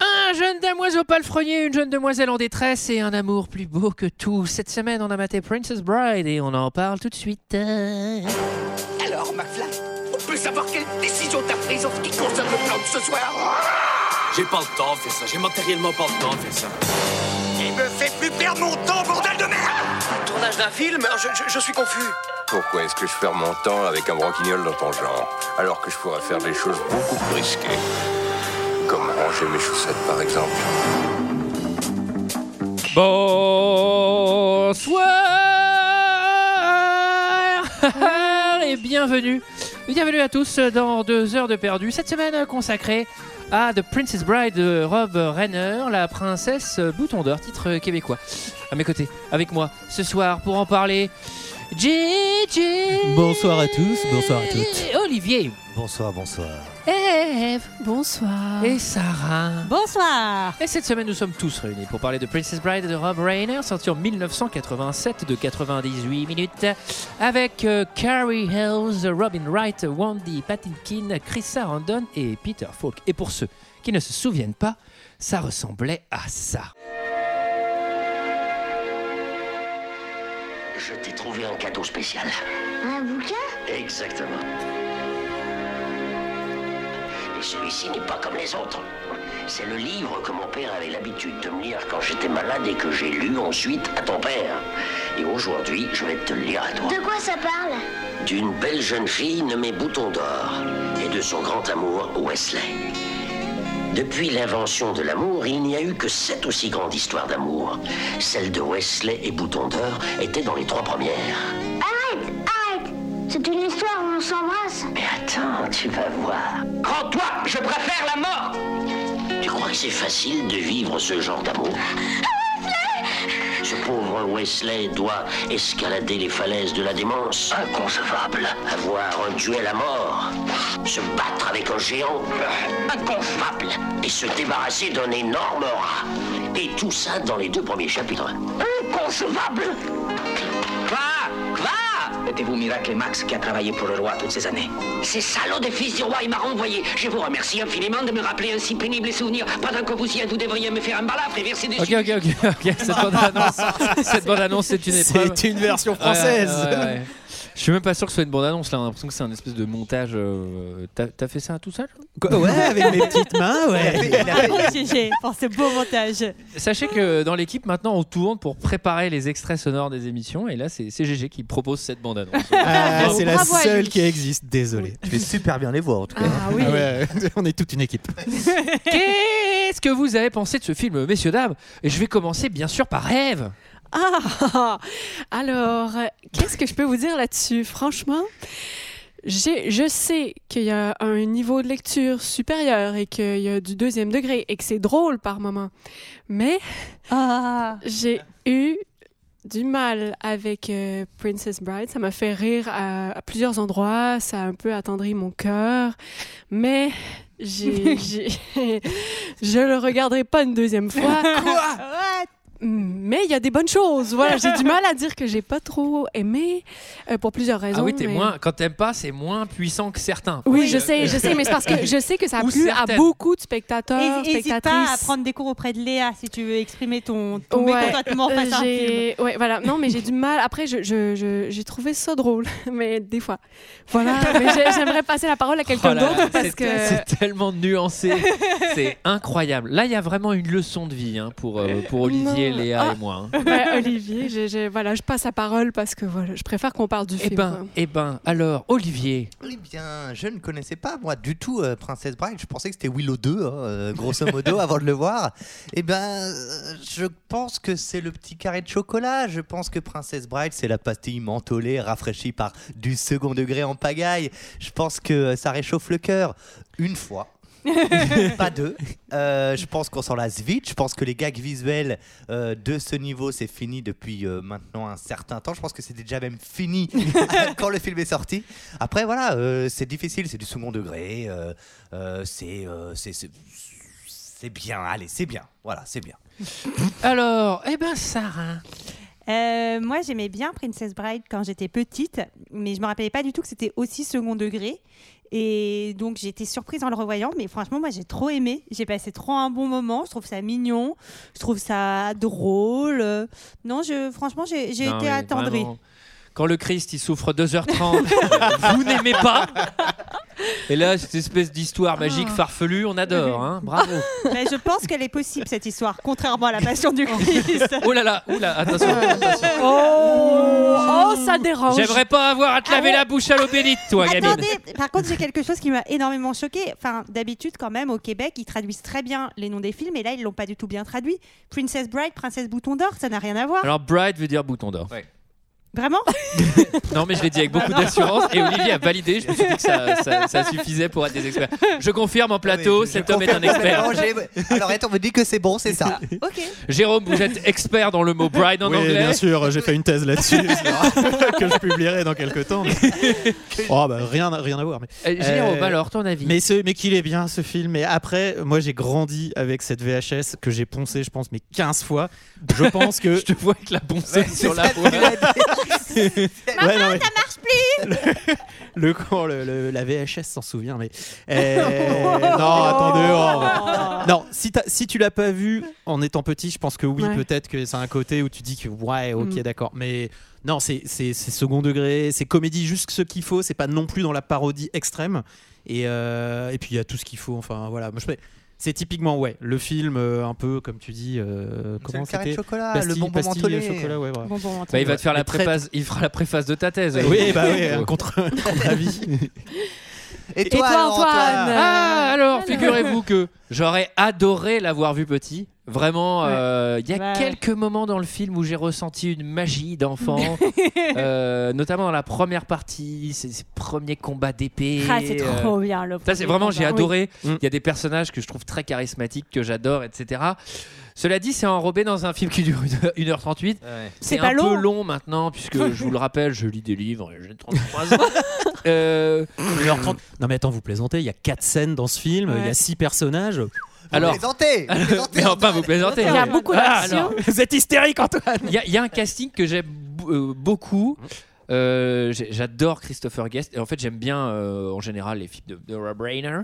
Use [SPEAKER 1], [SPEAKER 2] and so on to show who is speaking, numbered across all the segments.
[SPEAKER 1] Un jeune damoiseau palefrenier, une jeune demoiselle en détresse et un amour plus beau que tout. Cette semaine, on a maté Princess Bride et on en parle tout de suite. Euh,
[SPEAKER 2] Alors, McFly, on peut savoir quelle décision t'as prise en ce qui concerne le plan de ce soir
[SPEAKER 3] J'ai pas le temps de faire ça, j'ai matériellement pas le temps de faire ça.
[SPEAKER 2] Il me fait plus perdre mon temps, bordel de merde
[SPEAKER 4] Tournage d'un film je, je- je suis confus.
[SPEAKER 5] Pourquoi est-ce que je perds mon temps avec un branquignol dans ton genre Alors que je pourrais faire des choses beaucoup plus risquées. Comme ranger mes chaussettes par exemple.
[SPEAKER 1] Bonsoir et bienvenue. Bienvenue à tous dans deux heures de perdu. Cette semaine consacrée à The Princess Bride de Rob Reiner, la princesse bouton d'or, titre québécois. À mes côtés, avec moi, ce soir pour en parler. JJ
[SPEAKER 6] Bonsoir à tous, bonsoir à toutes.
[SPEAKER 1] Olivier,
[SPEAKER 6] Bonsoir, bonsoir.
[SPEAKER 1] Eve
[SPEAKER 7] Bonsoir.
[SPEAKER 1] et Sarah.
[SPEAKER 7] Bonsoir.
[SPEAKER 1] Et cette semaine, nous sommes tous réunis pour parler de Princess Bride de Rob Reiner, sorti en 1987 de 98 minutes, avec euh, Carrie Hills, Robin Wright, Wendy Patinkin, Chris Arandon et Peter Falk. Et pour ceux qui ne se souviennent pas, ça ressemblait à ça.
[SPEAKER 2] Je t'ai trouvé un cadeau spécial.
[SPEAKER 8] Un bouquin
[SPEAKER 2] Exactement. Et celui-ci n'est pas comme les autres. C'est le livre que mon père avait l'habitude de me lire quand j'étais malade et que j'ai lu ensuite à ton père. Et aujourd'hui, je vais te le lire à toi.
[SPEAKER 8] De quoi ça parle
[SPEAKER 2] D'une belle jeune fille nommée Bouton d'Or et de son grand amour Wesley. Depuis l'invention de l'amour, il n'y a eu que sept aussi grandes histoires d'amour. Celle de Wesley et Bouton d'Or était dans les trois premières.
[SPEAKER 8] Arrête, arrête C'est une histoire où on s'embrasse.
[SPEAKER 2] Mais attends, tu vas voir. Rends-toi, je préfère la mort Tu crois que c'est facile de vivre ce genre d'amour ce pauvre Wesley doit escalader les falaises de la démence. Inconcevable. Avoir un duel à mort. Se battre avec un géant. Inconcevable. Et se débarrasser d'un énorme rat. Et tout ça dans les deux premiers chapitres. Inconcevable Quoi Quoi Mettez-vous Miracle et Max qui a travaillé pour le roi toutes ces années. Ces salauds de fils du roi, il m'a renvoyé. Je vous remercie infiniment de me rappeler un si pénible souvenir. Pendant que vous y êtes, vous devriez me faire un balafre et verser des
[SPEAKER 1] Ok, ok, ok, ok. Cette bande-annonce, cette bande-annonce, Ah c'est une épreuve.
[SPEAKER 6] C'est une version
[SPEAKER 1] Ouais, ouais,
[SPEAKER 6] française.
[SPEAKER 1] ouais, ouais. Je suis même pas sûr que ce soit une bande-annonce là. J'ai l'impression que c'est un espèce de montage. euh, T'as t'as fait ça tout seul
[SPEAKER 6] Quoi, ouais, avec mes petites mains, ouais.
[SPEAKER 9] Ah
[SPEAKER 7] Bravo GG pour ce beau montage.
[SPEAKER 1] Sachez que dans l'équipe, maintenant, on tourne pour préparer les extraits sonores des émissions. Et là, c'est c'est GG qui propose cette bande-annonce.
[SPEAKER 6] Ah, c'est la
[SPEAKER 7] Bravo à
[SPEAKER 6] seule
[SPEAKER 7] lui.
[SPEAKER 6] qui existe, désolé.
[SPEAKER 10] Tu fais super bien les voix en tout cas.
[SPEAKER 7] Ah oui.
[SPEAKER 6] Ah ouais, on est toute une équipe.
[SPEAKER 1] Qu'est-ce que vous avez pensé de ce film, messieurs, dames Et je vais commencer, bien sûr, par Rêve.
[SPEAKER 7] Ah Alors, euh, qu'est-ce que je peux vous dire là-dessus Franchement, j'ai- je sais qu'il y a un niveau de lecture supérieur et qu'il y a du deuxième degré et que c'est drôle par moment. Mais j'ai eu du mal avec euh, Princess Bride. Ça m'a fait rire à, à plusieurs endroits. Ça a un peu attendri mon cœur. Mais j'ai, j'ai- je le regarderai pas une deuxième fois. Mais il y a des bonnes choses. Voilà, j'ai du mal à dire que j'ai pas trop aimé euh, pour plusieurs raisons.
[SPEAKER 1] Ah oui, t'es
[SPEAKER 7] mais-
[SPEAKER 1] moins, quand t'aimes pas, c'est moins puissant que certains. Euh,
[SPEAKER 7] Oui, je sais, je sais, mais c'est parce que je sais que ça a
[SPEAKER 1] Ou
[SPEAKER 7] plu à
[SPEAKER 1] certaines.
[SPEAKER 7] beaucoup de spectateurs,
[SPEAKER 9] N'hésite pas à
[SPEAKER 7] spectatrices.
[SPEAKER 9] prendre des cours auprès de Léa si tu veux exprimer ton, ton
[SPEAKER 7] Ouais. Euh,
[SPEAKER 9] mécontentement face à un film.
[SPEAKER 7] J'ai- ouais, voilà. Non, mais j'ai du mal. Après, je- je- je- j'ai trouvé ça drôle, mais des fois. Voilà. Mais j'ai- j'aimerais passer la parole à quelqu'un
[SPEAKER 1] Oh là là,
[SPEAKER 7] d'autre parce
[SPEAKER 1] c'est-
[SPEAKER 7] que.
[SPEAKER 1] C'est tellement nuancé, c'est incroyable. Là, il y a vraiment une leçon de vie hein, pour, euh, pour Olivier,
[SPEAKER 7] Non.
[SPEAKER 1] Léa
[SPEAKER 7] Ah.
[SPEAKER 1] et moi. hein.
[SPEAKER 7] Ouais, Olivier, je, je- voilà, je passe la parole parce que voilà, je préfère qu'on parle du
[SPEAKER 1] Eh
[SPEAKER 7] film. quoi.
[SPEAKER 1] ben, eh ben, alors, Olivier,
[SPEAKER 10] Eh bien, je ne connaissais pas moi du tout euh, Princess Bride. Je pensais que c'était Willow 2, hein, euh, grosso modo, avant de le voir. Eh ben, euh, je pense que c'est le petit carré de chocolat. Je pense que Princess Bride, c'est la pastille mentholée rafraîchie par du second degré en pagaille. Je pense que euh, ça réchauffe le cœur une fois. pas deux. Euh, je pense qu'on s'en lasse vite. Je pense que les gags visuels euh, de ce niveau, c'est fini depuis euh, maintenant un certain temps. Je pense que c'était déjà même fini quand le film est sorti. Après, voilà, euh, c'est difficile, c'est du second degré. euh, euh, c'est, euh, c'est, c'est, c'est bien, allez, c'est bien. Voilà, c'est bien.
[SPEAKER 1] alors, eh ben, Sarah.
[SPEAKER 9] Euh, moi, j'aimais bien Princess Bride quand j'étais petite, mais je me rappelais pas du tout que c'était aussi second degré. Et donc, j'ai été surprise en le revoyant, mais franchement, moi, j'ai trop aimé. J'ai passé trop un bon moment. Je trouve ça mignon. Je trouve ça drôle. Euh, Non, je, franchement, j'ai j'ai
[SPEAKER 1] Non,
[SPEAKER 9] été
[SPEAKER 1] mais
[SPEAKER 9] attendrie.
[SPEAKER 1] vraiment, Quand le Christ il souffre 2h30, vous n'aimez pas. Et là, cette espèce d'histoire magique farfelue, on adore. hein. Bravo.
[SPEAKER 9] Mais je pense qu'elle est possible, cette histoire, contrairement à la passion du Christ.
[SPEAKER 1] Oh là là, oh là, attention. attention.
[SPEAKER 7] Oh, ça dérange.
[SPEAKER 1] J'aimerais pas avoir à te laver la bouche à l'eau bénite, toi, Gabine.
[SPEAKER 9] Attendez, par contre, j'ai quelque chose qui m'a énormément choqué. Enfin, d'habitude, quand même, au Québec, ils traduisent très bien les noms des films, et là, ils l'ont pas du tout bien traduit. Princess Bride, Princesse Bouton d'Or, ça n'a rien à voir.
[SPEAKER 1] Alors, bride veut dire bouton d'or.
[SPEAKER 9] Vraiment
[SPEAKER 1] Non, mais je l'ai dit avec beaucoup d'assurance et Olivier a validé. Je me suis dit que ça, ça- ça suffisait pour être des experts. Je confirme en plateau,
[SPEAKER 10] Ah Oui, je- je
[SPEAKER 1] cet homme est un
[SPEAKER 10] confirme
[SPEAKER 1] expert.
[SPEAKER 10] complètement, j'ai- Alors, attends, on me dit que c'est bon, c'est ça.
[SPEAKER 9] Ok.
[SPEAKER 1] Jérôme, vous êtes expert dans le mot bride en
[SPEAKER 6] oui,
[SPEAKER 1] anglais.
[SPEAKER 6] bien sûr, j'ai fait une thèse là-dessus que je publierai dans quelques temps. mais- Oh, bah, rien, à- rien à voir. mais-
[SPEAKER 1] Euh, Jérôme,
[SPEAKER 6] Euh,
[SPEAKER 1] alors, ton avis
[SPEAKER 6] Mais, ce, mais qu'il est bien ce film. Et après, moi j'ai grandi avec cette VHS que j'ai poncée, je pense, mais 15 fois. Je pense que.
[SPEAKER 1] Je te vois avec la poncée sur la voix.
[SPEAKER 6] Maman, ça marche plus le, quand le- le- La VHS s'en souvient, mais. Euh, non, attendez. oh. Non, si, t'as- si tu l'as pas vu en étant petit, je pense que oui,
[SPEAKER 7] Ouais.
[SPEAKER 6] peut-être que c'est un côté où tu dis que ouais, ok,
[SPEAKER 7] Mm.
[SPEAKER 6] d'accord. Mais non, c'est c'est- c'est second degré, c'est comédie juste ce qu'il faut, c'est pas non plus dans la parodie extrême. Et, euh, et puis il y a tout ce qu'il faut, enfin voilà. Moi, je fais- C'est typiquement, ouais, le film euh, un peu, comme tu dis, euh,
[SPEAKER 10] C'est
[SPEAKER 6] comment
[SPEAKER 10] le carré
[SPEAKER 6] c'était
[SPEAKER 10] de chocolat, le
[SPEAKER 6] Pastille-
[SPEAKER 10] bonbon
[SPEAKER 6] pastille,
[SPEAKER 10] mentholé.
[SPEAKER 6] chocolat, ouais, voilà.
[SPEAKER 9] Bon, bon,
[SPEAKER 1] Bah, il va te faire la
[SPEAKER 6] Mais très-
[SPEAKER 1] préface, il fera la préface de ta thèse.
[SPEAKER 6] Oui, bah oui,
[SPEAKER 1] Oh.
[SPEAKER 6] un contre, contre avis.
[SPEAKER 10] Et
[SPEAKER 7] Et
[SPEAKER 10] toi,
[SPEAKER 7] toi,
[SPEAKER 10] alors,
[SPEAKER 7] Antoine
[SPEAKER 1] Ah, alors,
[SPEAKER 7] Alors.
[SPEAKER 1] figurez-vous que j'aurais adoré l'avoir vu petit. Vraiment,
[SPEAKER 9] Ouais.
[SPEAKER 1] euh, il y a
[SPEAKER 9] Ouais.
[SPEAKER 1] quelques moments dans le film où j'ai ressenti une magie d'enfant, euh, notamment dans la première partie, ces, ces premiers combats d'épée.
[SPEAKER 9] Ah, c'est
[SPEAKER 1] euh,
[SPEAKER 9] trop bien le
[SPEAKER 1] Ça, c'est vraiment, j'ai adoré.
[SPEAKER 6] Oui.
[SPEAKER 1] Il
[SPEAKER 6] Mm.
[SPEAKER 1] y a des personnages que je trouve très charismatiques, que j'adore, etc. Cela dit, c'est enrobé dans un film qui dure 1h38.
[SPEAKER 10] Ouais.
[SPEAKER 9] C'est pas
[SPEAKER 1] un
[SPEAKER 9] long.
[SPEAKER 1] peu long maintenant, puisque je vous le rappelle, je lis des livres, et j'ai 33 ans. Euh,
[SPEAKER 6] Non mais attends, vous plaisantez, il y a 4 scènes dans ce film, il y
[SPEAKER 7] Ouais.
[SPEAKER 6] a 6 personnages.
[SPEAKER 1] alors,
[SPEAKER 10] Plaisantez, plaisantez,
[SPEAKER 1] mais non, pas
[SPEAKER 10] Antoine.
[SPEAKER 1] vous plaisantez.
[SPEAKER 7] Il y a beaucoup
[SPEAKER 1] Ah,
[SPEAKER 7] d'action.
[SPEAKER 1] alors,
[SPEAKER 6] Vous êtes hystérique Antoine
[SPEAKER 1] Il y, a- il y a un casting que j'aime b- euh, beaucoup. Euh, j'ai- J'adore Christopher Guest. Et en fait, j'aime bien euh, en général les films de, de Rob Reiner.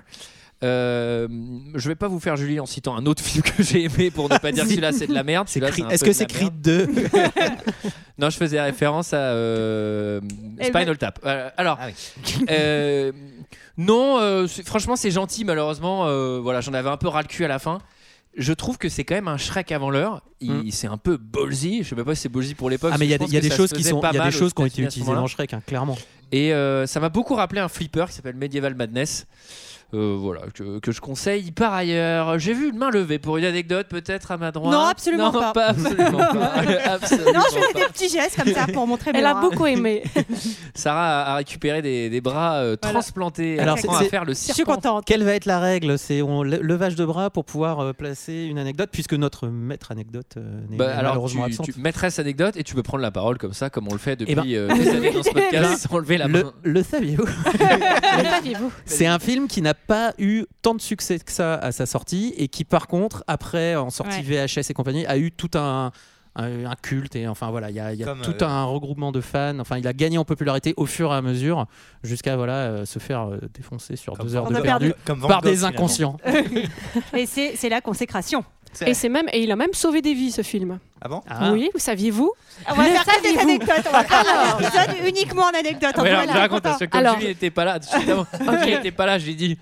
[SPEAKER 1] Euh, je vais pas vous faire Julie en citant un autre film que j'ai aimé pour ne pas dire que celui-là c'est de la merde.
[SPEAKER 6] C'est
[SPEAKER 1] Celui-là,
[SPEAKER 6] Creed-
[SPEAKER 1] un
[SPEAKER 6] Est-ce
[SPEAKER 1] peu
[SPEAKER 6] que
[SPEAKER 1] de la
[SPEAKER 6] c'est
[SPEAKER 1] merde.
[SPEAKER 6] Creed 2
[SPEAKER 1] Non, je faisais référence à euh, Spinal Tap. Euh, alors,
[SPEAKER 10] Ah oui.
[SPEAKER 1] euh, non, euh, c'est- franchement, c'est gentil. Malheureusement, euh, voilà, j'en avais un peu ras le cul à la fin. Je trouve que c'est quand même un Shrek avant l'heure. Il, C'est un peu ballsy. Je sais même pas si c'est ballsy pour l'époque.
[SPEAKER 6] Mm. Ah mais il y a,
[SPEAKER 1] je pense
[SPEAKER 6] il y a
[SPEAKER 1] que
[SPEAKER 6] des
[SPEAKER 1] ça
[SPEAKER 6] choses
[SPEAKER 1] se
[SPEAKER 6] qui
[SPEAKER 1] faisait
[SPEAKER 6] sont,
[SPEAKER 1] pas
[SPEAKER 6] il y a
[SPEAKER 1] mal
[SPEAKER 6] des
[SPEAKER 1] aux
[SPEAKER 6] choses qui ont été
[SPEAKER 1] États-Unis à ce
[SPEAKER 6] utilisées
[SPEAKER 1] moment-là.
[SPEAKER 6] dans Shrek, hein, clairement.
[SPEAKER 1] Et euh, ça m'a beaucoup rappelé un flipper qui s'appelle Medieval Madness. Euh, voilà, que, que je conseille. Par ailleurs, j'ai vu une main levée pour une anecdote, peut-être à ma droite.
[SPEAKER 9] Non, absolument
[SPEAKER 1] Non,
[SPEAKER 9] pas.
[SPEAKER 1] absolument pas. Absolument
[SPEAKER 9] Non, je faisais
[SPEAKER 1] euh, pas.
[SPEAKER 9] des petits gestes comme ça pour montrer hein. mes
[SPEAKER 7] Elle a
[SPEAKER 9] bras.
[SPEAKER 7] beaucoup aimé.
[SPEAKER 1] Sarah a- a récupéré des, des bras euh,
[SPEAKER 9] Voilà.
[SPEAKER 1] transplantés. Elle
[SPEAKER 6] Alors,
[SPEAKER 1] apprend
[SPEAKER 6] c'est-
[SPEAKER 1] à faire le
[SPEAKER 9] Je suis
[SPEAKER 1] serpent.
[SPEAKER 9] contente.
[SPEAKER 6] Quelle va être la règle C'est on le- levage de bras pour pouvoir euh, placer une anecdote puisque notre maître anecdote euh, n'est
[SPEAKER 1] Bah, alors, tu,
[SPEAKER 6] malheureusement absente.
[SPEAKER 1] tu- maîtresse anecdote, et tu peux prendre la parole comme ça, comme on le fait depuis
[SPEAKER 6] Eh ben-
[SPEAKER 1] euh, des années dans ce podcast, sans lever la
[SPEAKER 6] Le,
[SPEAKER 1] main.
[SPEAKER 6] le saviez-vous C'est un film qui n'a pas eu tant de succès que ça à sa sortie et qui, par contre, après, en sortie VHS et compagnie, a eu tout un, un, un culte. Et enfin, voilà, il y a, il y a
[SPEAKER 10] Comme,
[SPEAKER 6] tout
[SPEAKER 10] euh,
[SPEAKER 6] un regroupement de fans. Enfin, il a gagné en popularité au fur et à mesure jusqu'à voilà, euh, se faire euh, défoncer sur deux heures
[SPEAKER 9] Van
[SPEAKER 6] de
[SPEAKER 9] Gogh,
[SPEAKER 6] perdu.
[SPEAKER 10] Comme Van
[SPEAKER 6] Par
[SPEAKER 10] Gogh,
[SPEAKER 6] des
[SPEAKER 10] finalement.
[SPEAKER 6] inconscients.
[SPEAKER 9] Et c'est c'est la consécration.
[SPEAKER 7] Et c'est même et il a même sauvé des vies ce film.
[SPEAKER 10] Ah bon
[SPEAKER 6] Ah.
[SPEAKER 7] Oui, vous saviez-vous
[SPEAKER 9] Ah, On va
[SPEAKER 7] Le
[SPEAKER 9] faire que des
[SPEAKER 7] saviez-vous
[SPEAKER 9] anecdotes. On va faire un épisode uniquement en anecdote.
[SPEAKER 1] Ah Ouais, alors,
[SPEAKER 9] Voilà.
[SPEAKER 1] je raconte parce que comme
[SPEAKER 7] Alors-
[SPEAKER 1] Julie n'était pas là, justement, Julie n'était pas là, j'ai dit.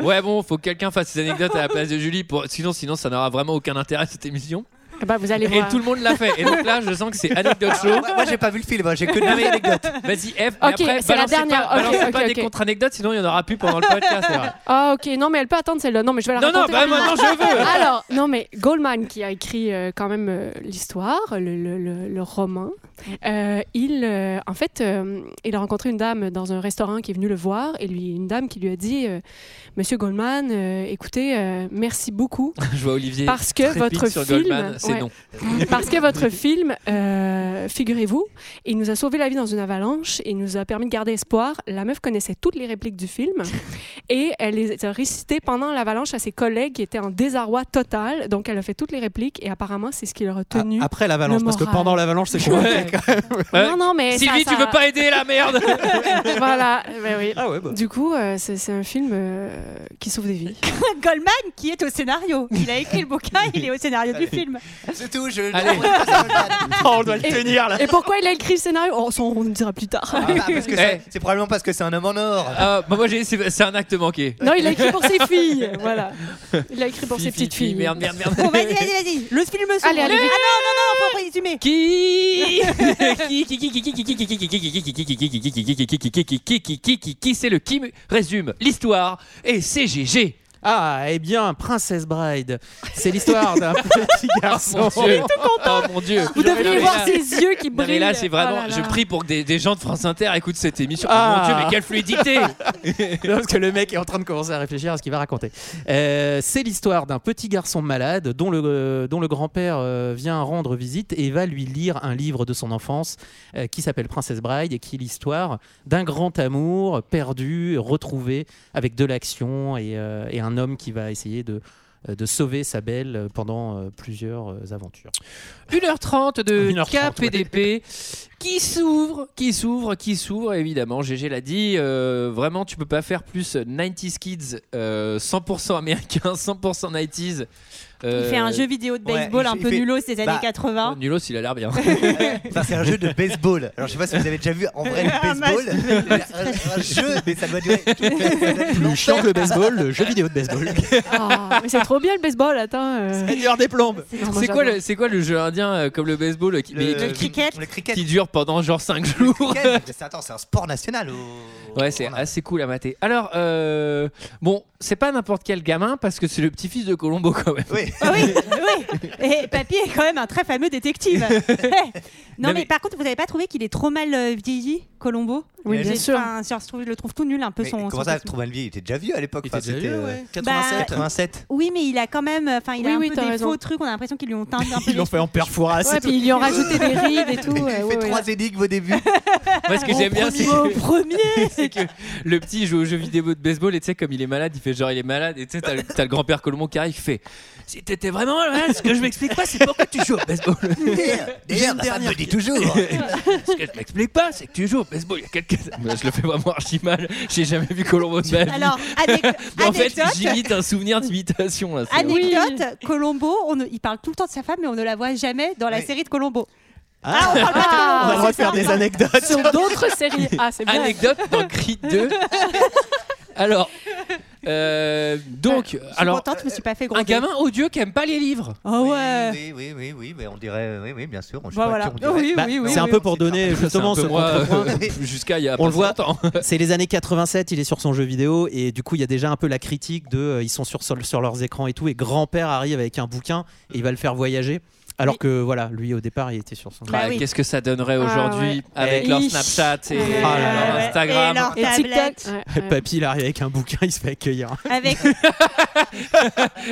[SPEAKER 1] Ouais bon, faut que quelqu'un fasse ces anecdotes à la place de Julie, pour... sinon sinon ça n'aura vraiment aucun intérêt cette émission.
[SPEAKER 7] Ah Bah vous allez
[SPEAKER 1] Et
[SPEAKER 7] voir.
[SPEAKER 1] tout le monde l'a fait. Et donc là, je sens que c'est anecdote show.
[SPEAKER 10] Moi, moi, j'ai pas vu le film, hein, j'ai que
[SPEAKER 1] Non,
[SPEAKER 10] deux
[SPEAKER 1] mais-
[SPEAKER 10] anecdotes.
[SPEAKER 1] Vas-y F. mais
[SPEAKER 7] Ok,
[SPEAKER 1] après,
[SPEAKER 7] c'est
[SPEAKER 1] balancez pas-
[SPEAKER 7] la dernière. Ok,
[SPEAKER 1] balancez
[SPEAKER 7] ok,
[SPEAKER 1] pas
[SPEAKER 7] ok.
[SPEAKER 1] des contre-anecdotes, sinon il y en aura plus pendant le podcast. alors.
[SPEAKER 7] Ah ok, non mais elle peut attendre celle-là. Non mais je vais la
[SPEAKER 1] Non non,
[SPEAKER 7] raconter.
[SPEAKER 1] bah,
[SPEAKER 7] rapidement.
[SPEAKER 1] maintenant je veux.
[SPEAKER 7] Alors, non, mais Goldman, qui a écrit euh, quand même euh, l'histoire, le, le- le- le roman, euh, il, euh, en fait, euh, il a rencontré une dame dans un restaurant qui est venue le voir et lui, une dame qui lui a dit euh, Monsieur Goldman, euh, écoutez, euh, merci beaucoup
[SPEAKER 1] Je vois Olivier.
[SPEAKER 7] parce que
[SPEAKER 1] trépide
[SPEAKER 7] votre
[SPEAKER 1] sur
[SPEAKER 7] film,
[SPEAKER 1] Goldman, c'est
[SPEAKER 7] ouais,
[SPEAKER 1] non.
[SPEAKER 7] parce que votre film euh, euh, figurez-vous, il nous a sauvé la vie dans une avalanche et il nous a permis de garder espoir. La meuf connaissait toutes les répliques du film et elle les a récitées pendant l'avalanche à ses collègues qui étaient en désarroi total. Donc elle a fait toutes les répliques et apparemment c'est ce qui leur a tenu.
[SPEAKER 6] Après l'avalanche,
[SPEAKER 7] le
[SPEAKER 6] parce que
[SPEAKER 7] moral.
[SPEAKER 6] pendant l'avalanche, c'est quoi
[SPEAKER 1] Ouais.
[SPEAKER 7] Non, non, mais.
[SPEAKER 1] Sylvie,
[SPEAKER 7] ça-
[SPEAKER 1] tu
[SPEAKER 7] ça-
[SPEAKER 1] veux pas aider la merde
[SPEAKER 7] Voilà, ben oui.
[SPEAKER 6] Ah ouais, bah.
[SPEAKER 7] Du coup, euh, c'est c'est un film euh, qui sauve des vies.
[SPEAKER 9] Goldman qui est au scénario. Il a écrit le bouquin, il est au scénario du film.
[SPEAKER 10] C'est tout, je.
[SPEAKER 1] Allez.
[SPEAKER 6] Oh, on doit le
[SPEAKER 7] Et-
[SPEAKER 6] tenir là.
[SPEAKER 7] Et pourquoi il a écrit le scénario oh, ça, On le dira plus tard.
[SPEAKER 10] Ah, bah, parce que c'est-
[SPEAKER 1] Eh.
[SPEAKER 10] c'est probablement parce que c'est un homme en or.
[SPEAKER 1] Euh, bah, moi, j'ai- c'est c'est un acte manqué.
[SPEAKER 7] Non, il l'a écrit pour ses filles. Voilà. Il l'a écrit pour ses
[SPEAKER 1] Fille,
[SPEAKER 7] petites
[SPEAKER 1] fille,
[SPEAKER 7] filles.
[SPEAKER 1] fille, Merde, merde, merde.
[SPEAKER 9] Bon, vas-y, vas-y, vas-y. Le film s'ouvre.
[SPEAKER 7] Allez, allez,
[SPEAKER 9] ah
[SPEAKER 7] vite.
[SPEAKER 9] non, non, non, faut présumer.
[SPEAKER 1] Qui Qui qui qui qui qui qui qui qui qui qui qui qui qui c'est le qui résume l'histoire et c'est GG.
[SPEAKER 6] Ah, eh bien, Princess Bride, c'est l'histoire d'un petit garçon.
[SPEAKER 1] Oh mon dieu.
[SPEAKER 7] Vous devriez
[SPEAKER 1] mais
[SPEAKER 7] voir
[SPEAKER 1] là-
[SPEAKER 7] ses yeux qui
[SPEAKER 1] Non,
[SPEAKER 7] brillent.
[SPEAKER 1] mais là c'est vraiment
[SPEAKER 7] Oh là là.
[SPEAKER 1] je prie pour que des, des gens de France Inter écoutent cette émission.
[SPEAKER 6] Ah.
[SPEAKER 1] Oh mon dieu mais quelle fluidité.
[SPEAKER 6] Non, parce que le mec est en train de commencer à réfléchir à ce qu'il va raconter. Euh, c'est l'histoire d'un petit garçon malade dont le, euh, dont le grand-père euh, vient rendre visite et va lui lire un livre de son enfance euh, qui s'appelle Princesse Bride et qui est l'histoire d'un grand amour perdu, retrouvé avec de l'action et, euh, et un homme qui va essayer de euh, de sauver sa belle pendant euh, plusieurs euh, aventures.
[SPEAKER 1] 1h30 de
[SPEAKER 6] 1h30,
[SPEAKER 1] KPDP qui s'ouvre, qui s'ouvre, qui s'ouvre, évidemment. GG l'a dit, euh, vraiment, tu peux pas faire plus 90s Kids, euh, 100% américain, 100% 90s.
[SPEAKER 9] Il
[SPEAKER 1] euh,
[SPEAKER 9] fait un jeu vidéo de
[SPEAKER 10] ouais,
[SPEAKER 9] baseball
[SPEAKER 10] il-
[SPEAKER 9] un
[SPEAKER 10] il
[SPEAKER 9] peu
[SPEAKER 10] fait-
[SPEAKER 9] nulos des années
[SPEAKER 10] Bah,
[SPEAKER 9] 80.
[SPEAKER 1] Nulos, il a l'air bien.
[SPEAKER 10] Enfin, c'est un jeu de baseball. Alors, je sais pas si vous avez déjà vu en vrai le baseball. un, un jeu, mais ça doit durer. toute la- ça doit être
[SPEAKER 6] Le
[SPEAKER 10] l'enfer.
[SPEAKER 6] chant de baseball, le jeu vidéo de baseball.
[SPEAKER 7] Ah, mais c'est trop bien le baseball, attends. euh.
[SPEAKER 6] Seigneur des plombes.
[SPEAKER 7] Non, moi,
[SPEAKER 1] C'est quoi,
[SPEAKER 7] j'adore.
[SPEAKER 1] le, c'est quoi le jeu indien euh, comme le baseball euh, qui, mais
[SPEAKER 9] Le
[SPEAKER 1] qui-
[SPEAKER 9] cricket.
[SPEAKER 10] Le cricket.
[SPEAKER 1] qui dure pendant genre 5
[SPEAKER 10] Le
[SPEAKER 1] jours
[SPEAKER 10] cricket, c'est- Attends, c'est un sport national. oh. au-
[SPEAKER 1] Ouais, c'est
[SPEAKER 10] en Inde.
[SPEAKER 1] assez cool à mater. Alors, euh, bon, c'est pas n'importe quel gamin parce que c'est le petit-fils de Colombo quand même.
[SPEAKER 10] Oui.
[SPEAKER 9] Ah oui, oui. Et Papy est quand même un très fameux détective. non,
[SPEAKER 1] Non,
[SPEAKER 9] mais
[SPEAKER 1] mais-
[SPEAKER 9] par contre, vous avez pas trouvé qu'il est trop mal euh, vieilli, Colombo
[SPEAKER 7] Oui,
[SPEAKER 10] Mais
[SPEAKER 7] bien
[SPEAKER 9] J'ai-
[SPEAKER 7] sûr.
[SPEAKER 9] enfin, sur- je trouve- je le trouve tout nul un peu
[SPEAKER 10] Mais
[SPEAKER 9] son.
[SPEAKER 10] comment
[SPEAKER 9] son
[SPEAKER 10] ça,
[SPEAKER 9] costume.
[SPEAKER 10] Trouban Vieille, il était déjà vieux à l'époque. Enfin, c'était euh,
[SPEAKER 9] 87.
[SPEAKER 10] 87.
[SPEAKER 9] Oui, mais il a quand même, euh, enfin, il a
[SPEAKER 7] Oui,
[SPEAKER 9] un
[SPEAKER 7] oui,
[SPEAKER 9] peu
[SPEAKER 7] t'as
[SPEAKER 9] des
[SPEAKER 7] raison.
[SPEAKER 9] faux trucs. On a l'impression qu'ils lui ont teint un peu.
[SPEAKER 6] Ils l'ont fait en perforas.
[SPEAKER 7] Ouais, puis ils lui ont rajouté des rides et tout.
[SPEAKER 10] il
[SPEAKER 7] ouais,
[SPEAKER 10] fait
[SPEAKER 7] ouais, ouais.
[SPEAKER 10] trois énigmes au début.
[SPEAKER 1] Moi, ce que
[SPEAKER 7] Mon
[SPEAKER 1] j'aime bien, c'est.
[SPEAKER 7] premier mot, premier.
[SPEAKER 1] c'est que le petit il joue aux jeux vidéo de baseball et tu sais comme il est malade il fait genre il est malade et tu sais t'as le, t'as le grand-père Colomon qui arrive qui fait si t'étais vraiment malade ce que je m'explique pas c'est pourquoi tu joues au baseball
[SPEAKER 10] D'ailleurs, ma femme me dit toujours.
[SPEAKER 1] ce que je m'explique pas c'est que tu joues au baseball il y a quelqu'un Bah, je le fais vraiment archi mal j'ai jamais vu Colombo de ma vie
[SPEAKER 9] Alors, anec-
[SPEAKER 1] Mais en fait
[SPEAKER 9] anecdote.
[SPEAKER 1] j'imite un souvenir d'imitation là c'est vrai.
[SPEAKER 9] Anecdote, Colombo, on ne- il parle tout le temps de sa femme, mais on ne la voit jamais dans la
[SPEAKER 10] Oui.
[SPEAKER 9] série de Colombo.
[SPEAKER 6] Ah.
[SPEAKER 9] Ah, on parle pas
[SPEAKER 7] Ah.
[SPEAKER 6] On va le
[SPEAKER 9] de Colombo.
[SPEAKER 6] droit de faire des anecdotes.
[SPEAKER 7] Sur d'autres séries. Ah, c'est bien.
[SPEAKER 1] anecdote dans Creed 2 alors euh, donc
[SPEAKER 9] Je suis
[SPEAKER 1] alors euh,
[SPEAKER 9] contente, je me suis pas fait
[SPEAKER 1] un
[SPEAKER 9] gronder.
[SPEAKER 1] gamin odieux qui aime pas les livres
[SPEAKER 9] Ah
[SPEAKER 10] Oui,
[SPEAKER 9] ouais.
[SPEAKER 10] Oui, oui, oui, oui, mais on dirait, euh, oui, oui, bien sûr. on- je sais
[SPEAKER 9] Bah
[SPEAKER 10] pas
[SPEAKER 9] voilà.
[SPEAKER 10] qui on dirait.
[SPEAKER 9] Oui,
[SPEAKER 6] Bah,
[SPEAKER 9] oui, oui.
[SPEAKER 6] c'est un
[SPEAKER 9] oui.
[SPEAKER 6] peu pour donner justement
[SPEAKER 1] C'est
[SPEAKER 6] ce
[SPEAKER 1] un peu moi,
[SPEAKER 6] contrepoint.
[SPEAKER 1] euh, jusqu'à il y a
[SPEAKER 6] On le voit.
[SPEAKER 1] temps.
[SPEAKER 6] C'est les années 87, il est sur son jeu vidéo et du coup il y a déjà un peu la critique de euh, ils sont sur, sur, sur leurs écrans et tout et grand-père arrive avec un bouquin et il va le faire voyager alors que voilà, lui au départ il était sur son
[SPEAKER 9] Bah oui.
[SPEAKER 1] Qu'est-ce que ça donnerait
[SPEAKER 7] Ah
[SPEAKER 1] aujourd'hui
[SPEAKER 7] ouais.
[SPEAKER 1] avec
[SPEAKER 7] Eh.
[SPEAKER 1] leur
[SPEAKER 7] Ish.
[SPEAKER 1] Snapchat et
[SPEAKER 7] Ah
[SPEAKER 6] Oh
[SPEAKER 1] leur
[SPEAKER 6] là là.
[SPEAKER 9] Ouais, ouais.
[SPEAKER 1] Instagram
[SPEAKER 9] Et leur
[SPEAKER 7] Et
[SPEAKER 9] tablette.
[SPEAKER 7] TikTok. Ouais, ouais.
[SPEAKER 6] Papy il arrive avec un bouquin, il se fait accueillir.
[SPEAKER 9] Avec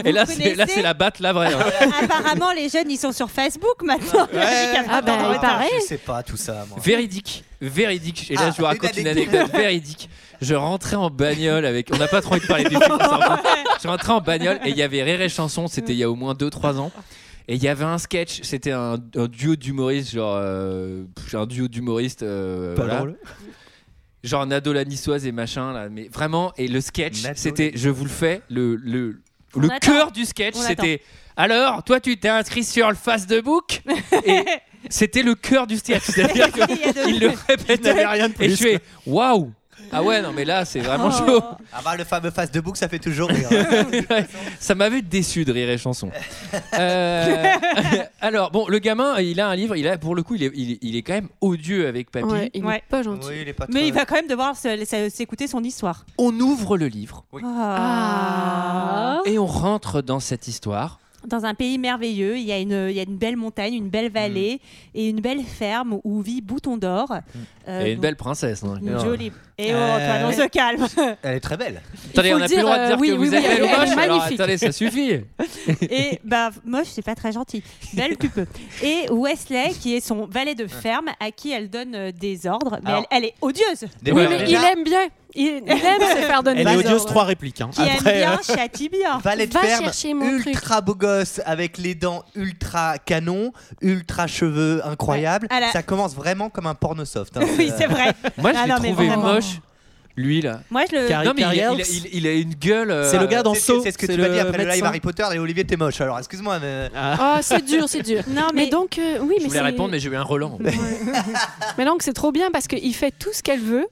[SPEAKER 1] Et là,
[SPEAKER 9] Vous
[SPEAKER 1] c'est là,
[SPEAKER 9] connaissez
[SPEAKER 1] c'est la batte, la vraie. hein.
[SPEAKER 9] apparemment les jeunes, ils sont sur Facebook maintenant.
[SPEAKER 7] Ah, bah,
[SPEAKER 10] Ah,
[SPEAKER 7] il paraît.
[SPEAKER 10] Je sais pas tout ça, moi.
[SPEAKER 1] Véridique, véridique. Et là,
[SPEAKER 10] Ah,
[SPEAKER 1] je vous raconte
[SPEAKER 10] une
[SPEAKER 1] une anecdote véridique. Je rentrais en bagnole avec. On n'a pas trop envie de parler des films. on s'en fout. Je rentrais en bagnole et il y avait Rire et Chanson. C'était il y a au moins 2-3 ans. Et il y avait un sketch. C'était un, un duo d'humoristes, genre euh, pff, un duo d'humoristes. euh,
[SPEAKER 6] Pas
[SPEAKER 1] voilà.
[SPEAKER 6] drôle.
[SPEAKER 1] genre Nado la niçoise et machin là mais vraiment et le sketch
[SPEAKER 10] Nado
[SPEAKER 1] c'était
[SPEAKER 10] la
[SPEAKER 1] je vous le fais le le
[SPEAKER 9] On
[SPEAKER 1] le
[SPEAKER 9] attend.
[SPEAKER 1] cœur du sketch
[SPEAKER 9] On
[SPEAKER 1] c'était alors toi tu t'es inscrit sur le face de book et c'était le cœur du sketch c'est-à-dire que
[SPEAKER 9] Il y a de-
[SPEAKER 1] il le
[SPEAKER 6] Il n'avait
[SPEAKER 1] répétait
[SPEAKER 6] rien de plus.
[SPEAKER 1] et je fais waouh ah ouais non mais là c'est vraiment
[SPEAKER 9] Oh.
[SPEAKER 1] chaud
[SPEAKER 10] Ah bah le fameux face de bouc, ça fait toujours rire.
[SPEAKER 1] Ouais, ça m'avait déçu de rire et chanson. Euh, alors, bon, le gamin, il a un livre, il a, pour le coup, il est, il est- il est quand même odieux avec papy.
[SPEAKER 7] Ouais, il
[SPEAKER 9] Ouais.
[SPEAKER 7] n'est pas gentil.
[SPEAKER 10] oui, il est pas
[SPEAKER 9] Mais
[SPEAKER 10] très-
[SPEAKER 9] il va quand même devoir se- se- s'écouter son histoire.
[SPEAKER 1] On ouvre le livre
[SPEAKER 9] Ah.
[SPEAKER 7] Ah.
[SPEAKER 1] et on rentre dans cette histoire.
[SPEAKER 9] dans un pays merveilleux. Il y, a une, il y a une belle montagne, une belle vallée et une belle ferme où vit Bouton d'Or. Euh,
[SPEAKER 1] Et une
[SPEAKER 9] donc,
[SPEAKER 1] belle princesse. hein.
[SPEAKER 9] Une jolie. Et oh, Antoine,
[SPEAKER 6] Euh,
[SPEAKER 9] on se calme.
[SPEAKER 10] Elle est très belle.
[SPEAKER 1] Attendez,
[SPEAKER 9] faut
[SPEAKER 1] on
[SPEAKER 9] le
[SPEAKER 1] n'a plus le
[SPEAKER 9] dire,
[SPEAKER 1] droit de
[SPEAKER 9] euh,
[SPEAKER 1] dire
[SPEAKER 9] oui,
[SPEAKER 1] que vous
[SPEAKER 9] oui,
[SPEAKER 1] êtes
[SPEAKER 9] oui,
[SPEAKER 1] belle ou
[SPEAKER 9] elle est
[SPEAKER 1] moche. Alors
[SPEAKER 9] magnifique.
[SPEAKER 1] attendez, ça suffit.
[SPEAKER 9] Et bah, moche, c'est pas très gentil. Belle, tu peux. Et Wesley, qui est son valet de ferme, à qui elle donne euh, des ordres. Mais
[SPEAKER 10] Alors-
[SPEAKER 9] elle, elle est odieuse.
[SPEAKER 10] Des
[SPEAKER 7] Oui,
[SPEAKER 10] fois,
[SPEAKER 7] mais
[SPEAKER 10] déjà,
[SPEAKER 7] il aime bien. Il, il aime se faire donner
[SPEAKER 6] Elle
[SPEAKER 7] des
[SPEAKER 6] est
[SPEAKER 7] ordres.
[SPEAKER 6] odieuse, trois répliques. hein.
[SPEAKER 9] Qui aime
[SPEAKER 6] Après,
[SPEAKER 9] bien,
[SPEAKER 6] euh,
[SPEAKER 9] châtie bien.
[SPEAKER 10] Valet de
[SPEAKER 7] Va
[SPEAKER 10] ferme,
[SPEAKER 7] chercher mon
[SPEAKER 10] ultra beau gosse, avec les dents ultra canon, ultra cheveux incroyables.
[SPEAKER 9] Ouais, à la-
[SPEAKER 10] Ça commence vraiment comme un porno soft. hein.
[SPEAKER 9] Oui, c'est vrai.
[SPEAKER 1] Moi,
[SPEAKER 9] Ah
[SPEAKER 1] je l'ai
[SPEAKER 9] non, mais
[SPEAKER 1] trouvé
[SPEAKER 9] vraiment.
[SPEAKER 1] moche, lui là.
[SPEAKER 9] Moi, je le.
[SPEAKER 6] Car- Harry
[SPEAKER 1] non, mais il a,
[SPEAKER 6] Carriels.
[SPEAKER 1] il a- il- il a une gueule. euh,
[SPEAKER 6] C'est le gars dans
[SPEAKER 10] C'est-
[SPEAKER 6] Saw.
[SPEAKER 10] C'est ce que
[SPEAKER 6] c'est
[SPEAKER 10] tu m'as
[SPEAKER 6] le
[SPEAKER 10] dit après le live
[SPEAKER 6] médecin.
[SPEAKER 10] Harry Potter et Olivier, t'es moche. Alors excuse-moi, mais.
[SPEAKER 9] Oh,
[SPEAKER 7] Ah, c'est dur, c'est dur.
[SPEAKER 9] Non, mais,
[SPEAKER 7] Mais donc, euh, oui,
[SPEAKER 1] Je
[SPEAKER 7] mais
[SPEAKER 1] voulais
[SPEAKER 7] c'est-
[SPEAKER 1] répondre, mais j'ai eu un Roland.
[SPEAKER 7] Mais donc, c'est trop bien parce qu'il fait tout ce qu'elle veut.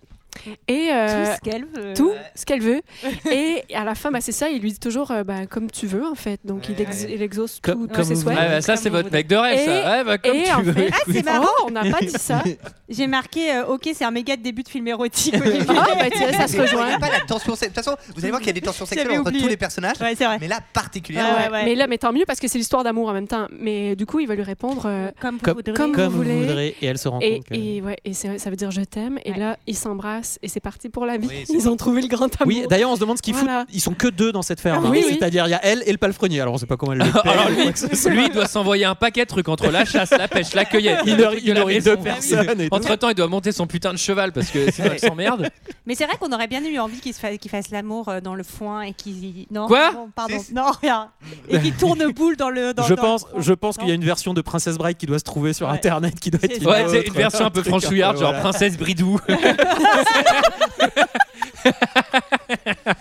[SPEAKER 7] Et euh,
[SPEAKER 9] tout ce qu'elle veut.
[SPEAKER 7] tout ce qu'elle veut. Et à la fin, bah, c'est ça, il lui dit toujours euh, bah, comme tu veux, en fait. Donc, il, ex-
[SPEAKER 10] Ouais.
[SPEAKER 7] il exauce
[SPEAKER 6] Comme-
[SPEAKER 7] tout- tous
[SPEAKER 6] comme
[SPEAKER 7] ses
[SPEAKER 6] vous
[SPEAKER 1] Ouais,
[SPEAKER 7] souhaits.
[SPEAKER 1] bah, ça,
[SPEAKER 9] comme
[SPEAKER 1] c'est
[SPEAKER 9] on
[SPEAKER 1] votre
[SPEAKER 9] voudrait.
[SPEAKER 1] mec de rêve, ça.
[SPEAKER 7] Et-
[SPEAKER 1] Ouais, bah, comme
[SPEAKER 7] et en
[SPEAKER 1] tu veux.
[SPEAKER 7] fait-
[SPEAKER 9] Ah, c'est marrant.
[SPEAKER 7] Oh, on n'a pas dit ça.
[SPEAKER 9] J'ai marqué, euh, ok, c'est un méga de début de film érotique. Ah, au début.
[SPEAKER 7] Oh, bah, tiens, ça se
[SPEAKER 10] Mais non, Il n'y
[SPEAKER 7] rejoint.
[SPEAKER 10] a pas la tension sexuelle. De toute façon, vous allez voir qu'il y a des tensions sexuelles
[SPEAKER 9] J'avais
[SPEAKER 10] entre
[SPEAKER 9] oublié.
[SPEAKER 10] tous les personnages.
[SPEAKER 9] ouais, c'est vrai. Ah,
[SPEAKER 10] Mais là,
[SPEAKER 9] Ouais,
[SPEAKER 10] particulièrement. euh,
[SPEAKER 9] ouais, ouais.
[SPEAKER 7] Ah Mais là, mais tant mieux parce que c'est l'histoire d'amour en même temps. Mais du coup, il va lui répondre. euh,
[SPEAKER 9] Comme vous
[SPEAKER 6] Comme-
[SPEAKER 9] voudrez.
[SPEAKER 7] comme-
[SPEAKER 6] Comme
[SPEAKER 7] vous
[SPEAKER 6] vous
[SPEAKER 7] voulez.
[SPEAKER 6] voudrez. Et elle se rend
[SPEAKER 7] et
[SPEAKER 6] compte que.
[SPEAKER 7] et, ouais, et c'est- ça veut dire je t'aime. Et
[SPEAKER 9] Ouais.
[SPEAKER 7] là, ils s'embrassent et c'est parti pour la vie.
[SPEAKER 10] Oui, c'est
[SPEAKER 7] Ils ont trouvé le grand amour.
[SPEAKER 6] Oui, d'ailleurs, on se demande ce qu'ils
[SPEAKER 7] Voilà.
[SPEAKER 6] foutent. Ils sont que deux dans cette ferme.
[SPEAKER 7] Ah
[SPEAKER 6] hein.
[SPEAKER 7] oui, oui.
[SPEAKER 6] C'est-à-dire, il y a elle et le palefrenier. Alors, on sait pas comment elle le paye.
[SPEAKER 1] Alors lui, lui, il doit s'envoyer un paquet de trucs entre la chasse, la pêche, la cueillette.
[SPEAKER 6] Il
[SPEAKER 1] le
[SPEAKER 6] nourrit-
[SPEAKER 1] truc de
[SPEAKER 6] il
[SPEAKER 1] la
[SPEAKER 6] nourrit
[SPEAKER 1] maison.
[SPEAKER 6] deux personnes. et tout.
[SPEAKER 1] Entre temps, il doit monter son putain de cheval parce que sinon il s'emmerde.
[SPEAKER 9] Mais c'est vrai qu'on aurait bien eu envie qu'il se fa- qu'il fasse l'amour euh, dans le foin et qu'il. Non,
[SPEAKER 1] Quoi
[SPEAKER 9] non, Pardon.
[SPEAKER 10] C'est-
[SPEAKER 9] Non, rien. Et qu'il tourne boule dans le. Dans,
[SPEAKER 6] je,
[SPEAKER 9] dans le
[SPEAKER 6] pense,
[SPEAKER 9] foin.
[SPEAKER 6] je pense
[SPEAKER 9] Non.
[SPEAKER 6] qu'il y a une version de Princesse Bride qui doit se trouver sur
[SPEAKER 9] Ouais.
[SPEAKER 6] internet qui doit être
[SPEAKER 9] C'est
[SPEAKER 6] une,
[SPEAKER 9] ça.
[SPEAKER 1] Ouais, c'est
[SPEAKER 6] autre.
[SPEAKER 1] une version un peu franchouillarde, genre
[SPEAKER 6] Voilà.
[SPEAKER 1] princesse bridou.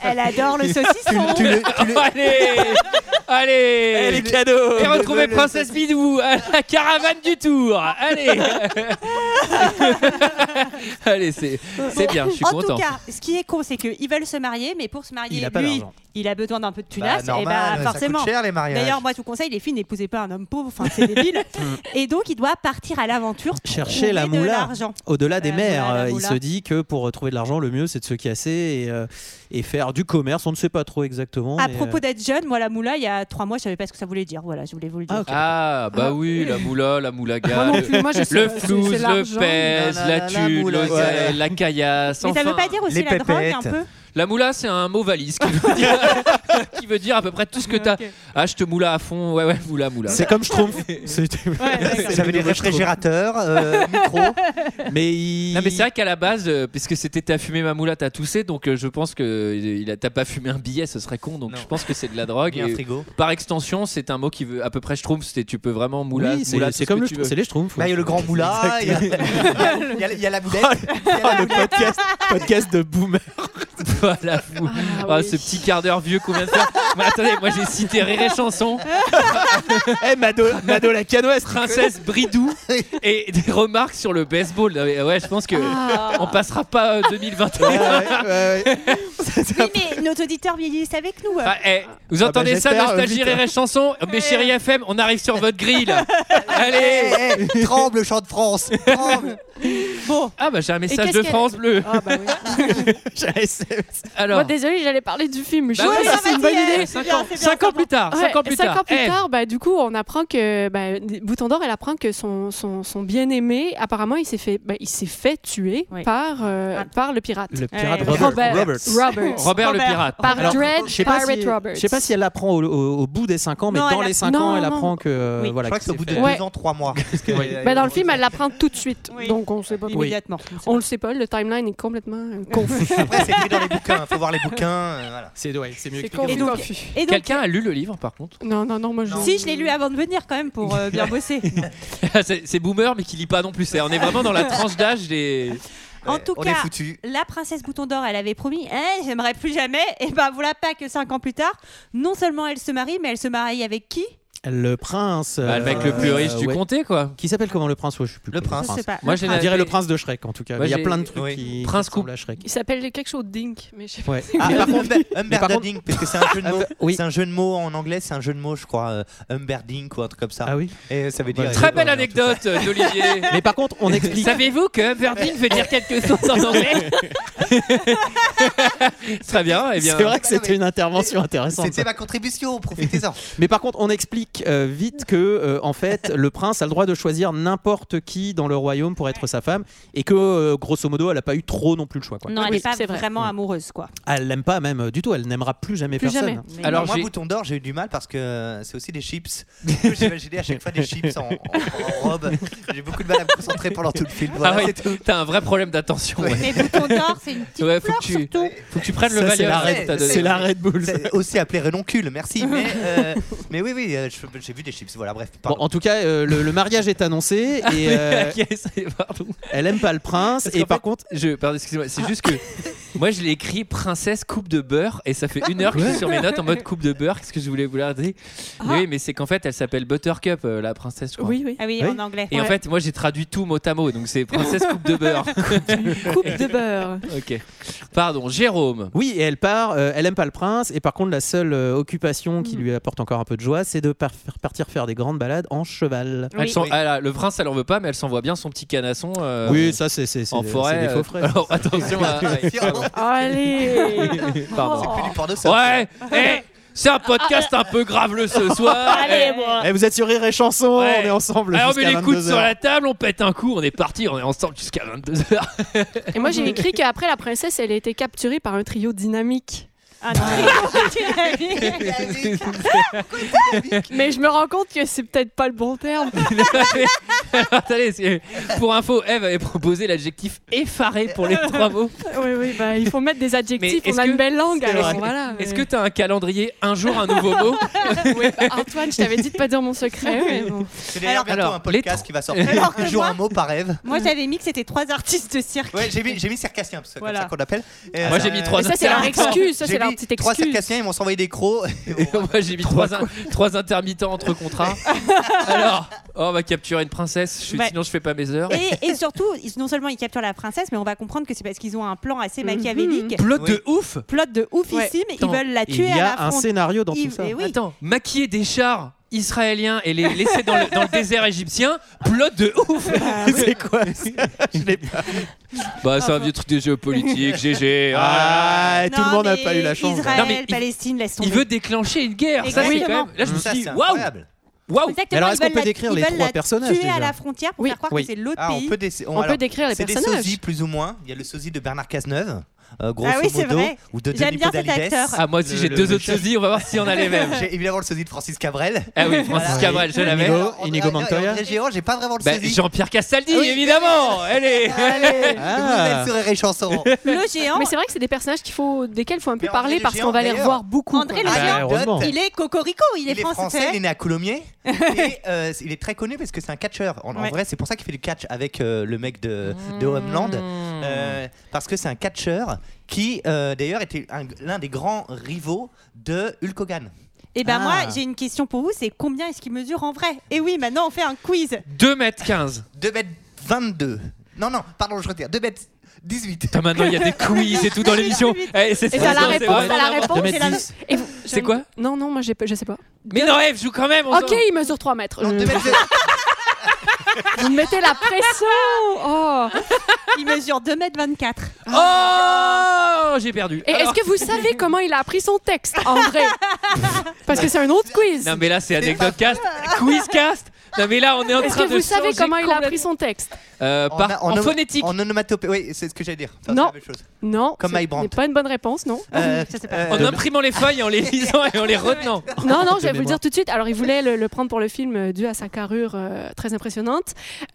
[SPEAKER 9] Elle adore le
[SPEAKER 10] Tu
[SPEAKER 9] saucisson.
[SPEAKER 10] le- tu le- tu le-
[SPEAKER 1] allez Allez
[SPEAKER 6] Eh, les cadeaux
[SPEAKER 1] Et retrouvez
[SPEAKER 10] le-
[SPEAKER 1] Princesse Bidou à la caravane du tour. Allez, allez, c'est c'est bien. Je suis
[SPEAKER 9] en
[SPEAKER 1] content.
[SPEAKER 9] tout cas, ce qui est con, c'est qu'ils veulent se marier, mais pour se marier,
[SPEAKER 6] Il a pas
[SPEAKER 9] lui,
[SPEAKER 6] d'argent.
[SPEAKER 9] il a besoin d'un peu de
[SPEAKER 10] Bah,
[SPEAKER 9] tunas. et
[SPEAKER 10] normal,
[SPEAKER 9] bah,
[SPEAKER 10] ça
[SPEAKER 9] forcément.
[SPEAKER 10] coûte cher les mariages.
[SPEAKER 9] D'ailleurs, moi, je vous conseille, les filles, n'épousez pas un homme pauvre, enfin, c'est débile. et donc, il doit partir à l'aventure pour
[SPEAKER 6] Chercher la
[SPEAKER 9] trouver de
[SPEAKER 6] moula.
[SPEAKER 9] l'argent.
[SPEAKER 6] Au-delà des
[SPEAKER 9] La
[SPEAKER 6] mers,
[SPEAKER 9] moula, la
[SPEAKER 6] euh, il
[SPEAKER 9] moula.
[SPEAKER 6] se dit que pour euh, trouver de l'argent, le mieux c'est de se casser et, euh, et faire du commerce. On ne sait pas trop exactement.
[SPEAKER 9] À
[SPEAKER 6] mais,
[SPEAKER 9] propos
[SPEAKER 6] euh,
[SPEAKER 9] d'être jeune, moi, la moula, il y a trois mois, je savais pas ce que ça voulait dire. Voilà, je voulais vous le dire.
[SPEAKER 6] Ah, ok.
[SPEAKER 1] Ah bah oui, la moula, la
[SPEAKER 7] Moi
[SPEAKER 1] moulaga,
[SPEAKER 7] non
[SPEAKER 1] le,
[SPEAKER 7] plus. Moi, je sais,
[SPEAKER 1] le
[SPEAKER 7] c'est-
[SPEAKER 1] flouze,
[SPEAKER 7] c'est
[SPEAKER 1] le
[SPEAKER 7] l'argent.
[SPEAKER 1] pèse,
[SPEAKER 10] La, la,
[SPEAKER 1] la
[SPEAKER 10] la
[SPEAKER 1] tue,
[SPEAKER 10] moula.
[SPEAKER 1] l'oseille, la caillasse.
[SPEAKER 9] Mais ça
[SPEAKER 1] enfin,
[SPEAKER 9] veut pas dire aussi
[SPEAKER 10] les
[SPEAKER 9] la drogue, un
[SPEAKER 10] pépettes.
[SPEAKER 9] peu
[SPEAKER 1] La moula, c'est un mot valise qui veut dire, qui veut dire à peu près tout ce que t'as. Ah, je te moula à fond. Ouais, ouais, moula, moula.
[SPEAKER 6] c'est comme Schtroumpf. C'est-
[SPEAKER 9] d'accord.
[SPEAKER 10] J'avais des réfrigérateurs, euh, micro.
[SPEAKER 6] mais il...
[SPEAKER 1] Non mais c'est vrai qu'à la base, euh, puisque c'était t'as fumé ma moula, t'as toussé, donc euh, je pense que euh, il a- t'as pas fumé un billet, ce serait con, donc
[SPEAKER 10] Non.
[SPEAKER 1] je pense que c'est de la drogue.
[SPEAKER 10] Il y a un
[SPEAKER 1] et
[SPEAKER 10] frigo.
[SPEAKER 1] Par extension, c'est un mot qui veut à peu près schtroumpf, c'est tu peux vraiment moula,
[SPEAKER 6] Oui, c'est-
[SPEAKER 1] moula, tout
[SPEAKER 6] c'est
[SPEAKER 1] ce
[SPEAKER 6] comme
[SPEAKER 1] que
[SPEAKER 6] le
[SPEAKER 1] tu
[SPEAKER 6] Schtroumpf,
[SPEAKER 1] veux.
[SPEAKER 6] c'est les Schtroumpfs.
[SPEAKER 10] Là, Bah, il y a
[SPEAKER 6] ouais.
[SPEAKER 10] le grand moula, Ah, il y a- il y a- il y a- il y a la boulette. il y a
[SPEAKER 6] Oh,
[SPEAKER 10] la
[SPEAKER 6] le podcast, podcast de boomer.
[SPEAKER 1] Voilà, fou.
[SPEAKER 7] Ah
[SPEAKER 1] Ah,
[SPEAKER 7] oui.
[SPEAKER 1] ce petit quart d'heure vieux qu'on vient de faire. Mais attendez, moi j'ai cité Rire et Chanson,
[SPEAKER 6] Eh, Mado, Mado la canoise.
[SPEAKER 1] Princesse Bridou et des remarques sur le baseball. Non, mais ouais, je pense que
[SPEAKER 7] Ah.
[SPEAKER 1] on passera pas euh, 2021.
[SPEAKER 9] Oui, mais nos auditeurs vieillissent avec nous.
[SPEAKER 1] Ah, eh, vous entendez
[SPEAKER 6] bah,
[SPEAKER 1] ça,
[SPEAKER 6] j'espère,
[SPEAKER 1] Nostalgie
[SPEAKER 6] vite.
[SPEAKER 1] Rire et Chanson Mais chérie FM, on arrive sur votre grille là. Allez
[SPEAKER 10] Eh, eh, tremble, chant de France. Tremble.
[SPEAKER 1] Bon. Ah bah j'ai un message
[SPEAKER 7] qu'est-ce
[SPEAKER 1] de
[SPEAKER 7] qu'elle-
[SPEAKER 1] France Bleu.
[SPEAKER 7] Ah, bah oui.
[SPEAKER 1] Alors.
[SPEAKER 7] Moi, désolé, j'allais parler du film. mais Je
[SPEAKER 1] Bah
[SPEAKER 7] sais
[SPEAKER 1] oui,
[SPEAKER 7] pas si
[SPEAKER 1] ça
[SPEAKER 7] c'est
[SPEAKER 1] va
[SPEAKER 7] une bonne
[SPEAKER 9] dire.
[SPEAKER 7] idée.
[SPEAKER 9] c'est
[SPEAKER 1] Cinq
[SPEAKER 9] bien,
[SPEAKER 1] ans,
[SPEAKER 9] c'est bien,
[SPEAKER 1] cinq
[SPEAKER 9] c'est
[SPEAKER 1] ans plus tard,
[SPEAKER 7] Ouais,
[SPEAKER 1] 5 ans plus
[SPEAKER 7] cinq
[SPEAKER 1] tard.
[SPEAKER 7] ans plus
[SPEAKER 1] Eh,
[SPEAKER 7] tard, bah, du coup, on apprend que bah, Bouton d'Or, elle apprend que son, son, son bien-aimé, apparemment, il s'est fait, bah, il s'est fait tuer
[SPEAKER 9] Oui.
[SPEAKER 7] par, euh,
[SPEAKER 9] Ah.
[SPEAKER 7] par le pirate.
[SPEAKER 6] Le pirate
[SPEAKER 9] Ouais,
[SPEAKER 6] Robert-
[SPEAKER 7] Robert.
[SPEAKER 6] Roberts.
[SPEAKER 7] Roberts.
[SPEAKER 1] Robert le
[SPEAKER 9] Robert.
[SPEAKER 1] pirate.
[SPEAKER 7] Par
[SPEAKER 6] Alors, Je
[SPEAKER 7] Dredge
[SPEAKER 6] sais pas,
[SPEAKER 7] Pirate
[SPEAKER 6] si,
[SPEAKER 7] Roberts.
[SPEAKER 6] je sais pas si elle l'apprend au, au- au bout des 5 ans, mais
[SPEAKER 9] Non,
[SPEAKER 6] dans
[SPEAKER 9] elle
[SPEAKER 6] les 5
[SPEAKER 7] Non,
[SPEAKER 6] ans, elle
[SPEAKER 7] non.
[SPEAKER 6] apprend que. euh,
[SPEAKER 9] Oui.
[SPEAKER 10] Je
[SPEAKER 6] voilà,
[SPEAKER 10] crois que c'est au
[SPEAKER 6] c'est
[SPEAKER 10] bout de
[SPEAKER 6] fait.
[SPEAKER 10] deux
[SPEAKER 7] Ouais.
[SPEAKER 10] ans, trois mois. Parce que-
[SPEAKER 1] Euh,
[SPEAKER 6] Ouais.
[SPEAKER 7] Bah, dans le film, elle l'apprend tout de suite.
[SPEAKER 9] Oui.
[SPEAKER 7] Donc, on sait pas.
[SPEAKER 6] Oui.
[SPEAKER 9] Immédiatement.
[SPEAKER 7] On le sait pas, le timeline est complètement euh, confus.
[SPEAKER 10] Après, c'est écrit dans les bouquins. Faut voir les bouquins. euh, voilà.
[SPEAKER 6] C'est ouais, c'est mieux
[SPEAKER 7] c'est
[SPEAKER 6] expliqué.
[SPEAKER 7] confus.
[SPEAKER 9] donc-
[SPEAKER 7] confus.
[SPEAKER 9] Et donc,
[SPEAKER 1] Quelqu'un a lu le livre par contre
[SPEAKER 7] Non, non, non, moi je.
[SPEAKER 9] si, je l'ai lu avant de venir quand même pour euh, bien bosser.
[SPEAKER 1] C'est c'est boomer mais qui lit pas non plus. C'est- On est vraiment dans la tranche d'âge des.
[SPEAKER 9] En
[SPEAKER 10] Ouais,
[SPEAKER 9] tout
[SPEAKER 10] on est
[SPEAKER 9] cas,
[SPEAKER 10] foutu.
[SPEAKER 9] la princesse Bouton d'Or, elle avait promis, Eh, j'aimerais plus jamais. Et ben voilà pas que cinq ans plus tard, non seulement elle se marie, mais elle se marie avec qui
[SPEAKER 6] Le prince.
[SPEAKER 1] Bah, le mec le plus
[SPEAKER 6] euh,
[SPEAKER 1] riche du
[SPEAKER 6] ouais.
[SPEAKER 1] comté quoi.
[SPEAKER 6] Qui s'appelle comment le prince Ouais, je sais plus.
[SPEAKER 10] Le prince.
[SPEAKER 9] Je sais pas.
[SPEAKER 1] Moi,
[SPEAKER 9] Le
[SPEAKER 1] j'ai
[SPEAKER 9] prince.
[SPEAKER 6] On dirait
[SPEAKER 1] Mais-
[SPEAKER 6] le prince de Shrek en tout cas.
[SPEAKER 1] Moi,
[SPEAKER 6] Il y a
[SPEAKER 1] j'ai-
[SPEAKER 6] plein de trucs
[SPEAKER 10] oui.
[SPEAKER 6] qui.
[SPEAKER 1] Prince
[SPEAKER 6] qui ressemblent à Shrek.
[SPEAKER 7] Il s'appelle quelque chose Dink, mais je sais pas.
[SPEAKER 6] Ouais.
[SPEAKER 10] Ah,
[SPEAKER 6] Mais
[SPEAKER 10] par
[SPEAKER 6] par
[SPEAKER 10] contre,
[SPEAKER 6] mais par contre- Ah,
[SPEAKER 10] Humberding, parce que c'est un jeu de mots.
[SPEAKER 6] oui.
[SPEAKER 10] C'est un jeu de mots en anglais, c'est un jeu de mots, je crois. euh, Humberding ou un truc comme ça.
[SPEAKER 6] Ah oui.
[SPEAKER 10] Et ça veut dire.
[SPEAKER 1] Très belle anecdote euh, d'Olivier.
[SPEAKER 6] Mais par contre, on explique.
[SPEAKER 1] Savez-vous que Verdine veut dire quelque chose en anglais
[SPEAKER 6] Très bien.
[SPEAKER 10] eh bien-
[SPEAKER 6] C'est vrai que
[SPEAKER 10] Ouais, non,
[SPEAKER 6] c'était
[SPEAKER 10] mais-
[SPEAKER 6] une intervention intéressante.
[SPEAKER 10] C'était ma contribution, profitez-en.
[SPEAKER 6] Mais par contre, on explique euh, vite que, euh, en fait, le prince a le droit de choisir n'importe qui dans le royaume pour être sa femme et que, euh, grosso modo, elle n'a pas eu trop non plus le choix. Quoi.
[SPEAKER 9] Non, elle
[SPEAKER 7] Oui,
[SPEAKER 9] n'est pas
[SPEAKER 7] c'est vrai.
[SPEAKER 9] vraiment
[SPEAKER 6] Mm.
[SPEAKER 9] amoureuse, quoi.
[SPEAKER 6] Elle l'aime pas même euh, du tout, elle n'aimera plus jamais
[SPEAKER 7] Plus
[SPEAKER 6] personne.
[SPEAKER 7] jamais.
[SPEAKER 9] Mais
[SPEAKER 1] Alors,
[SPEAKER 10] Alors moi,
[SPEAKER 1] j'ai-
[SPEAKER 10] bouton d'or, j'ai eu du mal parce que euh, c'est aussi des chips. J'imaginais à chaque fois des chips en, en- en robe. J'ai beaucoup de mal à me concentrer pendant tout le film. Voilà,
[SPEAKER 1] Ah ouais,
[SPEAKER 10] c'est tout.
[SPEAKER 1] T'as un vrai problème d'attention.
[SPEAKER 10] Ouais.
[SPEAKER 1] ouais.
[SPEAKER 9] Mais Bouton d'Or, c'est une petite
[SPEAKER 1] Ouais, faut
[SPEAKER 9] fleur
[SPEAKER 1] que tu-
[SPEAKER 9] surtout.
[SPEAKER 1] Faut que tu prennes le
[SPEAKER 6] Ça, c'est
[SPEAKER 1] Valium.
[SPEAKER 6] la
[SPEAKER 1] que
[SPEAKER 10] Red-
[SPEAKER 1] t'as donné.
[SPEAKER 6] C'est la Red Bull.
[SPEAKER 10] C'est aussi appelé renoncule, merci. Mais, euh, mais oui, oui, euh, je- j'ai vu des chips. Voilà, bref.
[SPEAKER 6] Bon,
[SPEAKER 10] pardon.
[SPEAKER 6] en tout cas, euh, le, le mariage est annoncé et euh,
[SPEAKER 1] Ah Ok, c'est- pardon.
[SPEAKER 6] elle aime pas le prince.
[SPEAKER 1] Parce
[SPEAKER 6] Et
[SPEAKER 1] qu'en
[SPEAKER 6] par
[SPEAKER 1] fait-
[SPEAKER 6] contre,
[SPEAKER 1] Je, pardon, excusez-moi, c'est juste que moi je l'ai écrit princesse coupe de beurre et ça fait une heure que je suis sur mes notes en mode coupe de beurre. Qu'est-ce que je voulais vous la dire Mais Oui, mais c'est qu'en fait elle s'appelle Buttercup, euh, la princesse, je crois.
[SPEAKER 7] Ah. Oui, oui.
[SPEAKER 9] Ah oui,
[SPEAKER 6] Oui.
[SPEAKER 9] en anglais.
[SPEAKER 1] Et en
[SPEAKER 7] Ouais.
[SPEAKER 1] fait, moi j'ai traduit tout mot à mot, donc c'est princesse coupe de beurre.
[SPEAKER 7] Coupe de beurre.
[SPEAKER 1] ok. Pardon, Jérôme.
[SPEAKER 6] oui, et elle part. euh, elle aime pas le prince. Et par contre, la seule euh, occupation qui lui apporte encore un peu de joie, c'est de par- partir faire des grandes balades en cheval.
[SPEAKER 1] Elle
[SPEAKER 9] Oui.
[SPEAKER 1] s'en-
[SPEAKER 10] Oui.
[SPEAKER 1] ah là, le prince, elle en veut pas, mais elle s'envoie bien son petit canasson euh,
[SPEAKER 6] oui, ça, c'est c'est- c'est-
[SPEAKER 1] en
[SPEAKER 6] c'est
[SPEAKER 1] forêt.
[SPEAKER 6] des
[SPEAKER 1] euh,
[SPEAKER 6] faux frais. Ah
[SPEAKER 1] Alors attention euh, à.
[SPEAKER 10] Attention,
[SPEAKER 7] Ah, Allez.
[SPEAKER 6] Pardon.
[SPEAKER 10] c'est plus du porno, ça.
[SPEAKER 1] Ouais eh, C'est un podcast un peu graveleux ce soir.
[SPEAKER 9] Allez, moi.
[SPEAKER 6] Eh, vous êtes sur Rire et Chanson,
[SPEAKER 1] Ouais.
[SPEAKER 6] on est ensemble.
[SPEAKER 1] Alors on
[SPEAKER 6] jusqu'à
[SPEAKER 1] met les coudes
[SPEAKER 6] 22
[SPEAKER 1] sur
[SPEAKER 6] heures.
[SPEAKER 1] la table, on pète un coup, on est parti, on est ensemble jusqu'à 22h.
[SPEAKER 7] Et moi, j'ai écrit qu'après la princesse, elle a été capturée par un trio dynamique.
[SPEAKER 9] Un truc, tu
[SPEAKER 1] Ah.
[SPEAKER 9] l'as vu.
[SPEAKER 7] Mais je me rends compte que c'est peut-être pas le bon terme.
[SPEAKER 1] Attendez, c'est- pour info, Eve avait proposé l'adjectif effaré pour les trois mots.
[SPEAKER 7] oui, oui, bah, il faut mettre des adjectifs.
[SPEAKER 1] Mais est-ce
[SPEAKER 7] On a
[SPEAKER 1] que-
[SPEAKER 7] une belle langue.
[SPEAKER 1] C'est
[SPEAKER 7] alors
[SPEAKER 1] vrai.
[SPEAKER 7] voilà.
[SPEAKER 1] Est-ce que
[SPEAKER 7] mais-
[SPEAKER 1] t'as un calendrier un jour un nouveau mot
[SPEAKER 7] Ouais, bah, Antoine, je t'avais dit de pas dire mon secret. mais bon.
[SPEAKER 10] C'est d'ailleurs
[SPEAKER 9] Alors,
[SPEAKER 10] bientôt
[SPEAKER 1] alors,
[SPEAKER 10] un
[SPEAKER 1] les-
[SPEAKER 10] podcast qui va sortir.
[SPEAKER 9] Alors que
[SPEAKER 10] un jour
[SPEAKER 9] moi-
[SPEAKER 10] un mot par rêve.
[SPEAKER 9] Moi, j'avais mis que c'était trois artistes de cirque.
[SPEAKER 10] Ouais, j'ai mis, j'ai mis circassien, parce que c'est
[SPEAKER 9] Voilà.
[SPEAKER 10] comme ça qu'on l'appelle. Euh,
[SPEAKER 1] Moi, j'ai mis trois
[SPEAKER 7] Mais ça, c'est leur excuse. Ça,
[SPEAKER 10] J'ai
[SPEAKER 7] c'est leur
[SPEAKER 10] mis
[SPEAKER 7] petite
[SPEAKER 10] Trois
[SPEAKER 7] excuse.
[SPEAKER 10] circassiens, ils m'ont envoyé des crocs.
[SPEAKER 1] Moi j'ai mis trois, in- trois intermittents entre contrats. Alors, oh, on va capturer une princesse, je suis-
[SPEAKER 9] Ouais.
[SPEAKER 1] sinon je fais pas mes heures.
[SPEAKER 9] Et, et surtout, ils- non seulement ils capturent la princesse, mais on va comprendre que c'est parce qu'ils ont un plan assez
[SPEAKER 7] Mhm.
[SPEAKER 9] machiavélique.
[SPEAKER 1] Plot
[SPEAKER 10] Oui.
[SPEAKER 1] de ouf
[SPEAKER 9] Plot de oufissime, ils
[SPEAKER 1] Attends,
[SPEAKER 9] veulent la
[SPEAKER 6] Il
[SPEAKER 9] tuer
[SPEAKER 6] y
[SPEAKER 9] à
[SPEAKER 6] a
[SPEAKER 9] la
[SPEAKER 6] un
[SPEAKER 9] frontière.
[SPEAKER 6] scénario dans tout
[SPEAKER 9] Yves,
[SPEAKER 6] ça.
[SPEAKER 9] et oui.
[SPEAKER 1] Attends, maquiller des chars israéliens et les laisser dans le, dans le désert égyptien, plot de ouf
[SPEAKER 10] Ah,
[SPEAKER 6] C'est quoi ça
[SPEAKER 1] Bah c'est un vieux truc de géopolitique, GG.
[SPEAKER 6] Ah, tout le
[SPEAKER 9] Non,
[SPEAKER 6] monde n'a
[SPEAKER 9] mais
[SPEAKER 6] pas eu la chance.
[SPEAKER 9] Israël,
[SPEAKER 1] Non, mais il-
[SPEAKER 9] Palestine, laisse tomber.
[SPEAKER 1] Il veut déclencher une guerre. Ça, c'est quand
[SPEAKER 9] Exactement.
[SPEAKER 1] même. Là, je me
[SPEAKER 10] Ça,
[SPEAKER 1] suis dit,
[SPEAKER 10] c'est
[SPEAKER 1] waouh,
[SPEAKER 10] incroyable.
[SPEAKER 1] waouh.
[SPEAKER 9] Exactement,
[SPEAKER 6] Mais alors,
[SPEAKER 9] ils
[SPEAKER 6] est-ce qu'on
[SPEAKER 9] veulent
[SPEAKER 6] peut
[SPEAKER 9] la-
[SPEAKER 6] décrire
[SPEAKER 9] ils
[SPEAKER 6] les
[SPEAKER 9] veulent
[SPEAKER 6] trois
[SPEAKER 9] la
[SPEAKER 6] personnages,
[SPEAKER 9] Tuer
[SPEAKER 6] déjà
[SPEAKER 9] à la frontière pour
[SPEAKER 7] Oui.
[SPEAKER 9] faire croire
[SPEAKER 6] Oui.
[SPEAKER 9] que c'est l'autre
[SPEAKER 10] Ah, on
[SPEAKER 9] pays.
[SPEAKER 10] peut dé- on-
[SPEAKER 7] On
[SPEAKER 10] alors,
[SPEAKER 7] peut décrire les
[SPEAKER 10] C'est des
[SPEAKER 7] personnages.
[SPEAKER 10] sosies plus ou moins. Il y a le sosie de Bernard Cazeneuve, euh, grosso
[SPEAKER 9] Ah oui, c'est
[SPEAKER 10] modo,
[SPEAKER 9] vrai.
[SPEAKER 10] ou de
[SPEAKER 9] J'aime
[SPEAKER 10] Denis
[SPEAKER 9] bien cet
[SPEAKER 10] Podalides.
[SPEAKER 9] acteur.
[SPEAKER 1] Ah, moi aussi,
[SPEAKER 6] Le-
[SPEAKER 1] j'ai
[SPEAKER 6] le-
[SPEAKER 1] deux
[SPEAKER 6] le
[SPEAKER 1] autres
[SPEAKER 6] chef.
[SPEAKER 1] sosies. On va voir si on a les mêmes.
[SPEAKER 10] J'ai évidemment le sosie de Francis Cabrel.
[SPEAKER 1] Ah oui, Francis
[SPEAKER 10] Voilà.
[SPEAKER 1] Cabrel, je l'avais.
[SPEAKER 6] Inigo,
[SPEAKER 10] Alors,
[SPEAKER 6] Inigo
[SPEAKER 10] André-
[SPEAKER 6] Montoya.
[SPEAKER 10] André Giraud, j'ai pas vraiment le
[SPEAKER 1] Bah,
[SPEAKER 10] sosie. Ah
[SPEAKER 1] Jean-Pierre Castaldi,
[SPEAKER 10] Oui.
[SPEAKER 1] évidemment. Allez.
[SPEAKER 10] Allez,
[SPEAKER 6] Ah.
[SPEAKER 10] vous êtes sur les chansons.
[SPEAKER 9] Le géant,
[SPEAKER 7] Mais c'est vrai que c'est des personnages qu'il faut, desquels il faut un peu
[SPEAKER 10] Mais André
[SPEAKER 7] parler
[SPEAKER 10] le
[SPEAKER 7] parce
[SPEAKER 10] Géant,
[SPEAKER 7] qu'on va les
[SPEAKER 10] d'ailleurs.
[SPEAKER 7] revoir beaucoup.
[SPEAKER 9] André
[SPEAKER 7] quoi.
[SPEAKER 9] le géant,
[SPEAKER 6] heureusement.
[SPEAKER 9] il est cocorico, il est,
[SPEAKER 10] Il est français, il est né à Coulommiers et euh, il est très connu parce que c'est un catcheur. En, en
[SPEAKER 9] Ouais. Mmh.
[SPEAKER 10] vrai, c'est pour ça qu'il fait du catch avec euh, le mec de, de Homeland. Euh, parce que c'est un catcheur qui, euh, d'ailleurs, était un- l'un des grands rivaux de Hulk Hogan.
[SPEAKER 9] Et ben moi,
[SPEAKER 6] Ah.
[SPEAKER 9] j'ai une question pour vous, c'est combien est-ce qu'il mesure en vrai Et oui, maintenant on fait un quiz.
[SPEAKER 1] 2 mètres 15.
[SPEAKER 10] 2m22. Non, non, pardon, je retire. 2m18.
[SPEAKER 1] Putain, maintenant, il y a des quiz et tout dans l'émission. Eh, c'est
[SPEAKER 7] Et t'as la
[SPEAKER 1] c'est
[SPEAKER 7] réponse à
[SPEAKER 1] vraiment
[SPEAKER 7] la
[SPEAKER 1] n'importe-
[SPEAKER 7] réponse.
[SPEAKER 6] 2m10.
[SPEAKER 7] Et vous-
[SPEAKER 1] C'est quoi
[SPEAKER 7] Non, non, moi j'ai pas- je sais pas.
[SPEAKER 1] Mais non, Eve, joue quand même. on
[SPEAKER 7] Ok,
[SPEAKER 1] s'en-
[SPEAKER 7] il mesure 3 mètres.
[SPEAKER 10] Non,
[SPEAKER 7] Je-
[SPEAKER 10] 2m22.
[SPEAKER 7] Vous me mettez la pression Oh.
[SPEAKER 9] Il mesure 2m24.
[SPEAKER 1] Oh, j'ai perdu.
[SPEAKER 7] Et est-ce
[SPEAKER 1] Alors-
[SPEAKER 7] que vous savez comment il a appris son texte en vrai Parce que c'est un autre quiz.
[SPEAKER 1] Non, mais là, c'est anecdote cast, quiz cast. Non, mais là, on est en
[SPEAKER 7] Est-ce
[SPEAKER 1] train
[SPEAKER 7] que
[SPEAKER 1] de
[SPEAKER 7] vous savez
[SPEAKER 1] changer
[SPEAKER 7] comment il a
[SPEAKER 1] complètement-
[SPEAKER 7] appris son texte
[SPEAKER 1] Euh, par-
[SPEAKER 10] a-
[SPEAKER 1] en,
[SPEAKER 10] ono-
[SPEAKER 1] phonétique.
[SPEAKER 10] En onomatopée. Oui, c'est ce que j'allais dire. Enfin, c'est
[SPEAKER 7] Non.
[SPEAKER 10] la même chose.
[SPEAKER 7] Non,
[SPEAKER 10] Comme
[SPEAKER 7] ce
[SPEAKER 10] My Brandt.
[SPEAKER 7] n'est pas une bonne réponse, non
[SPEAKER 10] Euh,
[SPEAKER 9] Je sais pas.
[SPEAKER 1] En
[SPEAKER 10] euh,
[SPEAKER 1] imprimant les feuilles, en les lisant et en les retenant.
[SPEAKER 7] Non, non,
[SPEAKER 6] De
[SPEAKER 7] je vais vous le
[SPEAKER 6] mémoire.
[SPEAKER 7] dire tout de suite. Alors, il voulait le, le prendre pour le film euh, dû à sa carrure euh, très impressionnante.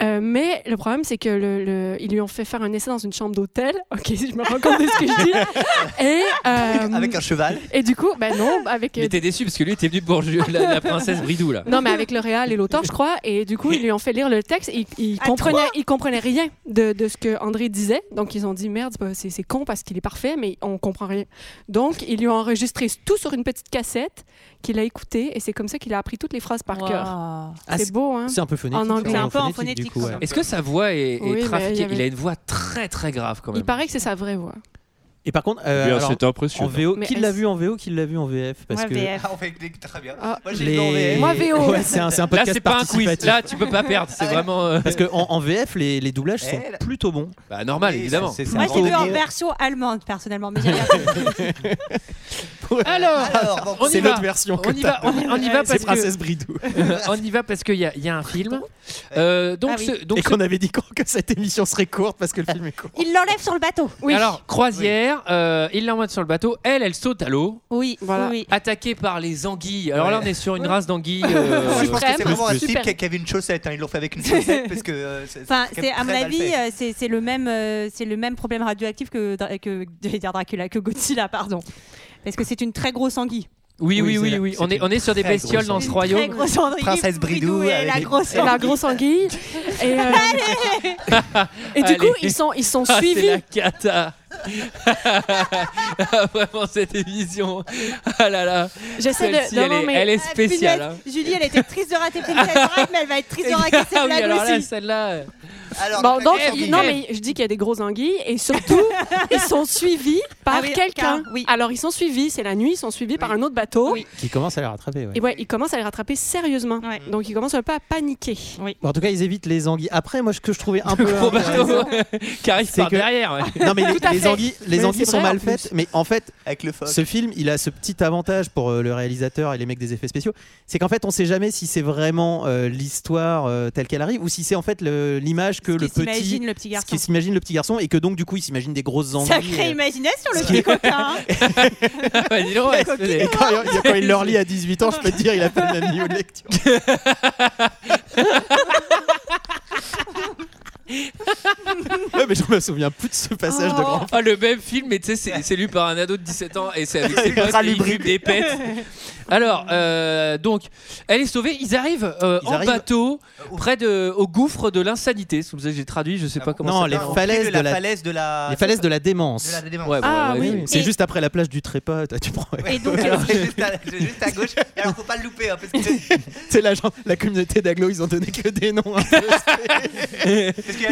[SPEAKER 7] Euh, mais le problème, c'est que le, le- ils lui ont fait faire un essai dans une chambre d'hôtel. Ok, je me rends compte de ce que je dis. Et, euh,
[SPEAKER 10] avec un cheval.
[SPEAKER 7] et du coup, ben non, avec.
[SPEAKER 1] Mais t'es déçu parce que lui était venu pour ju- la, la princesse Bridou là.
[SPEAKER 7] Non, mais avec le réal et l'auteur, je crois. Et du coup, ils lui ont fait lire le texte. Ils, ils, comprenaient, ils comprenaient rien de, de ce que André disait. Donc, ils ont dit merde, bah, c'est c'est con parce qu'il est parfait, mais on comprend rien. Donc, ils lui ont enregistré tout sur une petite cassette qu'il a écouté. Et c'est comme ça qu'il a appris toutes les phrases par cœur.
[SPEAKER 6] Ah,
[SPEAKER 7] C'est beau, hein?
[SPEAKER 6] C'est un peu phonétique.
[SPEAKER 7] En anglais.
[SPEAKER 9] C'est un peu en
[SPEAKER 6] du
[SPEAKER 9] phonétique,
[SPEAKER 6] coup,
[SPEAKER 9] quand
[SPEAKER 6] ouais.
[SPEAKER 9] même.
[SPEAKER 1] Est-ce que sa voix est, est
[SPEAKER 7] Oui, mais il
[SPEAKER 1] trafiquée
[SPEAKER 7] y avait-
[SPEAKER 1] Il a une voix très très grave quand même.
[SPEAKER 7] Il paraît que c'est sa vraie voix.
[SPEAKER 6] Et par contre, euh,
[SPEAKER 11] Eh Bien,
[SPEAKER 6] alors,
[SPEAKER 11] c'est impressionnant.
[SPEAKER 6] En VO,
[SPEAKER 7] Mais
[SPEAKER 6] qui
[SPEAKER 7] est-ce-
[SPEAKER 6] l'a vu en VO, qui l'a vu en VF Parce
[SPEAKER 7] Moi,
[SPEAKER 6] que
[SPEAKER 7] VF.
[SPEAKER 10] Ah, on fait que des- très bien.
[SPEAKER 7] Ah,
[SPEAKER 10] Moi, j'ai vu en
[SPEAKER 6] les...
[SPEAKER 10] VF.
[SPEAKER 7] Moi, VO.
[SPEAKER 6] Ouais, c'est un, c'est un
[SPEAKER 1] Là,
[SPEAKER 6] podcast
[SPEAKER 1] c'est pas un quiz.
[SPEAKER 6] participatif.
[SPEAKER 1] Là, tu peux pas perdre.
[SPEAKER 10] Ah,
[SPEAKER 1] C'est vraiment. euh,
[SPEAKER 6] Parce que en, en VF, les, les doublages sont
[SPEAKER 10] Eh, là.
[SPEAKER 6] plutôt bons.
[SPEAKER 1] Bah, normal,
[SPEAKER 10] Oui,
[SPEAKER 1] évidemment.
[SPEAKER 10] c'est- c'est
[SPEAKER 9] Moi,
[SPEAKER 10] un
[SPEAKER 9] je
[SPEAKER 10] grand
[SPEAKER 9] l'ai vu en
[SPEAKER 10] délire.
[SPEAKER 9] version allemande, personnellement, mais j'ai regardé.
[SPEAKER 1] Alors,
[SPEAKER 10] Alors, bon,
[SPEAKER 1] on y
[SPEAKER 6] C'est
[SPEAKER 1] va.
[SPEAKER 6] l'autre version. que
[SPEAKER 1] On y
[SPEAKER 6] t'as.
[SPEAKER 1] va. On y, on y va
[SPEAKER 9] Ouais,
[SPEAKER 1] parce
[SPEAKER 6] C'est
[SPEAKER 1] que
[SPEAKER 6] Princesse Bridou.
[SPEAKER 1] on y va parce qu'il y, a- il y a un film. Euh, donc,
[SPEAKER 9] Ah oui.
[SPEAKER 1] ce- donc
[SPEAKER 6] Et
[SPEAKER 1] ce-
[SPEAKER 6] qu'on avait dit que cette émission serait courte parce que le film est court.
[SPEAKER 9] Il l'enlève sur le bateau. Oui.
[SPEAKER 1] alors croisière, euh, il l'emmène sur le bateau. Elle, elle saute à l'eau,
[SPEAKER 9] oui,
[SPEAKER 7] Voilà.
[SPEAKER 9] oui, oui.
[SPEAKER 1] attaquée par les anguilles. Alors là, on est sur une
[SPEAKER 7] Ouais.
[SPEAKER 1] race d'anguilles. euh,
[SPEAKER 10] Je pense que c'est
[SPEAKER 7] Suprême.
[SPEAKER 10] vraiment un
[SPEAKER 7] Super.
[SPEAKER 10] type qui a- qui avait une chaussette. hein, Ils l'ont fait avec une chaussette parce que. euh, c'est-
[SPEAKER 9] Enfin,
[SPEAKER 10] c'est
[SPEAKER 9] c'est à
[SPEAKER 10] très
[SPEAKER 9] mon
[SPEAKER 10] mal
[SPEAKER 9] avis,
[SPEAKER 10] fait.
[SPEAKER 9] euh, c'est c'est le même, euh, c'est le même problème radioactif que Dra- que j'allais dire Dracula, que Godzilla, pardon. Parce que c'est une très grosse anguille.
[SPEAKER 6] Oui,
[SPEAKER 1] Oui, oui,
[SPEAKER 6] c'est
[SPEAKER 1] oui,
[SPEAKER 6] la-
[SPEAKER 1] oui.
[SPEAKER 6] c'est
[SPEAKER 1] On est,
[SPEAKER 6] une
[SPEAKER 1] on est sur des
[SPEAKER 10] très
[SPEAKER 1] bestioles
[SPEAKER 10] grosse
[SPEAKER 1] dans ce
[SPEAKER 9] Une Très
[SPEAKER 1] royaume.
[SPEAKER 9] grosse anguille.
[SPEAKER 10] Princesse Bridou
[SPEAKER 9] et
[SPEAKER 10] avec
[SPEAKER 9] la
[SPEAKER 10] des-
[SPEAKER 9] grosse
[SPEAKER 7] C'est la
[SPEAKER 9] anguille.
[SPEAKER 7] grosse anguille. Et, euh, et du
[SPEAKER 1] Allez.
[SPEAKER 7] coup, ils sont, ils sont
[SPEAKER 1] Ah, c'est
[SPEAKER 7] suivis.
[SPEAKER 1] la cata. Ah, Vraiment cette émission. Ah là là.
[SPEAKER 7] J'essaie
[SPEAKER 1] Celle-ci,
[SPEAKER 7] de.
[SPEAKER 1] elle, est, elle est
[SPEAKER 9] Ah,
[SPEAKER 1] spéciale.
[SPEAKER 9] punaise.
[SPEAKER 1] hein.
[SPEAKER 9] Julie, elle était triste de rater Princess Bride, mais elle va être triste de rater
[SPEAKER 1] Ah
[SPEAKER 9] cette
[SPEAKER 1] oui,
[SPEAKER 9] blague
[SPEAKER 1] alors là,
[SPEAKER 9] aussi.
[SPEAKER 1] celle-là. euh,
[SPEAKER 10] Alors,
[SPEAKER 7] Bon,
[SPEAKER 10] la
[SPEAKER 7] donc,
[SPEAKER 10] première
[SPEAKER 1] Eh,
[SPEAKER 7] il-
[SPEAKER 1] eh.
[SPEAKER 10] vie-
[SPEAKER 7] non, mais je dis qu'il y a des grosses anguilles et surtout, ils sont suivis par
[SPEAKER 9] Ah oui,
[SPEAKER 7] quelqu'un.
[SPEAKER 9] car- oui.
[SPEAKER 7] Alors, ils sont suivis, c'est la nuit, ils sont suivis par un autre bateau.
[SPEAKER 6] Qui commence à les rattraper. ouais.
[SPEAKER 7] Et ouais, ils commencent à les rattraper sérieusement.
[SPEAKER 9] Ouais.
[SPEAKER 7] Donc, ils commencent un peu à paniquer.
[SPEAKER 6] Bon, en tout cas, ils évitent les anguilles. Après, moi, ce que je trouvais un peu.
[SPEAKER 1] gros bateau qui arrive
[SPEAKER 6] C'est
[SPEAKER 1] par
[SPEAKER 6] que-
[SPEAKER 1] derrière. ouais.
[SPEAKER 6] Non, mais les,
[SPEAKER 7] Tout à
[SPEAKER 6] les
[SPEAKER 7] fait.
[SPEAKER 6] anguilles, les
[SPEAKER 7] Mais
[SPEAKER 6] anguilles
[SPEAKER 7] c'est
[SPEAKER 6] sont
[SPEAKER 7] vrai, en
[SPEAKER 6] mal
[SPEAKER 7] plus.
[SPEAKER 6] faites. Mais en fait,
[SPEAKER 10] Avec le phoque.
[SPEAKER 6] ce film, il a ce petit avantage pour euh, le réalisateur et les mecs des effets spéciaux, c'est qu'en fait, on sait jamais si c'est vraiment euh, l'histoire euh, telle qu'elle arrive ou si c'est en fait le- l'image que
[SPEAKER 9] Ce
[SPEAKER 6] le
[SPEAKER 9] qu'il s'imagine,
[SPEAKER 6] petit,
[SPEAKER 9] le petit
[SPEAKER 6] ce qui
[SPEAKER 9] garçon.
[SPEAKER 6] s'imagine le petit garçon, et que donc du coup, il s'imagine des grosses anguilles.
[SPEAKER 9] Sacrée
[SPEAKER 6] et-
[SPEAKER 9] imagination, le petit coquin. hein.
[SPEAKER 1] Bah, dis donc, ouais, c'est-
[SPEAKER 6] Et quand, il- quand il leur lit à 18 ans, je peux te dire, il a pas le même niveau de lecture. Ouais, mais je me souviens plus de ce passage
[SPEAKER 7] Oh.
[SPEAKER 6] de grand.
[SPEAKER 1] Ah, le même film, mais tu sais, c'est- c'est lu par un ado de 17 ans et c'est avec ses potes et il fume des pets. Alors, euh, donc, elle est sauvée. Ils arrivent euh,
[SPEAKER 6] Ils
[SPEAKER 1] en
[SPEAKER 6] arrivent- Euh,
[SPEAKER 1] bateau près de, au gouffre de l'insanité. C'est comme ça que j'ai traduit, je sais pas comment
[SPEAKER 6] Ah Non,
[SPEAKER 1] ça
[SPEAKER 6] les
[SPEAKER 1] s'appelle.
[SPEAKER 10] Au
[SPEAKER 6] falaises
[SPEAKER 10] pied
[SPEAKER 6] de la-
[SPEAKER 10] falaise de la.
[SPEAKER 6] Les falaises de la
[SPEAKER 10] de
[SPEAKER 6] démence.
[SPEAKER 10] la démence.
[SPEAKER 1] Ouais,
[SPEAKER 7] Ah,
[SPEAKER 1] ouais,
[SPEAKER 7] oui,
[SPEAKER 1] ouais.
[SPEAKER 7] oui.
[SPEAKER 6] C'est
[SPEAKER 7] Et-
[SPEAKER 6] juste après la plage du trépas. toi, Tu prends.
[SPEAKER 9] Et donc,
[SPEAKER 10] Alors,
[SPEAKER 12] euh,
[SPEAKER 10] c'est juste, à- c'est juste à gauche. Et Alors, faut pas le louper. hein, parce que c'est-
[SPEAKER 6] C'est la, genre- la communauté d'Aglo, ils ont donné que des noms. hein.
[SPEAKER 10] parce qu'il y a- parce que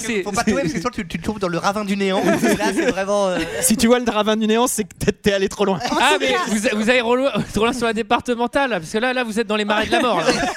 [SPEAKER 1] c'est-
[SPEAKER 10] faut pas tomber parce que sinon tu, tu tombes dans le ravin du néant. Et là, c'est vraiment. euh,
[SPEAKER 6] si tu vois le ravin du néant, c'est que t'es- t'es allé trop loin.
[SPEAKER 1] Ah, mais vous, vous allez trop loin trop loin sur la départementale, là, parce que là, là, vous êtes dans les marais de la mort. là.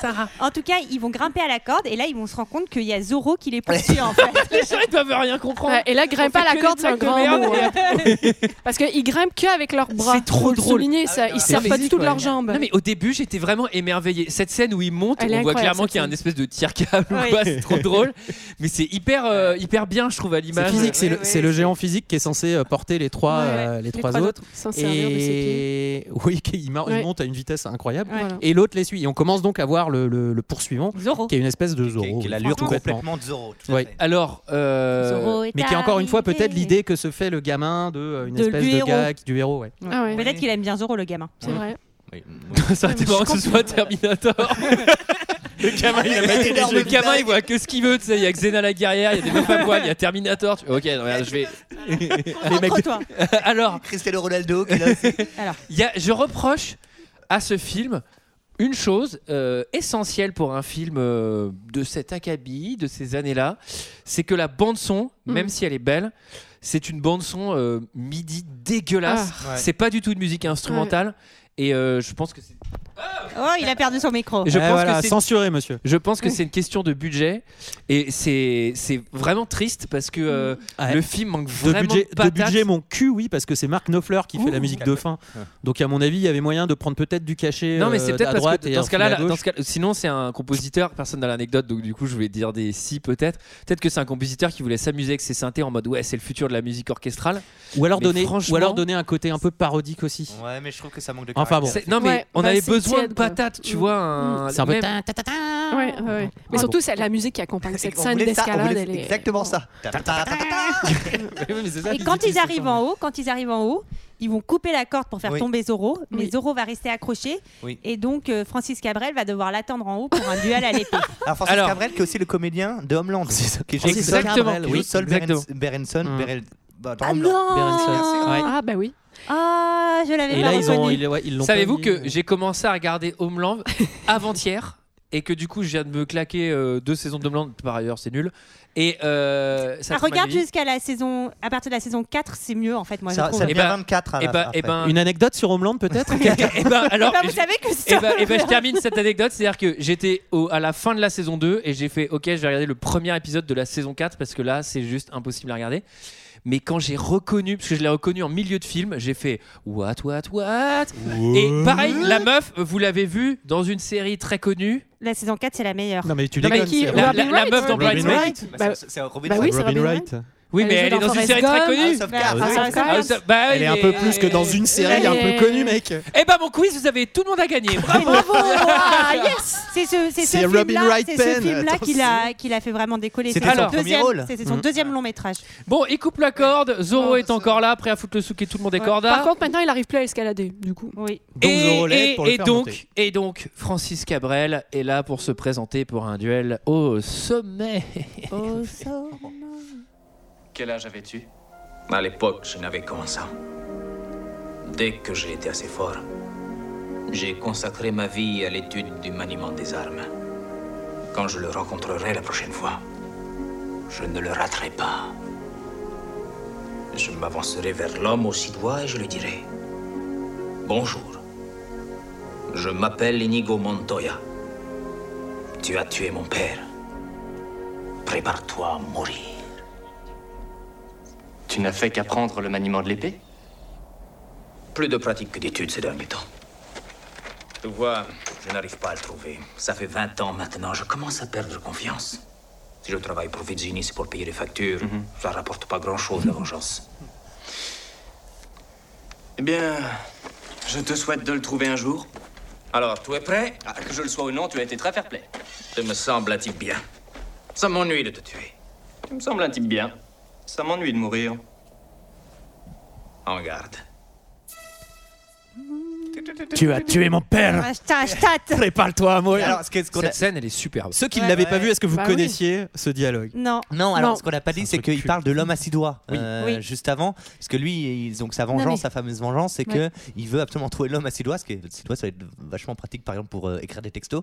[SPEAKER 1] Sarah.
[SPEAKER 9] en tout cas, ils vont grimper à la corde et là, ils vont se rendre compte qu'il y a Zoro qui les poursuit en fait.
[SPEAKER 1] Les gens, ils doivent rien comprendre.
[SPEAKER 7] Ouais, et là, grimpe pas
[SPEAKER 1] fait que
[SPEAKER 7] à la
[SPEAKER 1] des
[SPEAKER 7] corde, c'est un
[SPEAKER 1] blagues de
[SPEAKER 7] grand
[SPEAKER 1] merde,
[SPEAKER 7] mot.
[SPEAKER 1] et
[SPEAKER 7] hein. Parce qu'ils grimpent que avec leurs bras.
[SPEAKER 1] C'est trop
[SPEAKER 7] Faut le
[SPEAKER 1] drôle.
[SPEAKER 7] souligner, ça. Ils servent pas du
[SPEAKER 1] physique,
[SPEAKER 7] tout de
[SPEAKER 1] ouais.
[SPEAKER 7] leurs jambes.
[SPEAKER 1] Non mais au début j'étais vraiment émerveillé. Cette scène où il monte,
[SPEAKER 7] Elle est
[SPEAKER 1] on voit
[SPEAKER 7] incroyable,
[SPEAKER 1] clairement
[SPEAKER 7] cette
[SPEAKER 1] qu'il y a un
[SPEAKER 7] scène.
[SPEAKER 1] espèce de tir câble ou
[SPEAKER 9] Ouais.
[SPEAKER 1] quoi, c'est trop drôle. Mais c'est hyper euh, hyper bien Bah, je trouve à
[SPEAKER 6] C'est
[SPEAKER 1] l'image.
[SPEAKER 6] physique, c'est le,
[SPEAKER 10] Ouais,
[SPEAKER 6] c'est le géant physique qui est censé euh, porter les trois,
[SPEAKER 7] Ouais,
[SPEAKER 6] euh, les trois autres.
[SPEAKER 7] Sans servir de ses pieds.
[SPEAKER 6] Et oui, qui- il, mar- il
[SPEAKER 7] Ouais.
[SPEAKER 6] monte à une vitesse incroyable.
[SPEAKER 9] Ouais.
[SPEAKER 7] Voilà.
[SPEAKER 6] Et l'autre les suit. Et on commence donc à voir le, le- le poursuivant,
[SPEAKER 9] Zoro.
[SPEAKER 6] qui est une espèce de
[SPEAKER 10] qui-
[SPEAKER 6] Zoro.
[SPEAKER 10] qui a
[SPEAKER 6] oui,
[SPEAKER 10] l'allure
[SPEAKER 6] complètement.
[SPEAKER 10] complètement de Zoro. tout à
[SPEAKER 6] Ouais.
[SPEAKER 10] fait.
[SPEAKER 1] Alors euh,
[SPEAKER 6] Mais qui est encore une fois peut-être l'idée que se fait le gamin de euh, une
[SPEAKER 9] De-
[SPEAKER 6] espèce
[SPEAKER 9] du
[SPEAKER 6] de
[SPEAKER 9] héros.
[SPEAKER 6] gars qui- du héros. ouais.
[SPEAKER 7] Ah ouais.
[SPEAKER 9] Peut-être qu'il aime bien Zoro, le gamin.
[SPEAKER 7] C'est vrai.
[SPEAKER 1] ça aurait été marrant que ce soit Terminator. le gamin il a
[SPEAKER 10] pas-
[SPEAKER 1] le gamin il voit que ce qu'il veut, tu sais, il y a Xena la guerrière, il y a des meufs à poil, il y a Terminator. Tu- OK, non, regarde, je vais
[SPEAKER 9] Rentre-toi.
[SPEAKER 1] Alors,
[SPEAKER 10] Cristiano Ronaldo qui est là aussi.
[SPEAKER 1] il y a- je reproche à ce film une chose euh, essentielle pour un film euh, de cet acabit, de ces années-là, c'est que la bande-son,
[SPEAKER 7] Mhm.
[SPEAKER 1] même si elle est belle, c'est une bande-son euh, midi dégueulasse.
[SPEAKER 10] Ah. Ouais.
[SPEAKER 1] C'est pas du tout de musique instrumentale. Et euh, je pense que c'est.
[SPEAKER 9] Oh, il a perdu son micro.
[SPEAKER 1] Je
[SPEAKER 6] Eh
[SPEAKER 1] pense
[SPEAKER 6] voilà,
[SPEAKER 1] que c'est
[SPEAKER 6] censuré, monsieur.
[SPEAKER 1] je pense que c'est une question de budget et c'est c'est vraiment triste parce que euh,
[SPEAKER 6] Ouais.
[SPEAKER 1] le film manque
[SPEAKER 6] De
[SPEAKER 1] vraiment
[SPEAKER 6] budget,
[SPEAKER 1] de,
[SPEAKER 6] de
[SPEAKER 1] patates.
[SPEAKER 6] budget, mon cul, oui, parce que c'est Marc Knopfler qui fait la musique de fin. Donc, à mon avis, il y avait moyen de prendre peut-être du cachet
[SPEAKER 1] Non mais
[SPEAKER 6] euh,
[SPEAKER 1] c'est peut-être
[SPEAKER 6] à
[SPEAKER 1] parce
[SPEAKER 6] droite
[SPEAKER 1] que
[SPEAKER 6] et
[SPEAKER 1] dans
[SPEAKER 6] un
[SPEAKER 1] ce cas-là,
[SPEAKER 6] fil à
[SPEAKER 1] là, dans
[SPEAKER 6] gauche.
[SPEAKER 1] ce cas- sinon c'est un compositeur, personne n'a l'anecdote, donc du coup je vais dire des si peut-être. Peut-être que c'est un compositeur qui voulait s'amuser avec ses synthés en mode ouais c'est le futur de la musique orchestrale.
[SPEAKER 6] ou, alors
[SPEAKER 1] mais
[SPEAKER 6] donner,
[SPEAKER 1] franchement-
[SPEAKER 6] ou alors donner un côté un peu parodique aussi.
[SPEAKER 10] Ouais, mais je trouve que ça manque de.
[SPEAKER 6] Enfin bon.
[SPEAKER 10] caractère.
[SPEAKER 1] C'est- Non mais
[SPEAKER 7] Ouais,
[SPEAKER 1] on
[SPEAKER 7] bah,
[SPEAKER 1] avait
[SPEAKER 7] c'est
[SPEAKER 1] besoin de
[SPEAKER 7] tiède, quoi.
[SPEAKER 1] patates, tu
[SPEAKER 7] Mm.
[SPEAKER 1] vois. Un...
[SPEAKER 6] C'est un peu
[SPEAKER 1] même-
[SPEAKER 6] tin, ta, ta, ta.
[SPEAKER 7] Ouais, ouais, ouais. Mais
[SPEAKER 6] Bon.
[SPEAKER 7] surtout, c'est la musique qui accompagne cette
[SPEAKER 10] On
[SPEAKER 7] scène
[SPEAKER 10] voulait ça, on
[SPEAKER 7] d'escalade.
[SPEAKER 10] voulait
[SPEAKER 7] elle est-
[SPEAKER 10] Exactement ça.
[SPEAKER 9] Et quand ils arrivent hein. en haut, quand ils arrivent en haut, ils vont couper la corde pour faire
[SPEAKER 10] Oui.
[SPEAKER 9] tomber Zoro, mais
[SPEAKER 7] Oui.
[SPEAKER 9] Zoro va rester accroché.
[SPEAKER 10] Oui.
[SPEAKER 9] Et donc euh, Francis Cabrel va devoir l'attendre en haut pour un duel à l'épée.
[SPEAKER 10] Alors Francis
[SPEAKER 1] Alors-
[SPEAKER 10] Cabrel qui est aussi le comédien de Homeland. Qui joue
[SPEAKER 6] Francis
[SPEAKER 1] Exactement.
[SPEAKER 6] Cabrel,
[SPEAKER 10] Sol-
[SPEAKER 6] oui.
[SPEAKER 10] joue Sol
[SPEAKER 1] exactement.
[SPEAKER 10] Berens- Berenson.
[SPEAKER 6] Hmm.
[SPEAKER 10] Berel- bah, dans
[SPEAKER 9] ah
[SPEAKER 10] Homeland.
[SPEAKER 9] non
[SPEAKER 6] Ouais.
[SPEAKER 7] Ah bah oui.
[SPEAKER 9] Ah, je l'avais
[SPEAKER 6] Et
[SPEAKER 9] pas
[SPEAKER 6] là, ils ont-
[SPEAKER 9] reconnu.
[SPEAKER 6] ils ouais, ils l'ont. pas
[SPEAKER 1] Savez-vous
[SPEAKER 6] mis,
[SPEAKER 1] que
[SPEAKER 6] euh.
[SPEAKER 1] j'ai commencé à regarder Homeland avant-hier et que du coup je viens de me claquer euh, deux saisons de Homeland par ailleurs c'est nul et euh, ça
[SPEAKER 9] Ah,
[SPEAKER 1] te m'a
[SPEAKER 9] regarde
[SPEAKER 1] vie.
[SPEAKER 9] jusqu'à la saison. À partir de la saison 4, c'est mieux en fait, moi
[SPEAKER 10] Ça-
[SPEAKER 9] je trouve.
[SPEAKER 10] ça-
[SPEAKER 1] Eh
[SPEAKER 10] vient
[SPEAKER 1] ben,
[SPEAKER 10] 24 à la
[SPEAKER 1] eh ben-
[SPEAKER 10] fin,
[SPEAKER 1] eh ben-
[SPEAKER 6] Une anecdote sur Homeland peut-être
[SPEAKER 1] eh ben, alors
[SPEAKER 9] Bah, vous
[SPEAKER 1] je-
[SPEAKER 9] savez que c'est
[SPEAKER 1] eh ben- eh ben, je termine cette anecdote, c'est-à-dire que j'étais au- à la fin de la saison 2 et j'ai fait OK, je vais regarder le premier épisode de la saison 4 parce que là, c'est juste impossible à regarder. Mais quand j'ai reconnu, parce que je l'ai reconnu en milieu de film, j'ai fait what, what, what. Et pareil, la meuf, vous l'avez vue dans une série très connue.
[SPEAKER 9] La saison 4, c'est la meilleure.
[SPEAKER 6] Non mais tu
[SPEAKER 1] Non, mais
[SPEAKER 6] déconnes.
[SPEAKER 1] qui-
[SPEAKER 6] c'est-
[SPEAKER 1] la, la- la
[SPEAKER 7] Wright.
[SPEAKER 1] meuf dans
[SPEAKER 6] Robin
[SPEAKER 1] Bridesmaid.
[SPEAKER 7] Bah-
[SPEAKER 10] C'est- C'est Robin
[SPEAKER 7] bah oui, c'est
[SPEAKER 6] Robin
[SPEAKER 7] Robin
[SPEAKER 6] Wright.
[SPEAKER 1] Oui, mais
[SPEAKER 7] Elle
[SPEAKER 1] elle
[SPEAKER 7] joue
[SPEAKER 1] est dans
[SPEAKER 7] dans
[SPEAKER 1] une
[SPEAKER 7] Forrest
[SPEAKER 1] série très
[SPEAKER 7] Gump.
[SPEAKER 1] connue.
[SPEAKER 10] Sauvegarde.
[SPEAKER 7] Ah,
[SPEAKER 9] Forrest Gump.
[SPEAKER 1] Ah, ça- bah,
[SPEAKER 6] Elle est un
[SPEAKER 1] mais-
[SPEAKER 6] peu plus que dans une série un peu connue, mec.
[SPEAKER 1] Eh ben mon quiz, vous avez tout le monde à gagner. Bravo.
[SPEAKER 9] Bravo Ah, yes C'est ce, c'est ce
[SPEAKER 6] C'est Robin
[SPEAKER 9] film-là
[SPEAKER 6] Wright
[SPEAKER 9] c'est
[SPEAKER 6] Penn.
[SPEAKER 9] ce film-là qui l'a
[SPEAKER 6] Attention.
[SPEAKER 9] qui l'a fait vraiment décoller.
[SPEAKER 10] C'était
[SPEAKER 9] C'était
[SPEAKER 1] son
[SPEAKER 9] son
[SPEAKER 10] premier
[SPEAKER 9] deuxième,
[SPEAKER 10] rôle.
[SPEAKER 9] c'était son deuxième long métrage.
[SPEAKER 1] Bon, il coupe la corde. Zoro
[SPEAKER 10] Oh,
[SPEAKER 1] est
[SPEAKER 10] ça-
[SPEAKER 1] encore là, prêt à foutre le souk et tout le monde est corda.
[SPEAKER 7] Par contre, maintenant, il arrive plus à escalader, du coup.
[SPEAKER 9] Oui.
[SPEAKER 6] Donc,
[SPEAKER 1] et,
[SPEAKER 6] Zorro l'aide
[SPEAKER 1] et-
[SPEAKER 6] pour le
[SPEAKER 1] et
[SPEAKER 6] faire monter.
[SPEAKER 1] donc, et donc, Francis Cabrel est là pour se présenter pour un duel au sommet.
[SPEAKER 3] Quel âge avais-tu À l'époque, je n'avais qu'un ça. Dès que j'ai été assez fort, j'ai consacré ma vie à l'étude du maniement des armes. Quand je le rencontrerai la prochaine fois, je ne le raterai pas. Je m'avancerai vers l'homme aux six doigts et je lui dirai Bonjour. Je m'appelle Inigo Montoya. Tu as tué mon père. Prépare-toi à mourir.
[SPEAKER 11] Tu n'as fait qu'apprendre le maniement de l'épée
[SPEAKER 3] Plus de pratique que d'études ces derniers temps. Tu vois, je n'arrive pas à le trouver. Ça fait 20 ans maintenant, je commence à perdre confiance. Si je travaille pour Virginie, c'est pour payer les factures.
[SPEAKER 11] Mhm.
[SPEAKER 3] Ça rapporte pas grand-chose, la vengeance.
[SPEAKER 11] Eh bien, je te souhaite de le trouver un jour.
[SPEAKER 3] Alors, tout est prêt
[SPEAKER 11] Ah, que je le sois ou non, tu as été très fair-play.
[SPEAKER 3] Ça me semble-t-il bien. Ça m'ennuie de te tuer.
[SPEAKER 11] Tu me sembles un type bien. Ça m'ennuie de mourir.
[SPEAKER 3] En garde.
[SPEAKER 6] Tu as tué mon père.
[SPEAKER 9] Ah, je t'a- je tâte.
[SPEAKER 6] Prépare-toi à mourir.
[SPEAKER 10] Alors, ce qu'est- ce qu'on a-
[SPEAKER 1] Cette scène, elle est superbe.
[SPEAKER 6] Ceux qui ne
[SPEAKER 9] Ouais,
[SPEAKER 6] l'avaient
[SPEAKER 10] ouais.
[SPEAKER 6] pas vu, est-ce que vous
[SPEAKER 7] Bah oui.
[SPEAKER 6] connaissiez ce dialogue
[SPEAKER 9] Non.
[SPEAKER 10] Non, alors
[SPEAKER 7] Non.
[SPEAKER 10] ce qu'on n'a pas dit, c'est
[SPEAKER 6] truc de
[SPEAKER 10] qu'il
[SPEAKER 6] cul.
[SPEAKER 10] parle de l'homme à six doigts
[SPEAKER 6] Oui.
[SPEAKER 10] euh,
[SPEAKER 9] Oui.
[SPEAKER 10] juste avant, parce que lui, il- donc sa
[SPEAKER 7] Non,
[SPEAKER 10] vengeance,
[SPEAKER 7] mais-
[SPEAKER 10] sa fameuse vengeance, c'est que
[SPEAKER 7] Ouais.
[SPEAKER 10] il veut absolument trouver l'homme à six doigts, parce que six doigts, ça va être vachement pratique, par exemple, pour euh, écrire des textos,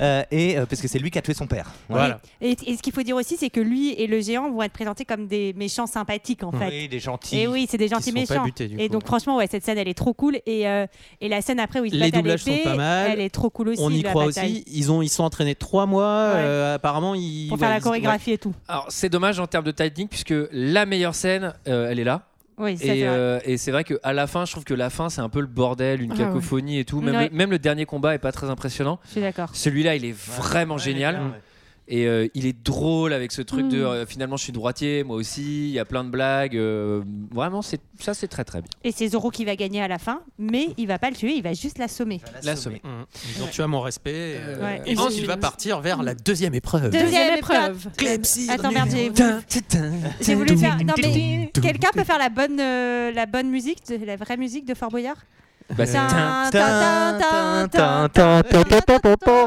[SPEAKER 10] Euh, et euh, parce que c'est lui qui a tué son père.
[SPEAKER 6] Voilà.
[SPEAKER 9] Et, et ce qu'il faut dire aussi, c'est que lui et le géant vont être présentés comme des méchants sympathiques en fait.
[SPEAKER 10] Oui, des gentils.
[SPEAKER 9] Et oui, c'est des gentils
[SPEAKER 6] se sont pas
[SPEAKER 9] méchants.
[SPEAKER 6] butés, du
[SPEAKER 9] et
[SPEAKER 6] coup.
[SPEAKER 9] donc franchement, ouais, cette scène, elle est trop cool. Et, euh, et la scène après où ils se
[SPEAKER 6] Les
[SPEAKER 9] battent à
[SPEAKER 6] doublages sont
[SPEAKER 9] l'épée,
[SPEAKER 6] pas mal.
[SPEAKER 9] elle est trop cool aussi.
[SPEAKER 6] On y
[SPEAKER 9] la
[SPEAKER 6] croit aussi.
[SPEAKER 9] bataille.
[SPEAKER 6] Ils ont, ils sont entraînés trois mois.
[SPEAKER 9] Ouais.
[SPEAKER 6] euh, apparemment, ils
[SPEAKER 9] Pour faire
[SPEAKER 6] ouais,
[SPEAKER 9] la
[SPEAKER 6] ils-
[SPEAKER 9] chorégraphie et tout.
[SPEAKER 1] Alors, c'est dommage en termes de timing, puisque la meilleure scène, euh, elle est là.
[SPEAKER 9] Oui, ça,
[SPEAKER 1] Et,
[SPEAKER 9] c'est vrai.
[SPEAKER 1] euh, et c'est vrai qu'à la fin, je trouve que la fin, c'est un peu le bordel, une
[SPEAKER 7] Ah
[SPEAKER 1] cacophonie et tout. Même,
[SPEAKER 9] Ouais.
[SPEAKER 1] le, même le dernier combat est pas très impressionnant.
[SPEAKER 9] je suis d'accord.
[SPEAKER 1] Celui-là, il est vraiment génial. Et euh, il est drôle avec ce truc
[SPEAKER 7] Mm.
[SPEAKER 1] de euh, finalement, je suis droitier, moi aussi. Il y a plein de blagues. euh, vraiment, c'est ça, c'est très très bien.
[SPEAKER 9] Et c'est Zoro qui va gagner à la fin, mais il va pas le tuer, il va juste l'assommer.
[SPEAKER 1] La somme.
[SPEAKER 6] ouais. Mmh. Ils ont tué à mon respect. euh,
[SPEAKER 9] Ouais.
[SPEAKER 6] Et
[SPEAKER 7] Ils
[SPEAKER 6] ensuite,
[SPEAKER 7] ont-
[SPEAKER 6] il va partir vers la deuxième épreuve.
[SPEAKER 9] Deuxième
[SPEAKER 7] Deuxième
[SPEAKER 9] épreuve.
[SPEAKER 7] épreuve.
[SPEAKER 9] Attends, merde, j'ai- j'ai voulu faire. Non, mais quelqu'un peut faire la bonne, euh, la bonne musique, de- la vraie musique de Fort Boyard
[SPEAKER 1] Bah, c'est-
[SPEAKER 9] Tin, tin, tin, tin, tin,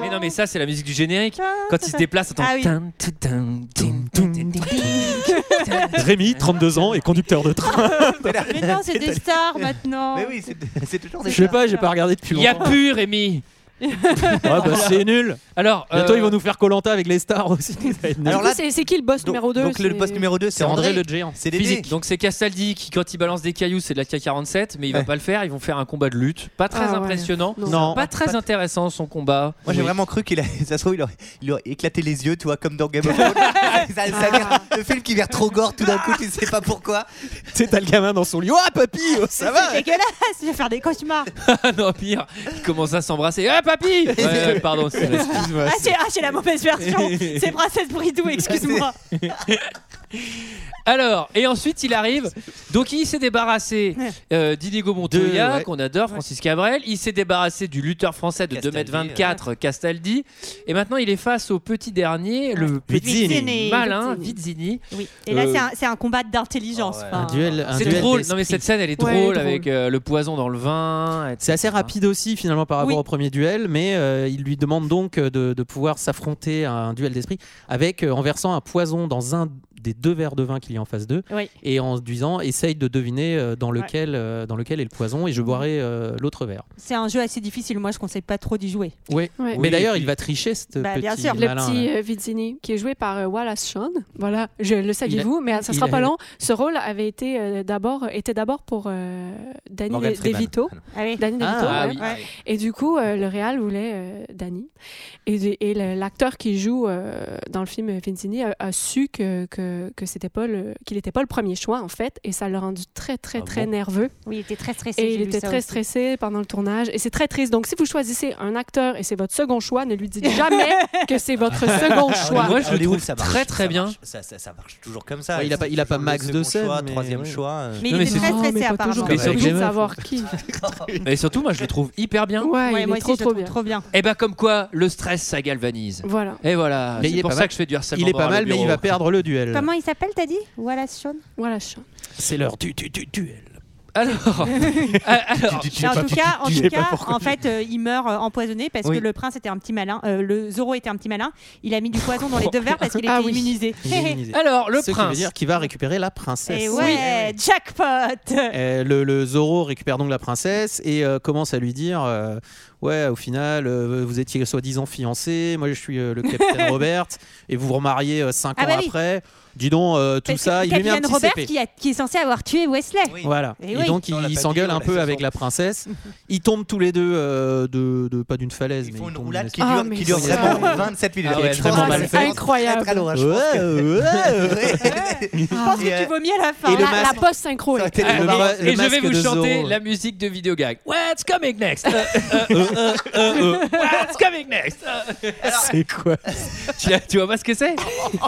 [SPEAKER 1] Mais non, mais ça, c'est la musique du générique. Quand il se déplace, attends.
[SPEAKER 9] Ah oui.
[SPEAKER 1] Tin, tin, tin, tin, tin, tin, tin.
[SPEAKER 6] Rémi, 32 ans et conducteur de train.
[SPEAKER 9] Mais non, c'est des stars maintenant.
[SPEAKER 10] Mais oui, c'est- c'est toujours
[SPEAKER 6] Je
[SPEAKER 10] des
[SPEAKER 6] sais pas, j'ai pas regardé depuis
[SPEAKER 1] Il y a
[SPEAKER 6] longtemps.
[SPEAKER 1] plus, Rémi.
[SPEAKER 6] Ah bah, c'est nul.
[SPEAKER 1] Alors,
[SPEAKER 6] Bientôt,
[SPEAKER 1] euh,
[SPEAKER 6] ils vont nous faire Colanta avec les stars aussi. Ça va être nul.
[SPEAKER 10] Alors
[SPEAKER 7] Alors
[SPEAKER 10] là-
[SPEAKER 7] c'est c'est qui le boss
[SPEAKER 10] Donc-
[SPEAKER 7] numéro 2
[SPEAKER 10] Donc le poste numéro 2, c'est
[SPEAKER 6] c'est André
[SPEAKER 10] André.
[SPEAKER 6] le géant.
[SPEAKER 10] C'est Dédé.
[SPEAKER 1] physique. Donc c'est Castaldi qui, quand il balance des cailloux, c'est de la K47, mais il va
[SPEAKER 10] Ouais.
[SPEAKER 1] pas le faire. Ils vont faire un combat de lutte. Pas très
[SPEAKER 7] Ah ouais.
[SPEAKER 1] impressionnant.
[SPEAKER 7] Non.
[SPEAKER 6] Non.
[SPEAKER 1] Pas très intéressant son combat.
[SPEAKER 10] Moi j'ai
[SPEAKER 1] Oui.
[SPEAKER 10] vraiment cru qu'il a, ça se trouve, il aurait, il aurait éclaté les yeux, tu vois, comme dans Game of Thrones. Ça- ça vire- le film qui vire trop gore tout d'un coup, tu sais pas pourquoi.
[SPEAKER 6] Tu sais, t'as le gamin dans son lit. Ah, papy, oh, ça va.
[SPEAKER 9] C'est dégueulasse, je vais faire des cauchemars.
[SPEAKER 1] Ah non, pire. Il commence à s'embrasser. Ah, papy Ouais, ouais, Pardon, c'est vrai.
[SPEAKER 9] Ah, c'est ah, j'ai la mauvaise version. C'est Princesse Bridou, excuse-moi.
[SPEAKER 1] Ah, Alors, et ensuite il arrive. Donc il s'est débarré euh, d'Inigo Montoya,
[SPEAKER 6] De- ouais.
[SPEAKER 1] qu'on adore, Francis Cabrel. Il s'est débarrassé du lutteur français de
[SPEAKER 10] Castaldi,
[SPEAKER 1] 2m24, Castaldi. Et maintenant il est face au petit dernier, le
[SPEAKER 6] Vizzini.
[SPEAKER 9] Vizzini.
[SPEAKER 1] malin Vizzini.
[SPEAKER 9] Oui. Et là,
[SPEAKER 1] Euh,
[SPEAKER 9] c'est un- c'est un, combat d'intelligence.
[SPEAKER 10] Oh, ouais.
[SPEAKER 9] enfin.
[SPEAKER 6] Un duel. un
[SPEAKER 1] C'est
[SPEAKER 6] duel
[SPEAKER 1] drôle.
[SPEAKER 6] d'esprit.
[SPEAKER 1] Non mais cette scène, elle est drôle,
[SPEAKER 7] Ouais, elle est drôle.
[SPEAKER 1] avec euh, le poison dans le vin. etc.
[SPEAKER 6] C'est assez rapide aussi finalement par rapport
[SPEAKER 9] Oui.
[SPEAKER 6] au premier duel, mais euh, il lui demande donc euh, de, de pouvoir s'affronter à un duel d'esprit avec euh, en versant un poison dans un des deux verres de vin qu'il y a en face d'eux
[SPEAKER 9] Oui.
[SPEAKER 6] et en se disant essaye de deviner euh, dans, lequel, euh, dans lequel est le poison et je boirai euh, l'autre verre.
[SPEAKER 9] C'est un jeu assez difficile. Moi, je conseille pas trop d'y jouer.
[SPEAKER 6] Oui.
[SPEAKER 9] Ouais.
[SPEAKER 6] Mais
[SPEAKER 9] Oui,
[SPEAKER 6] d'ailleurs,
[SPEAKER 9] et puis-
[SPEAKER 6] il va tricher, ce
[SPEAKER 9] Bah,
[SPEAKER 6] petit
[SPEAKER 9] bien sûr. Le
[SPEAKER 6] malin,
[SPEAKER 9] petit,
[SPEAKER 6] là.
[SPEAKER 7] euh, Vizzini, qui est joué par euh, Wallace Shawn. Voilà, je le saviez-vous, mais euh, ça
[SPEAKER 6] il
[SPEAKER 7] sera
[SPEAKER 6] a-
[SPEAKER 7] pas long. Ce rôle avait été euh, d'abord était d'abord pour euh, Danny
[SPEAKER 6] Morgan
[SPEAKER 7] De-
[SPEAKER 6] Freeman.
[SPEAKER 7] DeVito. Danny
[SPEAKER 6] Ah,
[SPEAKER 7] DeVito,
[SPEAKER 6] ah
[SPEAKER 7] ouais.
[SPEAKER 6] oui. Ouais.
[SPEAKER 7] Et du coup, euh, le Real voulait euh, Danny. Et, de- et le- l'acteur qui joue euh, dans le film Vizzini a, a su que, que, que c'était pas le qu'il n'était pas le premier choix en fait, et ça l'a rendu très
[SPEAKER 6] Ah
[SPEAKER 7] très très
[SPEAKER 9] bon
[SPEAKER 7] nerveux.
[SPEAKER 9] Oui, il était très stressé.
[SPEAKER 7] Et
[SPEAKER 9] j'ai
[SPEAKER 7] il
[SPEAKER 9] lu
[SPEAKER 7] était
[SPEAKER 9] ça
[SPEAKER 7] très
[SPEAKER 9] aussi.
[SPEAKER 7] stressé pendant le tournage. Et c'est très triste. Donc, si vous choisissez un acteur et c'est votre second choix, ne lui dites jamais que c'est votre second choix.
[SPEAKER 1] Moi, je le
[SPEAKER 10] Hollywood,
[SPEAKER 1] trouve
[SPEAKER 10] ça marche,
[SPEAKER 1] très très
[SPEAKER 10] ça
[SPEAKER 1] bien.
[SPEAKER 10] Ça, ça, ça marche toujours comme ça.
[SPEAKER 6] Ouais, il a pas- il a pas
[SPEAKER 10] Toujours le
[SPEAKER 6] max de
[SPEAKER 10] second
[SPEAKER 6] scène,
[SPEAKER 10] choix,
[SPEAKER 6] mais-
[SPEAKER 10] troisième
[SPEAKER 6] oui.
[SPEAKER 10] choix. euh.
[SPEAKER 9] Mais il était très stressé,
[SPEAKER 7] mais pas
[SPEAKER 9] apparemment.
[SPEAKER 7] toujours. Mais
[SPEAKER 1] c'est
[SPEAKER 7] surtout
[SPEAKER 1] jamais-
[SPEAKER 7] savoir qui.
[SPEAKER 1] Et surtout, moi, je le trouve hyper bien.
[SPEAKER 7] Ouais,
[SPEAKER 9] Ouais,
[SPEAKER 7] il
[SPEAKER 9] moi
[SPEAKER 7] est
[SPEAKER 9] aussi,
[SPEAKER 7] trop,
[SPEAKER 9] je le
[SPEAKER 7] trop
[SPEAKER 9] trouve
[SPEAKER 7] bien.
[SPEAKER 9] trop bien.
[SPEAKER 1] Et bah comme quoi, le stress, ça galvanise.
[SPEAKER 7] Voilà.
[SPEAKER 1] Et voilà,
[SPEAKER 6] Mais il
[SPEAKER 1] c'est
[SPEAKER 6] est
[SPEAKER 1] pour
[SPEAKER 6] pas
[SPEAKER 1] ça
[SPEAKER 6] mal.
[SPEAKER 1] que je fais du harcèlement
[SPEAKER 6] Il est pas
[SPEAKER 1] moral au
[SPEAKER 6] mal, mais il
[SPEAKER 1] bureau.
[SPEAKER 6] va perdre le duel.
[SPEAKER 9] Comment il s'appelle, t'as dit Wallace Shawn
[SPEAKER 7] Voilà, Sean.
[SPEAKER 6] C'est l'heure du, du, du duel.
[SPEAKER 1] Alors, alors
[SPEAKER 6] Tu- tu- tu-
[SPEAKER 9] Mais en
[SPEAKER 6] tu-
[SPEAKER 9] tout
[SPEAKER 6] tu-
[SPEAKER 9] cas,
[SPEAKER 6] tu-
[SPEAKER 9] en,
[SPEAKER 6] tu-
[SPEAKER 9] tout
[SPEAKER 6] tu- pas
[SPEAKER 9] cas
[SPEAKER 6] pourquoi.
[SPEAKER 9] en fait, euh, il meurt euh, empoisonné parce
[SPEAKER 6] Oui.
[SPEAKER 9] que le prince était un petit malin. euh, le Zoro était un petit malin. Il a mis du poison dans les deux verres parce qu'il était
[SPEAKER 7] Ah oui.
[SPEAKER 9] immunisé.
[SPEAKER 6] Il est immunisé.
[SPEAKER 1] Alors, le
[SPEAKER 6] Ce qui veut
[SPEAKER 1] prince.
[SPEAKER 6] dire qu'il va récupérer la princesse.
[SPEAKER 9] Et ouais, jackpot
[SPEAKER 6] Euh, le, le Zorro récupère donc la princesse et euh, commence à lui dire euh, Ouais, au final, euh, vous étiez soi-disant fiancés, moi je suis euh, le capitaine Robert, et vous vous remariez 5
[SPEAKER 9] Ah
[SPEAKER 6] ans
[SPEAKER 9] bah oui.
[SPEAKER 6] après. Dis donc, euh, tout
[SPEAKER 9] Parce
[SPEAKER 6] ça,
[SPEAKER 9] que
[SPEAKER 6] il lui met un
[SPEAKER 9] Capitaine
[SPEAKER 6] petit
[SPEAKER 9] Robert
[SPEAKER 6] CP.
[SPEAKER 9] qui, a- qui est censé avoir tué Wesley.
[SPEAKER 6] Voilà.
[SPEAKER 9] Et
[SPEAKER 6] Et,
[SPEAKER 9] oui.
[SPEAKER 6] donc,
[SPEAKER 10] Non, on l'a
[SPEAKER 6] il
[SPEAKER 10] pas
[SPEAKER 6] s'engueule
[SPEAKER 10] dit, on
[SPEAKER 6] un
[SPEAKER 10] l'a
[SPEAKER 6] peu
[SPEAKER 10] fait
[SPEAKER 6] avec
[SPEAKER 10] sans-
[SPEAKER 6] la princesse. Ils tombent tous les deux euh, de, de- pas d'une falaise, mais
[SPEAKER 10] Ils font
[SPEAKER 6] ils
[SPEAKER 10] une
[SPEAKER 6] tombent
[SPEAKER 10] roulade
[SPEAKER 6] d'une
[SPEAKER 10] qui
[SPEAKER 7] Ah,
[SPEAKER 10] dure,
[SPEAKER 7] mais
[SPEAKER 10] qui dure
[SPEAKER 6] c'est-
[SPEAKER 10] vraiment
[SPEAKER 6] Ah ouais.
[SPEAKER 10] 27 minutes.
[SPEAKER 6] Ah ouais,
[SPEAKER 10] Je pense
[SPEAKER 6] vraiment
[SPEAKER 10] que
[SPEAKER 6] mal
[SPEAKER 10] c'est
[SPEAKER 6] fait.
[SPEAKER 7] Incroyable.
[SPEAKER 10] Très, hein. très loin, je pense
[SPEAKER 6] Ouais,
[SPEAKER 10] que-
[SPEAKER 6] ouais.
[SPEAKER 9] Je pense
[SPEAKER 10] Et,
[SPEAKER 9] que
[SPEAKER 10] euh,
[SPEAKER 9] tu vomis à la fin.
[SPEAKER 6] et le
[SPEAKER 7] La, la
[SPEAKER 6] masque.
[SPEAKER 7] poste synchro.
[SPEAKER 10] Ça a
[SPEAKER 7] est-
[SPEAKER 10] été
[SPEAKER 1] Ah,
[SPEAKER 6] le
[SPEAKER 1] mais-
[SPEAKER 6] mar- le
[SPEAKER 1] et je vais
[SPEAKER 6] masque
[SPEAKER 1] vous
[SPEAKER 6] de
[SPEAKER 1] chanter
[SPEAKER 6] Zorro.
[SPEAKER 1] la musique de Videogag. What's coming next? Euh, euh, euh, euh, euh, What's coming next? Euh,
[SPEAKER 6] C'est quoi
[SPEAKER 1] tu, la- tu vois pas ce que c'est?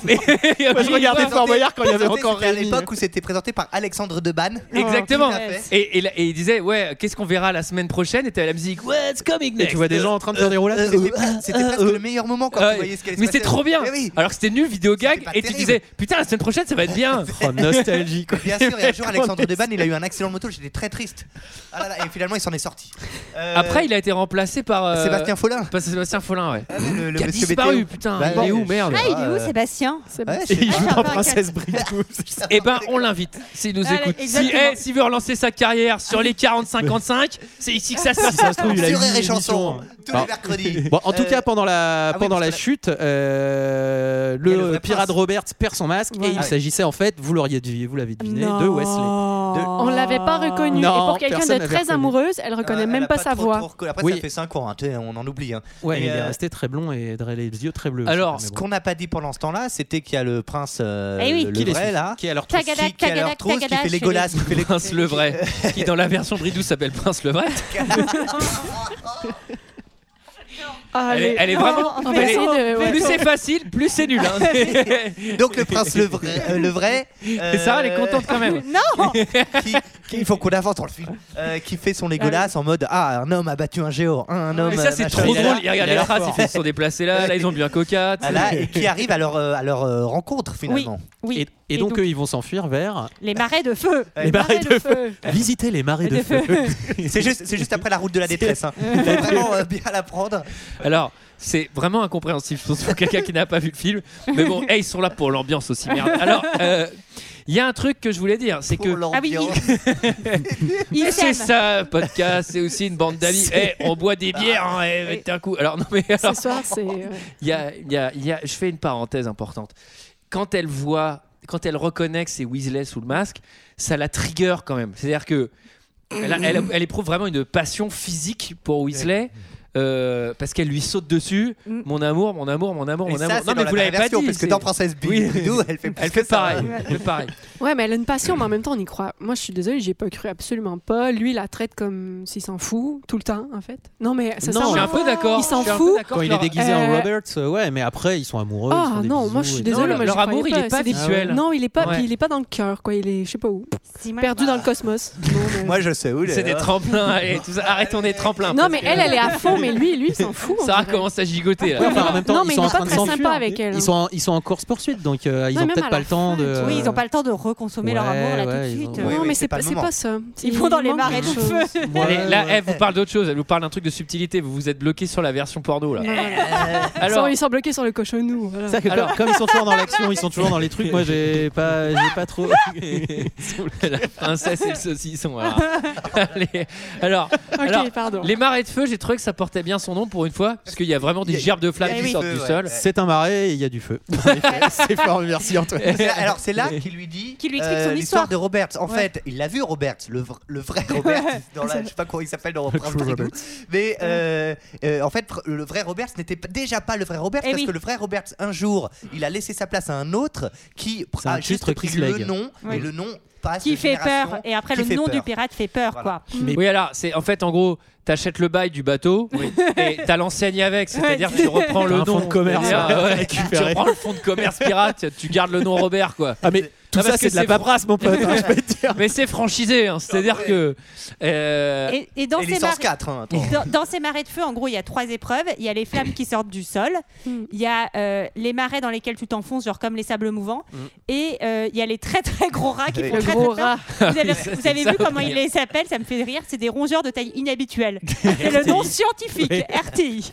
[SPEAKER 1] Mais-
[SPEAKER 6] je regardais
[SPEAKER 10] présenté-
[SPEAKER 6] Fort Boyard quand il y avait
[SPEAKER 10] présenté,
[SPEAKER 6] encore
[SPEAKER 10] c'était à
[SPEAKER 6] Rémi.
[SPEAKER 10] l'époque où c'était présenté par Alexandre Debanne.
[SPEAKER 1] Exactement.
[SPEAKER 9] Oh, tout à fait.
[SPEAKER 1] Et, et la- et il disait ouais, qu'est-ce qu'on verra la semaine prochaine? Et t'avais la musique What's coming next?
[SPEAKER 6] Et tu vois des gens en train de faire des roulades
[SPEAKER 10] C'était pre-
[SPEAKER 6] euh,
[SPEAKER 10] c'était presque le meilleur moment quand
[SPEAKER 1] Ah Ouais.
[SPEAKER 10] tu voyais ce qu'elle
[SPEAKER 1] mais c'était trop bien. Alors que c'était nul vidéo gag
[SPEAKER 10] C'était pas
[SPEAKER 1] et tu
[SPEAKER 10] terrible.
[SPEAKER 1] disais putain la semaine prochaine ça va être bien.
[SPEAKER 6] Oh, nostalgie quoi.
[SPEAKER 10] Bien sûr, et un jour, Alexandre Debanne, il a eu un accident de moto, j'étais très triste. Ah là là, et finalement, il s'en est sorti. Euh,
[SPEAKER 1] Après il a été remplacé par euh,
[SPEAKER 10] Sébastien Follin.
[SPEAKER 1] par Sébastien Follin ouais.
[SPEAKER 10] Ah ouais, le, le
[SPEAKER 1] Qui a
[SPEAKER 10] monsieur
[SPEAKER 1] disparu
[SPEAKER 10] météo.
[SPEAKER 1] putain.
[SPEAKER 10] Bah,
[SPEAKER 1] il est
[SPEAKER 10] ouais,
[SPEAKER 1] où
[SPEAKER 10] je-
[SPEAKER 1] merde?
[SPEAKER 9] Ah, il est où,
[SPEAKER 10] Euh,
[SPEAKER 9] Sébastien
[SPEAKER 7] C'est bon.
[SPEAKER 10] Ouais,
[SPEAKER 6] Et
[SPEAKER 10] je-
[SPEAKER 6] il joue
[SPEAKER 9] Ah,
[SPEAKER 6] dans
[SPEAKER 9] j'ai
[SPEAKER 6] Princesse Brigou.
[SPEAKER 1] Eh ben, on l'invite s'il nous
[SPEAKER 9] Allez,
[SPEAKER 1] écoute. Si,
[SPEAKER 9] exactement.
[SPEAKER 1] eh, s'il veut relancer sa carrière sur les 40-55, c'est ici que ça se
[SPEAKER 6] Si ça
[SPEAKER 1] passe.
[SPEAKER 6] se trouve, il a eu
[SPEAKER 10] Sur
[SPEAKER 6] une
[SPEAKER 10] Rire et
[SPEAKER 6] émission.
[SPEAKER 10] Chanson, tous
[SPEAKER 6] Ah.
[SPEAKER 10] les mercredis.
[SPEAKER 6] Bon, en tout
[SPEAKER 10] Euh,
[SPEAKER 6] cas, pendant la,
[SPEAKER 10] ah oui,
[SPEAKER 6] pendant
[SPEAKER 10] parce
[SPEAKER 6] la
[SPEAKER 10] que-
[SPEAKER 6] chute, euh,
[SPEAKER 10] Il y a le
[SPEAKER 6] le,
[SPEAKER 10] vrai
[SPEAKER 6] pirate
[SPEAKER 10] prince. Ah
[SPEAKER 6] Roberts perd son masque et il
[SPEAKER 10] Ouais.
[SPEAKER 6] s'agissait en fait, vous l'auriez deviné, vous l'avez deviné,
[SPEAKER 9] Non.
[SPEAKER 6] de Wesley.
[SPEAKER 7] On l'avait pas reconnu.
[SPEAKER 6] Non,
[SPEAKER 7] et pour quelqu'un
[SPEAKER 6] personne
[SPEAKER 7] de
[SPEAKER 6] n'avait
[SPEAKER 7] très
[SPEAKER 6] reconnu.
[SPEAKER 7] amoureuse, elle reconnaît
[SPEAKER 10] elle
[SPEAKER 7] même
[SPEAKER 10] a
[SPEAKER 7] pas, sa
[SPEAKER 10] trop,
[SPEAKER 7] voix.
[SPEAKER 10] trop reconnu. Après,
[SPEAKER 6] Oui.
[SPEAKER 10] ça fait 5 ans, hein, tu sais, on en oublie. hein.
[SPEAKER 6] Ouais,
[SPEAKER 10] Et
[SPEAKER 6] mais il est
[SPEAKER 10] euh,
[SPEAKER 6] resté très blond et dra- les yeux très bleus.
[SPEAKER 1] Alors,
[SPEAKER 6] aussi,
[SPEAKER 10] Ce
[SPEAKER 6] mais bon.
[SPEAKER 10] qu'on n'a pas dit pendant ce temps-là, c'était qu'il y a le prince euh,
[SPEAKER 9] Eh oui.
[SPEAKER 10] le
[SPEAKER 6] Qui les
[SPEAKER 10] vrai
[SPEAKER 6] suit
[SPEAKER 10] là,
[SPEAKER 6] qui est alors tout
[SPEAKER 9] Tagada,
[SPEAKER 10] qui, qui a
[SPEAKER 9] tagada,
[SPEAKER 10] leur trousse, qui
[SPEAKER 9] tagada,
[SPEAKER 10] fait les Golas, qui fait les
[SPEAKER 1] Prince le vrai, qui dans la version Bridou s'appelle Prince le vrai. Elle est, elle est vraiment.
[SPEAKER 9] Oh,
[SPEAKER 7] on va
[SPEAKER 1] elle est-
[SPEAKER 7] essayer de- ouais.
[SPEAKER 1] Plus c'est facile, plus c'est nul. hein.
[SPEAKER 10] Donc le prince le vrai, euh, le vrai euh,
[SPEAKER 1] Et Sarah, elle est contente quand même.
[SPEAKER 9] Non
[SPEAKER 10] qui, qui- il faut qu'on avance dans le film, euh, qui fait son Legolas en mode ah un homme a battu un géant, un, un homme.
[SPEAKER 1] Mais ça,
[SPEAKER 10] euh,
[SPEAKER 1] c'est
[SPEAKER 10] machin.
[SPEAKER 1] trop
[SPEAKER 6] il a l'air-
[SPEAKER 1] drôle. Il
[SPEAKER 6] il a
[SPEAKER 1] regarde les
[SPEAKER 6] l'air
[SPEAKER 1] traces,
[SPEAKER 6] fort.
[SPEAKER 1] ils se sont déplacés là. Là, ils ont bu un coca. tu sais.
[SPEAKER 10] Voilà, Ah, et qui arrive à leur, euh, à leur euh, rencontre finalement.
[SPEAKER 9] Oui.
[SPEAKER 6] Et, et donc, eux, ils vont s'enfuir vers
[SPEAKER 9] les marais de feu.
[SPEAKER 10] Les
[SPEAKER 6] les marais de feu.
[SPEAKER 7] feu.
[SPEAKER 6] Visiter les marais
[SPEAKER 9] De
[SPEAKER 6] de feu.
[SPEAKER 10] Euh. C'est juste, c'est juste après la route de la détresse. Hein. Il faut vraiment euh, bien la prendre.
[SPEAKER 1] Alors, c'est vraiment incompréhensible, surtout pour quelqu'un qui n'a pas vu le film. Mais bon, hey, ils sont là pour l'ambiance aussi, merde. Alors, euh, il y a un truc que je voulais dire, c'est
[SPEAKER 10] Pour
[SPEAKER 1] que.
[SPEAKER 10] l'ambiance.
[SPEAKER 9] Ah oui,
[SPEAKER 1] Mais
[SPEAKER 9] Ils
[SPEAKER 1] C'est
[SPEAKER 9] s'aiment.
[SPEAKER 1] ça, podcast, c'est aussi une bande d'amis. Eh, on boit des bières, hein, eh, mettez un coup. Alors, non, mais alors,
[SPEAKER 7] Ce soir, c'est. euh,
[SPEAKER 1] il y a, il y a- il y a- je fais une parenthèse importante. Quand elle voit, quand elle reconnaît que c'est Weasley sous le masque, ça la trigger quand même. C'est-à-dire que elle, a- elle- elle éprouve vraiment une passion physique pour Weasley. euh, parce qu'elle lui saute dessus,
[SPEAKER 9] Mm.
[SPEAKER 1] mon amour, mon amour, mon amour,
[SPEAKER 10] Et
[SPEAKER 1] mon
[SPEAKER 10] ça,
[SPEAKER 1] amour.
[SPEAKER 10] c'est dans la vraie version, parce que
[SPEAKER 1] c'est-
[SPEAKER 10] dans Princesse
[SPEAKER 1] Oui.
[SPEAKER 10] Bidou, elle fait plus
[SPEAKER 1] elle
[SPEAKER 10] que
[SPEAKER 1] fait
[SPEAKER 10] ça.
[SPEAKER 1] pareil, elle fait pareil.
[SPEAKER 7] Ouais, mais elle a une passion, mais en même temps, on y croit. Moi, je suis désolée, j'y ai pas cru absolument pas. Lui, il la traite comme s'il s'en fout tout le temps, en fait. Non, mais ça
[SPEAKER 6] Non,
[SPEAKER 1] Je suis un
[SPEAKER 7] sert
[SPEAKER 1] peu d'accord.
[SPEAKER 7] Il s'en
[SPEAKER 1] je suis un peu
[SPEAKER 7] fout.
[SPEAKER 1] d'accord
[SPEAKER 6] Quand
[SPEAKER 1] que
[SPEAKER 6] il est
[SPEAKER 1] leur-
[SPEAKER 6] déguisé en
[SPEAKER 7] Euh,
[SPEAKER 6] Roberts, euh, ouais, mais après, ils sont amoureux. ils se
[SPEAKER 7] Ah
[SPEAKER 6] font des
[SPEAKER 7] non, moi,
[SPEAKER 6] bisous
[SPEAKER 7] je suis
[SPEAKER 6] et-
[SPEAKER 7] désolée,
[SPEAKER 1] Non,
[SPEAKER 7] mais
[SPEAKER 1] leur
[SPEAKER 7] j'y
[SPEAKER 1] amour,
[SPEAKER 7] croyais
[SPEAKER 1] il est pas
[SPEAKER 7] C'est des-
[SPEAKER 1] visuel.
[SPEAKER 7] Non, il est pas,
[SPEAKER 1] Ouais.
[SPEAKER 7] puis il est pas dans le cœur, quoi. Il est, je sais pas où,
[SPEAKER 9] Si même-
[SPEAKER 7] perdu dans le cosmos. Non, mais-
[SPEAKER 10] Moi, je sais où il
[SPEAKER 1] C'est
[SPEAKER 10] est,
[SPEAKER 1] des
[SPEAKER 10] hein.
[SPEAKER 1] tremplins. et tout ça. Arrête, on est tremplins.
[SPEAKER 7] Non,
[SPEAKER 1] parce
[SPEAKER 7] mais
[SPEAKER 1] que-
[SPEAKER 7] elle, elle est à fond mais lui, lui, il s'en fout. en
[SPEAKER 1] Sarah
[SPEAKER 7] vrai.
[SPEAKER 1] commence à gigoter hein. là.
[SPEAKER 6] Ouais, enfin, en même temps,
[SPEAKER 7] Non,
[SPEAKER 6] ils
[SPEAKER 7] mais il
[SPEAKER 6] sont
[SPEAKER 7] est
[SPEAKER 6] en
[SPEAKER 7] pas
[SPEAKER 6] train de
[SPEAKER 7] très sympa
[SPEAKER 6] s'enfuir.
[SPEAKER 7] avec elle, hein.
[SPEAKER 6] Ils sont, en- ils sont en course poursuite, donc euh, ils
[SPEAKER 7] Ouais,
[SPEAKER 6] ont
[SPEAKER 7] même à
[SPEAKER 6] peut-être
[SPEAKER 7] la
[SPEAKER 6] pas le temps de.
[SPEAKER 9] Oui, ils n'ont pas le temps de reconstruire
[SPEAKER 6] Ouais,
[SPEAKER 9] leur amour
[SPEAKER 6] ouais,
[SPEAKER 9] là tout de
[SPEAKER 6] ils
[SPEAKER 9] suite.
[SPEAKER 6] ont-
[SPEAKER 7] Non, mais c'est pas, c'est pas ça.
[SPEAKER 9] Ils
[SPEAKER 7] Il
[SPEAKER 9] vont dans les
[SPEAKER 7] manque
[SPEAKER 9] marais de
[SPEAKER 7] quelque chose.
[SPEAKER 9] feu.
[SPEAKER 1] Elle est- là,
[SPEAKER 6] euh,
[SPEAKER 1] elle vous parle d'autre chose, elle vous parle d'un truc de subtilité, vous vous êtes bloqué sur la version porno là.
[SPEAKER 7] Ils
[SPEAKER 1] Alors,
[SPEAKER 7] sont- Ils sont bloqués sur le cochonou. voilà.
[SPEAKER 6] C'est-à-dire que comme-
[SPEAKER 1] Alors-
[SPEAKER 6] comme ils sont toujours dans l'action, ils sont toujours dans les trucs. Moi, j'ai pas, j'ai pas trop.
[SPEAKER 1] la princesse et le saucisson. Alors, Allez. alors,
[SPEAKER 7] Ok,
[SPEAKER 1] alors,
[SPEAKER 7] pardon.
[SPEAKER 1] les marais de feu, j'ai trouvé que ça portait bien son nom pour une fois, parce qu'il y a vraiment des gerbes de
[SPEAKER 7] Eh
[SPEAKER 1] flammes
[SPEAKER 10] il y a
[SPEAKER 1] qui
[SPEAKER 10] du
[SPEAKER 1] sortent
[SPEAKER 10] feu,
[SPEAKER 1] du
[SPEAKER 10] ouais.
[SPEAKER 1] sol.
[SPEAKER 6] C'est un marais et il y a du feu. En effet, C'est fort, merci Antoine.
[SPEAKER 10] C'est- Alors c'est là qu'il lui dit
[SPEAKER 9] Qui lui explique
[SPEAKER 10] euh,
[SPEAKER 9] son
[SPEAKER 10] l'histoire
[SPEAKER 9] histoire.
[SPEAKER 10] de Roberts. En
[SPEAKER 9] Ouais.
[SPEAKER 10] fait, il l'a vu Roberts, le, vr- le vrai Roberts. dans la- je sais pas comment il s'appelle dans Prince
[SPEAKER 6] True
[SPEAKER 10] Brigou.
[SPEAKER 6] Roberts.
[SPEAKER 10] Mais euh, euh, en fait, pr- le vrai Roberts n'était p- déjà pas le vrai Roberts
[SPEAKER 9] Eh
[SPEAKER 10] parce
[SPEAKER 9] oui.
[SPEAKER 10] que le vrai Roberts un jour, il a laissé sa place à un autre qui pr-
[SPEAKER 6] C'est un
[SPEAKER 10] a juste
[SPEAKER 6] titre
[SPEAKER 10] pris
[SPEAKER 6] Chris
[SPEAKER 10] le
[SPEAKER 6] Legg.
[SPEAKER 10] nom
[SPEAKER 9] Oui.
[SPEAKER 10] et le nom passe
[SPEAKER 9] Qui
[SPEAKER 10] de
[SPEAKER 9] fait peur.
[SPEAKER 10] génération.
[SPEAKER 9] Et après,
[SPEAKER 10] Qui
[SPEAKER 9] le
[SPEAKER 10] fait
[SPEAKER 9] nom
[SPEAKER 10] peur.
[SPEAKER 9] du pirate fait peur,
[SPEAKER 10] Voilà.
[SPEAKER 9] quoi. Mm.
[SPEAKER 6] Mais-
[SPEAKER 1] Oui, alors, c'est en fait, en gros, t'achètes le bail du bateau et t'as l'enseigne avec, c'est-à-dire
[SPEAKER 9] Ouais.
[SPEAKER 1] que tu reprends
[SPEAKER 6] T'as
[SPEAKER 1] le
[SPEAKER 6] un
[SPEAKER 1] nom.
[SPEAKER 6] fonds de commerce,
[SPEAKER 1] c'est-à-dire,
[SPEAKER 6] ouais,
[SPEAKER 1] ouais, tu
[SPEAKER 6] récupéré.
[SPEAKER 1] reprends le fonds de commerce pirate, tu gardes le nom Robert, quoi.
[SPEAKER 6] Ah mais tout
[SPEAKER 1] Ah, parce
[SPEAKER 6] ça,
[SPEAKER 1] que
[SPEAKER 6] c'est de la
[SPEAKER 1] c'est-
[SPEAKER 6] paperasse, mon pote. hein, je peux te dire. Ah,
[SPEAKER 1] Mais c'est franchisé, hein, c'est-à-dire que. euh,
[SPEAKER 9] Et, et dans
[SPEAKER 10] Et
[SPEAKER 9] ces
[SPEAKER 10] licence
[SPEAKER 9] marais.
[SPEAKER 10] 4 hein, attends.
[SPEAKER 9] Dans, dans ces marais de feu, en gros, il y a trois épreuves. Il y a les flammes qui sortent du sol,
[SPEAKER 7] Mm.
[SPEAKER 9] il y a euh, les marais dans lesquels tu t'enfonces, genre comme les sables mouvants,
[SPEAKER 10] Mm.
[SPEAKER 9] et euh, il y a les très très gros rats qui
[SPEAKER 10] Oui.
[SPEAKER 9] font
[SPEAKER 7] Le
[SPEAKER 9] très,
[SPEAKER 7] gros
[SPEAKER 9] très peur.
[SPEAKER 7] rat.
[SPEAKER 9] Vous avez,
[SPEAKER 1] Ça,
[SPEAKER 9] vous
[SPEAKER 1] c'est
[SPEAKER 9] avez
[SPEAKER 1] ça,
[SPEAKER 9] vu comment
[SPEAKER 1] Aurélien.
[SPEAKER 9] ils les appellent Ça me fait rire. C'est des rongeurs de taille inhabituelle. C'est le nom scientifique,
[SPEAKER 6] Oui.
[SPEAKER 9] RTI.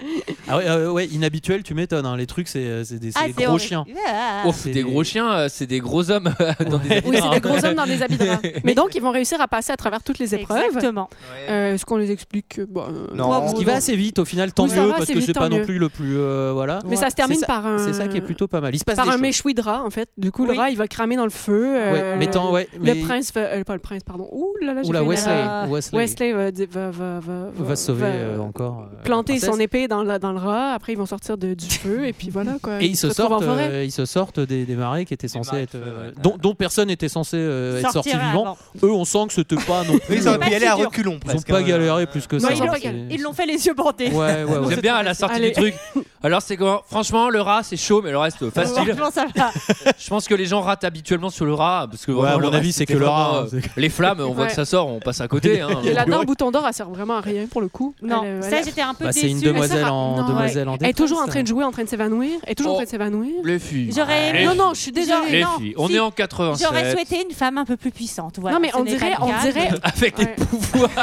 [SPEAKER 6] Ah ouais, euh, ouais, inhabituel, tu m'étonnes. hein, Les trucs, c'est c'est des, c'est des gros
[SPEAKER 9] horrible.
[SPEAKER 6] chiens.
[SPEAKER 9] Ah.
[SPEAKER 1] oh,
[SPEAKER 6] c'est-
[SPEAKER 1] des gros chiens, euh, c'est des gros hommes dans des
[SPEAKER 7] Oui, c'est
[SPEAKER 1] habitats,
[SPEAKER 7] des
[SPEAKER 1] hein.
[SPEAKER 7] gros hommes dans des habits de rat. Mais donc, ils vont réussir à passer à travers toutes les épreuves.
[SPEAKER 9] Exactement.
[SPEAKER 7] Euh, Est-ce qu'on les explique que, bah, euh,
[SPEAKER 10] Non.
[SPEAKER 7] trois
[SPEAKER 10] Ce
[SPEAKER 6] Ce qui
[SPEAKER 7] gros
[SPEAKER 6] va
[SPEAKER 7] hommes.
[SPEAKER 6] assez vite au final, tant
[SPEAKER 7] Oui, ça
[SPEAKER 6] mieux,
[SPEAKER 7] va
[SPEAKER 6] parce
[SPEAKER 7] assez
[SPEAKER 6] que
[SPEAKER 7] vite,
[SPEAKER 6] c'est pas
[SPEAKER 7] tant
[SPEAKER 6] non
[SPEAKER 7] mieux.
[SPEAKER 6] plus le plus. euh, voilà.
[SPEAKER 7] Mais ça se termine
[SPEAKER 6] C'est ça-
[SPEAKER 7] par un.
[SPEAKER 6] C'est ça qui est plutôt pas mal. Il se passe
[SPEAKER 7] Par
[SPEAKER 6] des
[SPEAKER 7] un
[SPEAKER 6] choses.
[SPEAKER 7] méchoui de rat, en fait. Du coup,
[SPEAKER 9] Oui.
[SPEAKER 7] le rat, il va cramer dans le feu. euh,
[SPEAKER 6] Ouais, mais tant, ouais. mais-
[SPEAKER 7] Le prince, va- euh, pas le prince, pardon. Ouh là là, j'ai
[SPEAKER 6] Oula,
[SPEAKER 7] fait une
[SPEAKER 6] Wesley.
[SPEAKER 7] erreur.
[SPEAKER 6] Wesley.
[SPEAKER 7] Wesley va, di- va, va, va,
[SPEAKER 6] va se sauver
[SPEAKER 7] va
[SPEAKER 6] euh, encore. euh,
[SPEAKER 7] Planter
[SPEAKER 6] la princesse.
[SPEAKER 7] son épée dans, la, dans le rat, après ils vont sortir de- du feu, et puis voilà quoi.
[SPEAKER 6] Et ils se,
[SPEAKER 7] retrouvent
[SPEAKER 6] sortent,
[SPEAKER 7] en forêt.
[SPEAKER 6] euh, ils se sortent des, des marais qui étaient censés
[SPEAKER 10] marais
[SPEAKER 6] être.
[SPEAKER 10] de feu,
[SPEAKER 6] euh,
[SPEAKER 10] ouais.
[SPEAKER 6] dont, dont personne n'était censé euh, être sorti
[SPEAKER 9] Sortir
[SPEAKER 6] vivant.
[SPEAKER 9] avant.
[SPEAKER 6] Eux, on sent que c'était pas non plus. euh,
[SPEAKER 10] Ils ont pu y
[SPEAKER 9] si
[SPEAKER 10] aller à
[SPEAKER 9] dur.
[SPEAKER 10] reculons
[SPEAKER 6] ils ont
[SPEAKER 10] presque,
[SPEAKER 6] pas
[SPEAKER 10] hein.
[SPEAKER 6] galéré plus que
[SPEAKER 7] Non,
[SPEAKER 6] ça.
[SPEAKER 7] ils l'ont-
[SPEAKER 6] C'est-
[SPEAKER 9] Ils l'ont fait les yeux bandés.
[SPEAKER 6] Ouais, ouais, ouais.
[SPEAKER 1] J'aime bien à la sortie
[SPEAKER 7] Allez.
[SPEAKER 1] du truc. Alors c'est comment Franchement, le rat c'est chaud, mais le reste facile.
[SPEAKER 9] Franchement, ça va.
[SPEAKER 1] Je pense que les gens ratent habituellement sur le rat parce que
[SPEAKER 6] Ouais,
[SPEAKER 1] vraiment,
[SPEAKER 6] à
[SPEAKER 1] le
[SPEAKER 6] mon avis,
[SPEAKER 1] reste,
[SPEAKER 6] c'est que
[SPEAKER 1] c'était
[SPEAKER 6] le rat,
[SPEAKER 1] vraiment,
[SPEAKER 6] hein,
[SPEAKER 1] euh, les flammes, on voit
[SPEAKER 7] Ouais.
[SPEAKER 1] que ça sort, on passe à côté. hein.
[SPEAKER 7] Et là-dedans, Bouton d'Or, elle sert vraiment à rien pour le coup.
[SPEAKER 9] Non,
[SPEAKER 7] Elle, euh,
[SPEAKER 9] ça
[SPEAKER 7] elle-
[SPEAKER 9] j'étais un peu
[SPEAKER 6] Bah,
[SPEAKER 9] déçue.
[SPEAKER 6] c'est une demoiselle en,
[SPEAKER 7] Non,
[SPEAKER 6] demoiselle en
[SPEAKER 7] elle est
[SPEAKER 6] détresse,
[SPEAKER 7] toujours en train de
[SPEAKER 6] hein.
[SPEAKER 7] jouer, en train de s'évanouir. Elle est toujours en
[SPEAKER 1] Oh.
[SPEAKER 7] train de s'évanouir.
[SPEAKER 1] Les filles.
[SPEAKER 9] J'aurais aimé-
[SPEAKER 1] Les
[SPEAKER 7] Non,
[SPEAKER 1] filles.
[SPEAKER 7] non, je suis désolée.
[SPEAKER 1] Les
[SPEAKER 9] non,
[SPEAKER 1] filles. On
[SPEAKER 9] si.
[SPEAKER 1] est en
[SPEAKER 9] J'aurais
[SPEAKER 1] 87
[SPEAKER 9] souhaité une femme un peu plus puissante. Voilà,
[SPEAKER 7] Non, mais
[SPEAKER 9] ce
[SPEAKER 7] on
[SPEAKER 9] n'est pas
[SPEAKER 7] dirait,
[SPEAKER 9] le
[SPEAKER 7] on
[SPEAKER 9] cas.
[SPEAKER 7] dirait.
[SPEAKER 1] avec
[SPEAKER 7] Ouais.
[SPEAKER 1] des pouvoirs.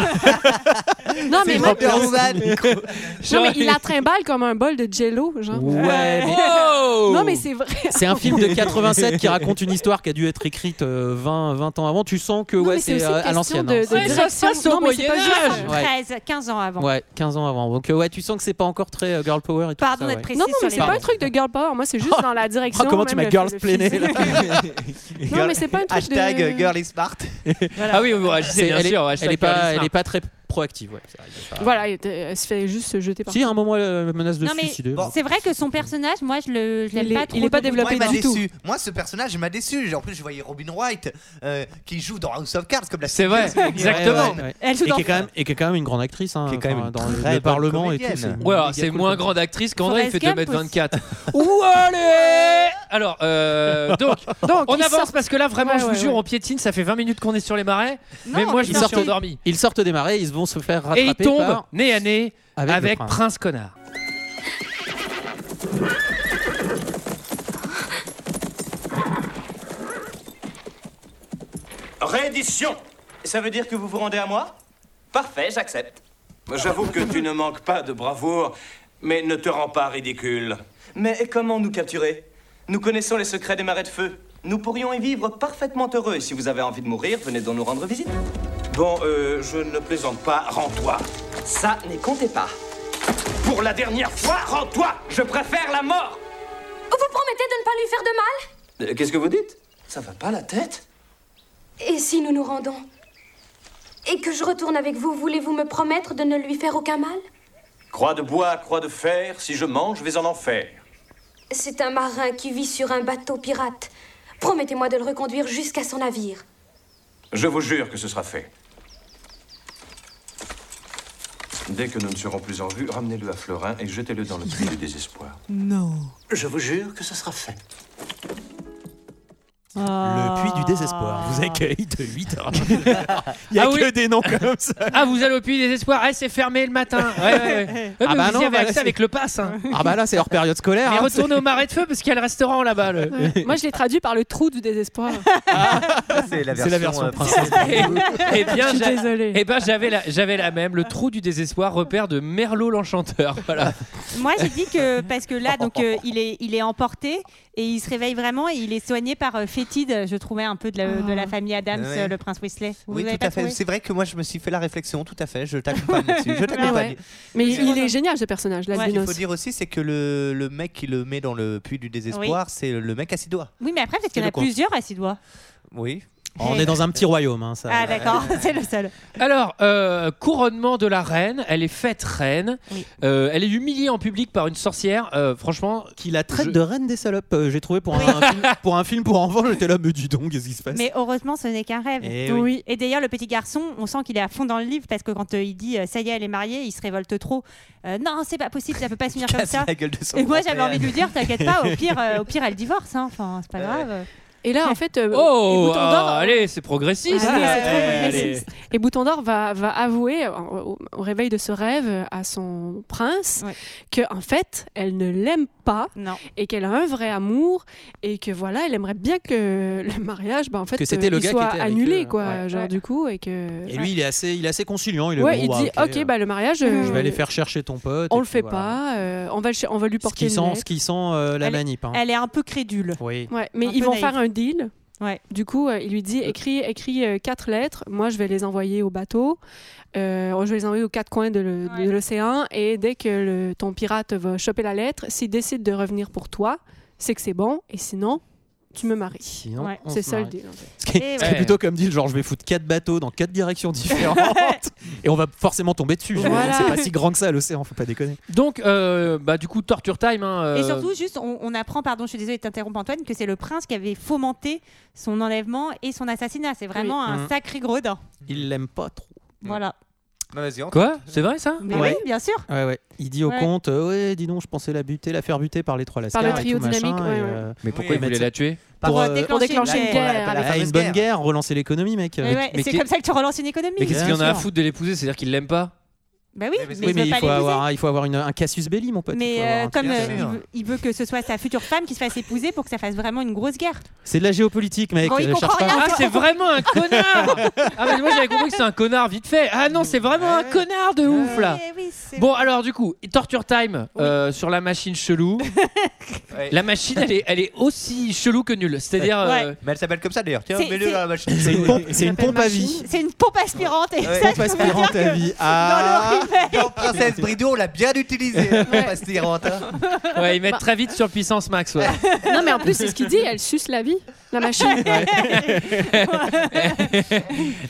[SPEAKER 7] Non, mais,
[SPEAKER 10] C'est
[SPEAKER 7] même-
[SPEAKER 10] Robert Houdin.
[SPEAKER 7] non, mais
[SPEAKER 1] J'aurais-
[SPEAKER 7] il la trimballe comme un bol de jello, genre.
[SPEAKER 6] Ouais, mais
[SPEAKER 1] Wow
[SPEAKER 7] Non, mais c'est vrai.
[SPEAKER 6] c'est un film de 87 qui raconte une histoire qui a dû être écrite euh, 20, 20 ans avant. Tu sens que
[SPEAKER 7] Non,
[SPEAKER 6] ouais,
[SPEAKER 7] mais c'est
[SPEAKER 6] c'est
[SPEAKER 7] aussi
[SPEAKER 6] euh,
[SPEAKER 7] une
[SPEAKER 6] à
[SPEAKER 7] question
[SPEAKER 6] l'ancienne.
[SPEAKER 7] de, de
[SPEAKER 6] hein.
[SPEAKER 1] Ouais, ça,
[SPEAKER 7] direction.
[SPEAKER 1] ça, c'est au
[SPEAKER 7] non, mais c'est pas
[SPEAKER 1] Moyen
[SPEAKER 7] juste.
[SPEAKER 1] Âge.
[SPEAKER 6] Ouais.
[SPEAKER 9] 13, 15 ans avant.
[SPEAKER 6] Ouais, 15 ans avant. Donc euh, ouais, tu sens que c'est pas encore très euh, girl power et tout
[SPEAKER 9] Pardon
[SPEAKER 6] ça.
[SPEAKER 9] d'être
[SPEAKER 6] ouais.
[SPEAKER 9] précis
[SPEAKER 7] Non, non, mais c'est
[SPEAKER 9] sur les
[SPEAKER 7] pas
[SPEAKER 9] mots.
[SPEAKER 7] un truc de girl power. Moi, c'est juste dans la direction.
[SPEAKER 6] Oh, comment tu
[SPEAKER 7] même
[SPEAKER 6] m'as
[SPEAKER 7] le-
[SPEAKER 6] girl
[SPEAKER 7] le
[SPEAKER 6] splainé
[SPEAKER 7] physique.
[SPEAKER 6] là
[SPEAKER 7] Non, mais c'est pas un truc de.
[SPEAKER 10] Hashtag euh, girl is smart.
[SPEAKER 1] Ah oui, vous
[SPEAKER 6] C'est-
[SPEAKER 1] réagissez bien
[SPEAKER 6] elle, est-
[SPEAKER 1] sûr.
[SPEAKER 6] elle
[SPEAKER 1] hashtag
[SPEAKER 6] est pas,
[SPEAKER 1] Carlisle.
[SPEAKER 6] elle est pas très proactive. Ouais. C'est vrai, elle est pas-
[SPEAKER 7] Voilà, elle, était- elle se fait juste jeter par.
[SPEAKER 6] Si à un moment elle menace de
[SPEAKER 9] Non,
[SPEAKER 6] se
[SPEAKER 9] mais-
[SPEAKER 6] suicider.
[SPEAKER 10] Bon.
[SPEAKER 9] C'est vrai que son personnage, moi, je le, je l'aime
[SPEAKER 7] Il est-
[SPEAKER 9] pas trop.
[SPEAKER 7] il est pas
[SPEAKER 9] de-
[SPEAKER 7] développé.
[SPEAKER 10] Moi, il m'a
[SPEAKER 7] du tout.
[SPEAKER 10] déçu. Moi, ce personnage, il m'a déçu. En plus, je voyais Robin Wright euh, qui joue dans House of Cards comme la
[SPEAKER 1] C'est vrai, exactement.
[SPEAKER 6] Ouais, ouais, ouais.
[SPEAKER 9] Elle joue
[SPEAKER 6] Et
[SPEAKER 9] dans
[SPEAKER 6] qui est quand même, et qui est quand même une grande actrice. Hein,
[SPEAKER 10] Qui est quand même
[SPEAKER 6] Enfin,
[SPEAKER 10] une
[SPEAKER 6] dans le-
[SPEAKER 10] très
[SPEAKER 6] le
[SPEAKER 10] bonne
[SPEAKER 6] Parlement et tout.
[SPEAKER 10] comédienne.
[SPEAKER 6] c'est-
[SPEAKER 1] Ouais, alors,
[SPEAKER 6] méga
[SPEAKER 1] c'est
[SPEAKER 6] cool,
[SPEAKER 1] moins
[SPEAKER 6] quoi.
[SPEAKER 1] grande actrice qu'André, il fait
[SPEAKER 9] Forrest Gump
[SPEAKER 1] 2m24. Ouh, allez Alors, euh, donc,
[SPEAKER 7] Donc,
[SPEAKER 1] on
[SPEAKER 7] il
[SPEAKER 1] avance
[SPEAKER 7] sort-
[SPEAKER 1] parce que là, vraiment,
[SPEAKER 7] Ouais,
[SPEAKER 1] je vous
[SPEAKER 7] ouais,
[SPEAKER 1] jure,
[SPEAKER 7] ouais.
[SPEAKER 1] on piétine, ça fait 20 minutes qu'on est sur les marais,
[SPEAKER 9] Non,
[SPEAKER 1] mais moi,
[SPEAKER 9] mais
[SPEAKER 1] je me
[SPEAKER 9] non.
[SPEAKER 1] suis endormi.
[SPEAKER 6] Ils sortent des marais, ils vont se faire rattraper.
[SPEAKER 1] Et ils tombent
[SPEAKER 6] par-
[SPEAKER 1] nez à nez
[SPEAKER 6] Avec
[SPEAKER 1] avec,
[SPEAKER 6] le
[SPEAKER 1] Prince.
[SPEAKER 6] prince.
[SPEAKER 1] Connard.
[SPEAKER 11] Réédition Ça veut dire que vous vous rendez à moi Parfait, j'accepte. J'avoue que tu ne manques pas de bravoure, mais ne te rends pas ridicule. Mais comment nous capturer Nous connaissons les secrets des marais de feu. Nous pourrions y vivre parfaitement heureux, et si vous avez envie de mourir, venez donc nous rendre visite. Bon, euh, je ne plaisante pas, rends-toi. Ça n'est compté pas.
[SPEAKER 3] Pour la dernière fois, rends-toi Je préfère la mort
[SPEAKER 13] Vous promettez de ne pas lui faire de mal
[SPEAKER 11] Euh, Qu'est-ce que vous dites Ça va pas la tête
[SPEAKER 13] Et si nous nous rendons Et que je retourne avec vous, voulez-vous me promettre de ne lui faire aucun mal
[SPEAKER 11] Croix de bois, croix de fer, si je mange, je vais en enfer.
[SPEAKER 13] C'est un marin qui vit sur un bateau pirate. Promettez-moi de le reconduire jusqu'à son navire.
[SPEAKER 11] Je vous jure que ce sera fait. Dès que nous ne serons plus en vue, ramenez-le à Florin et jetez-le dans le puits du désespoir.
[SPEAKER 4] Je vous jure que ce sera fait.
[SPEAKER 1] Ah.
[SPEAKER 6] Le puits du désespoir vous accueille de 8h. Il n'y a
[SPEAKER 1] Ah
[SPEAKER 6] que
[SPEAKER 1] oui.
[SPEAKER 6] des noms comme ça.
[SPEAKER 1] Ah, vous allez au puits des espoirs. Ah, c'est fermé le matin. Ouais, ouais, ouais. Ouais,
[SPEAKER 6] Ah
[SPEAKER 1] mais
[SPEAKER 6] bah
[SPEAKER 1] vous y
[SPEAKER 6] non,
[SPEAKER 1] avez
[SPEAKER 6] bah là,
[SPEAKER 1] accès
[SPEAKER 6] c'est-
[SPEAKER 1] avec le pass. hein.
[SPEAKER 6] Ah bah là, c'est hors période scolaire.
[SPEAKER 1] Mais
[SPEAKER 6] hein,
[SPEAKER 1] retournez
[SPEAKER 6] c'est-
[SPEAKER 1] au marais de feu parce qu'il y a le restaurant là-bas. le- Ah,
[SPEAKER 7] Moi, je l'ai traduit par le trou du désespoir.
[SPEAKER 10] C'est la
[SPEAKER 6] C'est la version,
[SPEAKER 10] euh,
[SPEAKER 6] princesse.
[SPEAKER 1] Eh bien,
[SPEAKER 7] Je suis
[SPEAKER 1] j'a-
[SPEAKER 7] désolée.
[SPEAKER 1] eh ben, j'avais la, j'avais la même. Le trou du désespoir, repère de Merlot l'enchanteur. Voilà.
[SPEAKER 9] Moi, j'ai dit que parce que là, donc euh, il est il est emporté et il se réveille vraiment et il est soigné par euh, Fétide. Je trouvais un peu de la, de
[SPEAKER 7] Ah.
[SPEAKER 9] la famille Adams,
[SPEAKER 10] Ouais.
[SPEAKER 9] euh, le prince Weasley. Vous
[SPEAKER 10] Oui,
[SPEAKER 9] avez
[SPEAKER 10] tout
[SPEAKER 9] pas
[SPEAKER 10] à fait.
[SPEAKER 9] trouvé
[SPEAKER 10] C'est vrai que moi, je me suis fait la réflexion, tout à fait. Je t'accompagne là-dessus. Je t'accompagne.
[SPEAKER 7] Ah ouais. Mais il est génial, ce personnage,
[SPEAKER 10] Ce qu'il
[SPEAKER 7] l'albinos.
[SPEAKER 10] faut dire aussi, c'est que le, le mec qui le met dans le puits du désespoir, c'est le mec à six doigts.
[SPEAKER 9] Oui, mais après peut-être qu'il y
[SPEAKER 10] C'est
[SPEAKER 9] en a
[SPEAKER 10] le con.
[SPEAKER 9] plusieurs à six doigts.
[SPEAKER 10] Oui.
[SPEAKER 6] On est dans un petit royaume. hein, ça.
[SPEAKER 9] Ah d'accord, c'est le seul.
[SPEAKER 1] Alors, euh, couronnement de la reine. Elle est faite reine. Euh, elle est humiliée en public par une sorcière. Euh, franchement,
[SPEAKER 6] qui la traite
[SPEAKER 1] Je-
[SPEAKER 6] de reine des salopes. euh, J'ai trouvé pour un, film, pour un film pour enfants, j'étais là, mais dis donc, qu'est-ce qui se passe
[SPEAKER 9] Mais heureusement, ce n'est qu'un rêve.
[SPEAKER 6] Eh oui. Oui.
[SPEAKER 9] Et d'ailleurs, le petit garçon, on sent qu'il est à fond dans le livre parce que quand euh, il dit euh, ça y est, elle est mariée, il se révolte trop. Euh, non, c'est pas possible, ça peut pas se finir comme
[SPEAKER 10] Casse
[SPEAKER 9] ça.
[SPEAKER 10] la gueule de son
[SPEAKER 9] Et moi,
[SPEAKER 10] grand-père.
[SPEAKER 9] j'avais envie de lui dire, t'inquiète pas, au pire, euh, au pire, elle divorce. hein. Enfin, c'est pas grave.
[SPEAKER 7] Et là, en fait, euh,
[SPEAKER 1] Oh,
[SPEAKER 7] Bouton d'Or-
[SPEAKER 1] ah, allez, c'est progressiste.
[SPEAKER 7] Ah, c'est trop
[SPEAKER 1] Eh,
[SPEAKER 7] progressiste. Et Bouton d'Or va, va avouer euh, au, au réveil de ce rêve euh, à son prince que en fait, elle ne l'aime pas et qu'elle a un vrai amour et que voilà, elle aimerait bien que le mariage, bah, en fait,
[SPEAKER 6] Que c'était
[SPEAKER 7] euh,
[SPEAKER 6] le
[SPEAKER 7] il
[SPEAKER 6] gars qui
[SPEAKER 7] soit
[SPEAKER 6] était avec
[SPEAKER 7] annulé,
[SPEAKER 6] eux. hein.
[SPEAKER 7] quoi,
[SPEAKER 6] Ouais.
[SPEAKER 7] genre
[SPEAKER 6] Ouais.
[SPEAKER 7] du coup, et que.
[SPEAKER 6] Et lui, il est assez, il est assez conciliant. Il est
[SPEAKER 7] ouais,
[SPEAKER 6] bon,
[SPEAKER 7] il
[SPEAKER 6] bah,
[SPEAKER 7] dit,
[SPEAKER 6] ok,
[SPEAKER 7] ok, bah le mariage, euh,
[SPEAKER 1] Mm.
[SPEAKER 6] je vais aller faire chercher ton pote.
[SPEAKER 7] on
[SPEAKER 6] et
[SPEAKER 7] le
[SPEAKER 6] puis
[SPEAKER 7] fait
[SPEAKER 6] voilà.
[SPEAKER 7] pas, euh, on va, le ch- on va lui
[SPEAKER 6] Ce
[SPEAKER 7] porter
[SPEAKER 6] qui
[SPEAKER 7] une
[SPEAKER 6] sent,
[SPEAKER 7] lettre.
[SPEAKER 6] ce qui sent euh, la
[SPEAKER 7] Elle est-
[SPEAKER 6] manip. hein.
[SPEAKER 9] Elle est un peu crédule.
[SPEAKER 6] Oui.
[SPEAKER 7] Ouais, mais
[SPEAKER 9] Un
[SPEAKER 7] ils
[SPEAKER 9] peu
[SPEAKER 7] vont
[SPEAKER 9] naïf.
[SPEAKER 7] faire un deal. Du coup, euh, il lui dit écris, écris euh, quatre lettres. Moi, je vais les envoyer au bateau. Euh, je vais les envoyer aux quatre coins de le- de l'océan. Et dès que le- ton pirate va choper la lettre, s'il décide de revenir pour toi, c'est que c'est bon. Et sinon, tu me maries.
[SPEAKER 6] Sinon, on
[SPEAKER 7] c'est
[SPEAKER 6] se
[SPEAKER 7] ça le
[SPEAKER 6] marie.
[SPEAKER 7] deal. en fait.
[SPEAKER 6] Ce
[SPEAKER 9] Eh
[SPEAKER 6] qui est, ce qui est
[SPEAKER 1] Eh ouais.
[SPEAKER 6] plutôt comme dit, genre je vais foutre quatre bateaux dans quatre directions différentes et on va forcément tomber dessus. Je veux dire,
[SPEAKER 1] Voilà.
[SPEAKER 6] C'est pas si grand que ça l'océan, faut pas déconner.
[SPEAKER 1] Donc, euh, bah, du coup, torture time. hein, euh,
[SPEAKER 9] Et surtout, juste, on, on apprend, pardon, je suis désolée de t'interrompre, Antoine, que c'est le prince qui avait fomenté son enlèvement et son assassinat. C'est vraiment
[SPEAKER 6] Oui.
[SPEAKER 9] un
[SPEAKER 10] Mm.
[SPEAKER 6] Mhm.
[SPEAKER 9] sacré gros dent.
[SPEAKER 6] Il l'aime pas trop.
[SPEAKER 9] Voilà.
[SPEAKER 1] Quoi C'est vrai ça
[SPEAKER 9] Mais
[SPEAKER 6] Ouais.
[SPEAKER 9] oui, bien sûr.
[SPEAKER 6] Ouais, ouais. Il dit au
[SPEAKER 9] Ouais.
[SPEAKER 6] comte, euh, ouais, dis donc, je pensais la buter, la faire buter par les trois lascars.
[SPEAKER 7] le
[SPEAKER 6] et
[SPEAKER 7] trio
[SPEAKER 6] tout, machin,
[SPEAKER 7] dynamique, ouais,
[SPEAKER 6] et,
[SPEAKER 7] ouais.
[SPEAKER 6] euh,
[SPEAKER 1] Mais pourquoi il
[SPEAKER 6] mettre
[SPEAKER 1] voulait
[SPEAKER 6] ça-
[SPEAKER 1] la tuer
[SPEAKER 6] Pour, euh,
[SPEAKER 7] pour déclencher une guerre.
[SPEAKER 6] ah,
[SPEAKER 7] avec-
[SPEAKER 6] une bonne guerre, relancer l'économie, mec.
[SPEAKER 9] Mais ouais, c'est comme ça que tu relances une économie.
[SPEAKER 1] Mais qu'est-ce qu'il y en a
[SPEAKER 6] Bien
[SPEAKER 1] à
[SPEAKER 6] sûr.
[SPEAKER 1] foutre de l'épouser C'est-à-dire qu'il l'aime pas
[SPEAKER 9] Bah oui,
[SPEAKER 6] Oui,
[SPEAKER 9] mais,
[SPEAKER 6] mais
[SPEAKER 9] il
[SPEAKER 6] il
[SPEAKER 9] veut
[SPEAKER 6] faut
[SPEAKER 9] pas l'épouser.
[SPEAKER 6] avoir, il faut avoir une- un casus belli, mon pote. Il
[SPEAKER 9] Mais
[SPEAKER 6] faut avoir
[SPEAKER 9] euh,
[SPEAKER 6] un
[SPEAKER 9] comme
[SPEAKER 6] truc,
[SPEAKER 9] euh,
[SPEAKER 6] euh,
[SPEAKER 9] il, veut, il veut que ce soit sa future femme qui se fasse épouser pour que ça fasse vraiment une grosse guerre.
[SPEAKER 6] C'est de la géopolitique, mec.
[SPEAKER 9] Quand il
[SPEAKER 6] euh,
[SPEAKER 9] comprend
[SPEAKER 6] cherche pas.
[SPEAKER 9] rien,
[SPEAKER 1] Ah, c'est vraiment un connard Ah, mais moi j'avais compris que c'était un connard vite fait. Ah non, c'est vraiment un connard de ouf là Bon, alors du coup, Torture Time euh, sur la machine chelou. La machine, elle est, elle est aussi chelou que nulle. C'est-à-dire. euh,
[SPEAKER 10] Mais elle s'appelle comme ça d'ailleurs. Tiens,
[SPEAKER 9] C'est-
[SPEAKER 10] mets-le
[SPEAKER 9] c'est-
[SPEAKER 10] à la machine.
[SPEAKER 6] C'est une pompe, c'est une pompe à vie.
[SPEAKER 9] C'est une pompe aspirante et ça,
[SPEAKER 6] Pompe aspirante à vie. Ah.
[SPEAKER 10] Dans Oh, Princesse Bridou, on l'a bien utilisé. Pompe aspirante. hein.
[SPEAKER 1] ouais, ils mettent très vite sur puissance max. Ouais.
[SPEAKER 7] Bah, Non, mais en plus, c'est ce qu'il dit elle suce la vie, la machine.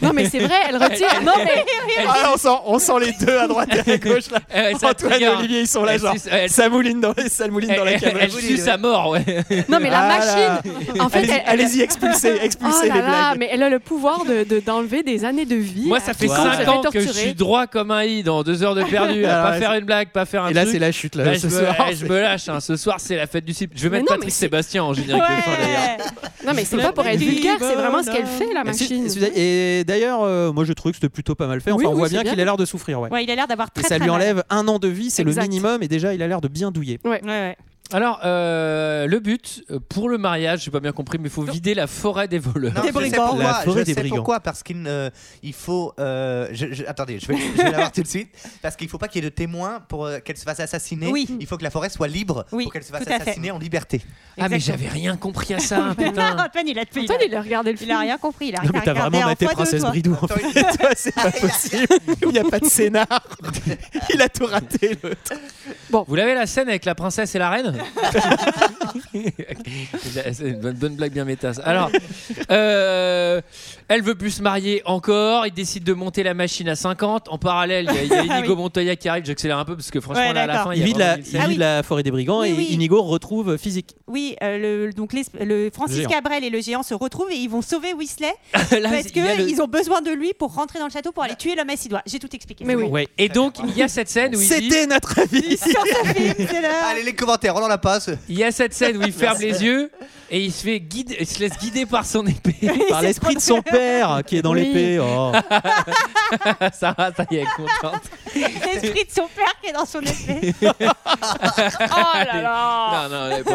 [SPEAKER 7] non, mais c'est vrai, elle retire. Non, mais.
[SPEAKER 6] Ah, on, sent, on sent les deux à droite et à gauche. Là.
[SPEAKER 1] Euh, ça
[SPEAKER 6] Antoine et
[SPEAKER 1] trigger.
[SPEAKER 6] Olivier, ils sont là,
[SPEAKER 1] Elle
[SPEAKER 6] genre.
[SPEAKER 1] suce- elle-
[SPEAKER 6] Ça mouline dans, ça mouline dans la
[SPEAKER 1] Elle, elle,
[SPEAKER 6] caméra.
[SPEAKER 1] suce à mort, ouais.
[SPEAKER 7] Non, mais la
[SPEAKER 6] Voilà.
[SPEAKER 7] machine, en fait,
[SPEAKER 6] Allez-y,
[SPEAKER 7] elle-
[SPEAKER 6] allez-y, expulsez, expulsez
[SPEAKER 7] oh là
[SPEAKER 6] les
[SPEAKER 7] là,
[SPEAKER 6] blagues.
[SPEAKER 7] mais elle a le pouvoir de de- d'enlever des années de vie.
[SPEAKER 1] Moi, ça fait
[SPEAKER 7] Wow. Je
[SPEAKER 1] 5
[SPEAKER 7] vais
[SPEAKER 1] ans que je
[SPEAKER 7] torturer.
[SPEAKER 1] suis droit comme un i dans 2 heures de perdu. à
[SPEAKER 6] Alors,
[SPEAKER 1] pas
[SPEAKER 6] Ah, ouais,
[SPEAKER 1] faire une blague, pas faire un
[SPEAKER 6] Et là,
[SPEAKER 1] truc.
[SPEAKER 6] c'est la chute, là,
[SPEAKER 1] Là, je,
[SPEAKER 6] ce
[SPEAKER 1] me,
[SPEAKER 6] soir.
[SPEAKER 1] eh, je me lâche. hein. Ce soir, c'est la fête du slip. Je vais
[SPEAKER 7] Mais
[SPEAKER 1] mettre
[SPEAKER 7] non, mais
[SPEAKER 1] Patrick
[SPEAKER 7] c'est-
[SPEAKER 1] Sébastien en générique de fin, d'ailleurs.
[SPEAKER 7] Non, mais c'est pas pour être vulgaire, c'est vraiment ce qu'elle fait, la
[SPEAKER 6] Et c'est-
[SPEAKER 7] machine.
[SPEAKER 6] et c'est- Et d'ailleurs, euh, moi, je trouve que c'était plutôt pas mal fait. Enfin,
[SPEAKER 7] Oui,
[SPEAKER 6] on
[SPEAKER 7] oui,
[SPEAKER 6] voit
[SPEAKER 7] c'est
[SPEAKER 6] bien
[SPEAKER 7] bien.
[SPEAKER 6] qu'il a l'air de souffrir, ouais.
[SPEAKER 9] Ouais, il a l'air d'avoir
[SPEAKER 6] Et
[SPEAKER 9] très
[SPEAKER 6] ça
[SPEAKER 9] très
[SPEAKER 6] lui
[SPEAKER 9] mal.
[SPEAKER 6] enlève un an de vie, c'est le
[SPEAKER 7] Exact.
[SPEAKER 6] minimum, et déjà il a l'air de bien douiller.
[SPEAKER 7] Ouais.
[SPEAKER 9] Ouais, ouais.
[SPEAKER 1] Alors, euh, le but euh, pour le mariage, j'ai pas bien compris, mais il faut vider la forêt des voleurs.
[SPEAKER 10] Non,
[SPEAKER 7] Des
[SPEAKER 10] je sais
[SPEAKER 7] brigands.
[SPEAKER 10] pourquoi,
[SPEAKER 6] La forêt
[SPEAKER 10] je
[SPEAKER 6] des
[SPEAKER 10] sais
[SPEAKER 6] brigands.
[SPEAKER 10] pourquoi, parce qu'il ne- il faut. euh, je- je- attendez, je vais, je vais l'avoir tout de suite. Parce qu'il ne faut pas qu'il y ait de témoins pour euh, qu'elle se fasse assassiner.
[SPEAKER 9] Oui.
[SPEAKER 10] Il faut que la forêt soit libre
[SPEAKER 9] Oui,
[SPEAKER 10] pour qu'elle se fasse
[SPEAKER 9] tout à fait.
[SPEAKER 10] assassiner en liberté.
[SPEAKER 1] Ah, mais j'avais rien compris à ça,
[SPEAKER 9] Non,
[SPEAKER 1] putain.
[SPEAKER 9] Antoine, il a, il,
[SPEAKER 7] Antoine, il a regardé le
[SPEAKER 9] il
[SPEAKER 7] film.
[SPEAKER 9] a rien compris. Il a
[SPEAKER 6] Non, mais
[SPEAKER 9] regardé
[SPEAKER 6] t'as vraiment
[SPEAKER 9] en
[SPEAKER 6] maté
[SPEAKER 9] fois deux,
[SPEAKER 6] Princesse
[SPEAKER 9] toi.
[SPEAKER 6] Bridou en fait. Toi, c'est pas possible. Il n'y a pas de scénar. Il a tout raté. le-
[SPEAKER 1] Vous l'avez la scène avec la princesse et la reine C'est une bonne, bonne blague bien métasse. Alors, euh, elle veut plus se marier encore. Il décide de monter la machine à 50. En parallèle, il y a- il y, a Inigo Montoya qui arrive. J'accélère un peu parce que franchement,
[SPEAKER 9] Ah Ouais,
[SPEAKER 1] là, à la
[SPEAKER 9] d'accord.
[SPEAKER 1] fin, il y
[SPEAKER 6] Il
[SPEAKER 1] a
[SPEAKER 6] vide la,
[SPEAKER 1] vraiment Ah une
[SPEAKER 6] il
[SPEAKER 1] scène.
[SPEAKER 6] vide la forêt des brigands
[SPEAKER 9] Oui,
[SPEAKER 6] et
[SPEAKER 9] oui.
[SPEAKER 6] Inigo retrouve euh, physique.
[SPEAKER 9] Oui, euh, le, donc les- le Francis
[SPEAKER 6] Géant.
[SPEAKER 9] Cabrel et le géant se retrouvent et ils vont sauver Weasley
[SPEAKER 1] Là,
[SPEAKER 9] parce
[SPEAKER 1] il y a le-
[SPEAKER 9] qu'ils ont besoin de lui pour rentrer dans le château pour aller tuer l'homme à six doigts. J'ai tout expliqué.
[SPEAKER 7] Mais oui.
[SPEAKER 6] Ouais.
[SPEAKER 1] Et donc, il y a cette scène où il dit-
[SPEAKER 6] C'était notre avis.
[SPEAKER 9] Sur ce film, c'est là.
[SPEAKER 10] Allez, les commentaires, on en a pas. ce-
[SPEAKER 1] Il y a cette scène où il ferme les yeux Et il se fait guider, il se laisse guider par son épée,
[SPEAKER 6] Par l'esprit de son père qui est dans
[SPEAKER 1] Oui.
[SPEAKER 6] l'épée. Oh.
[SPEAKER 1] Sarah, ça y est, elle est contente.
[SPEAKER 9] Oh L'esprit de son père qui est dans son épée. Oh
[SPEAKER 1] là
[SPEAKER 9] là.
[SPEAKER 1] Non, non, mais pour-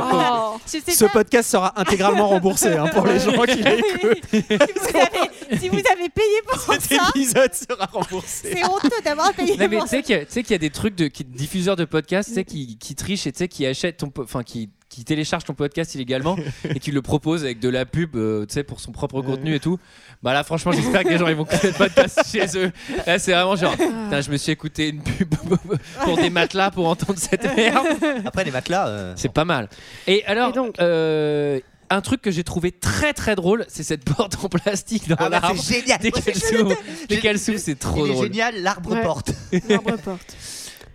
[SPEAKER 9] Oh. Je sais
[SPEAKER 6] Ce
[SPEAKER 9] pas
[SPEAKER 6] podcast sera intégralement remboursé hein, pour les gens qui l'écoutent.
[SPEAKER 9] si vous avez- si vous avez payé pour
[SPEAKER 6] Cet
[SPEAKER 9] ça.
[SPEAKER 6] épisode sera remboursé.
[SPEAKER 9] C'est honteux d'avoir payé
[SPEAKER 1] Non, mais
[SPEAKER 9] pour
[SPEAKER 1] tu sais qu'il y a- tu sais qu'il y a des trucs de qui- diffuseurs de podcasts tu sais, qui, qui trichent et tu sais, qui achètent ton po- enfin qui qui téléchargent ton podcast illégalement et qui le proposent avec de la pub euh, tu sais pour son propre contenu et tout. Bah là franchement j'espère que les gens ils vont écouter le podcast chez eux. Là c'est vraiment genre putain, je me suis écouté une pub pour des matelas pour entendre cette merde.
[SPEAKER 10] Après les matelas. euh,
[SPEAKER 1] C'est pas mal. Et alors euh, un truc que j'ai trouvé très très drôle, c'est cette porte en plastique dans
[SPEAKER 10] Ah bah,
[SPEAKER 1] l'arbre.
[SPEAKER 10] c'est génial.
[SPEAKER 1] Dès qu'elle s'ouvre, dès qu'elle s'ouvre, c'est trop
[SPEAKER 10] il est
[SPEAKER 1] drôle.
[SPEAKER 10] génial, l'arbre porte.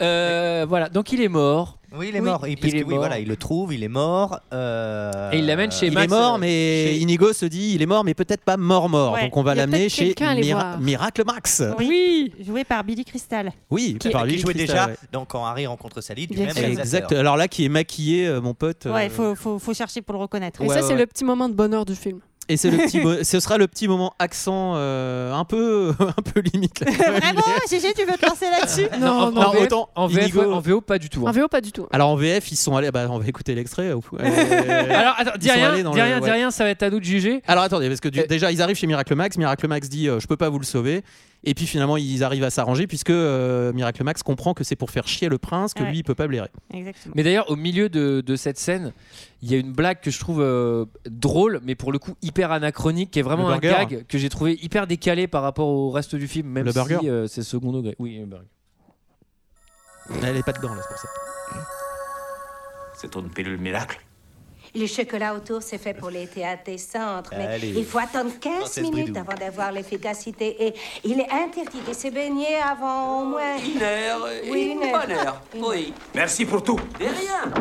[SPEAKER 1] Euh, voilà, donc il est mort.
[SPEAKER 10] Oui, il est mort. Il, parce que, oui, voilà, il le trouve, il est mort. euh,
[SPEAKER 1] Et il l'amène chez
[SPEAKER 6] il
[SPEAKER 1] Max,
[SPEAKER 6] est mort,
[SPEAKER 1] euh,
[SPEAKER 6] mais Inigo se dit il est mort, mais peut-être pas mort-mort.
[SPEAKER 9] Ouais.
[SPEAKER 6] Donc on va
[SPEAKER 9] Il y a
[SPEAKER 6] l'amener
[SPEAKER 9] peut-être
[SPEAKER 6] chez
[SPEAKER 9] quelqu'un à aller
[SPEAKER 6] Mira-
[SPEAKER 9] voir.
[SPEAKER 6] Miracle Max.
[SPEAKER 9] Oui. Joué par Billy Crystal.
[SPEAKER 6] Oui,
[SPEAKER 10] qui,
[SPEAKER 6] par
[SPEAKER 10] qui
[SPEAKER 6] Lily
[SPEAKER 10] jouait
[SPEAKER 6] Crystal,
[SPEAKER 10] déjà
[SPEAKER 6] ouais.
[SPEAKER 10] dans Quand Harry rencontre Sally, du
[SPEAKER 9] Bien
[SPEAKER 10] même
[SPEAKER 9] sûr.
[SPEAKER 10] réalisateur.
[SPEAKER 6] Exact. Alors là, qui est maquillé, euh, mon pote. euh,
[SPEAKER 9] Ouais, faut, faut, faut chercher pour le reconnaître.
[SPEAKER 6] Et Ouais, ça, c'est ouais. le
[SPEAKER 9] petit moment de bonheur du film.
[SPEAKER 6] Et c'est le petit, mo- ce sera le petit moment accent euh, un peu, un peu limite. là.
[SPEAKER 9] Vraiment, Gégé, tu veux te lancer là-dessus
[SPEAKER 6] Non, non,
[SPEAKER 1] en, VF,
[SPEAKER 6] autant,
[SPEAKER 1] en VF,
[SPEAKER 6] Inigo.
[SPEAKER 1] ouais, en VO, pas du tout. hein.
[SPEAKER 9] pas du tout.
[SPEAKER 6] Alors en VF, ils sont allés. Bah, on va écouter l'extrait. euh, euh,
[SPEAKER 1] Alors, attends,
[SPEAKER 6] ils
[SPEAKER 1] dis
[SPEAKER 6] sont
[SPEAKER 1] rien,
[SPEAKER 6] allés dans
[SPEAKER 1] dis
[SPEAKER 6] le-
[SPEAKER 1] rien, dis
[SPEAKER 6] ouais.
[SPEAKER 1] rien, ça va être à nous de juger.
[SPEAKER 6] Alors attendez, parce que du- déjà ils arrivent chez Miracle Max, Miracle Max dit euh, je peux pas vous le sauver, et puis finalement ils arrivent à s'arranger puisque euh, Miracle Max comprend que c'est pour faire chier le prince que
[SPEAKER 9] Ouais.
[SPEAKER 6] lui il peut pas blairer.
[SPEAKER 9] Exactement.
[SPEAKER 1] Mais d'ailleurs, au milieu de, de cette scène, il y a une blague que je trouve euh, drôle, mais pour le coup hyper anachronique, qui est vraiment
[SPEAKER 6] Le
[SPEAKER 1] un
[SPEAKER 6] burger.
[SPEAKER 1] gag que j'ai trouvé hyper décalé par rapport au reste du film, même
[SPEAKER 6] Le
[SPEAKER 1] si
[SPEAKER 6] burger.
[SPEAKER 1] euh, c'est second degré. Oui, le burger.
[SPEAKER 6] Elle est pas dedans là, c'est pour ça.
[SPEAKER 3] C'est ton pilule miracle
[SPEAKER 14] Le chocolat autour, c'est fait pour les théâtres des centres, mais
[SPEAKER 3] Allez.
[SPEAKER 14] il faut attendre 15
[SPEAKER 3] Princesse
[SPEAKER 14] minutes
[SPEAKER 3] Bridou.
[SPEAKER 14] avant d'avoir l'efficacité. Et il est interdit de se baigner avant au moins...
[SPEAKER 11] Une heure, et
[SPEAKER 14] Oui, une heure.
[SPEAKER 11] Une heure,
[SPEAKER 14] Une
[SPEAKER 11] oui. Merci pour tout. De rien.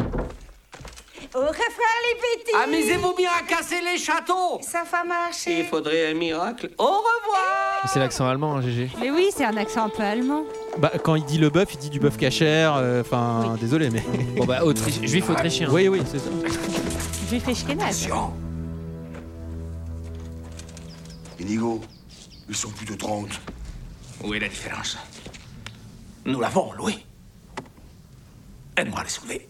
[SPEAKER 14] Au refrain, les petits
[SPEAKER 11] Ah, Amusez-vous bien à casser les châteaux
[SPEAKER 14] Ça va marcher
[SPEAKER 11] Il faudrait un miracle. Au revoir
[SPEAKER 1] Mais C'est l'accent allemand, hein, GG.
[SPEAKER 9] Mais oui, c'est un accent un peu allemand.
[SPEAKER 6] Bah, quand il dit le bœuf, il dit du bœuf cachère. euh, Enfin, désolé, mais. Ah,
[SPEAKER 1] Bon bah, autriche, juif autrichien.
[SPEAKER 6] Oui, oui, c'est ça.
[SPEAKER 9] J'ai fait Schkenaz.
[SPEAKER 15] Inigo, ils sont plus de 30.
[SPEAKER 3] Où est la différence Nous l'avons, Louis. Aide-moi à le soulever.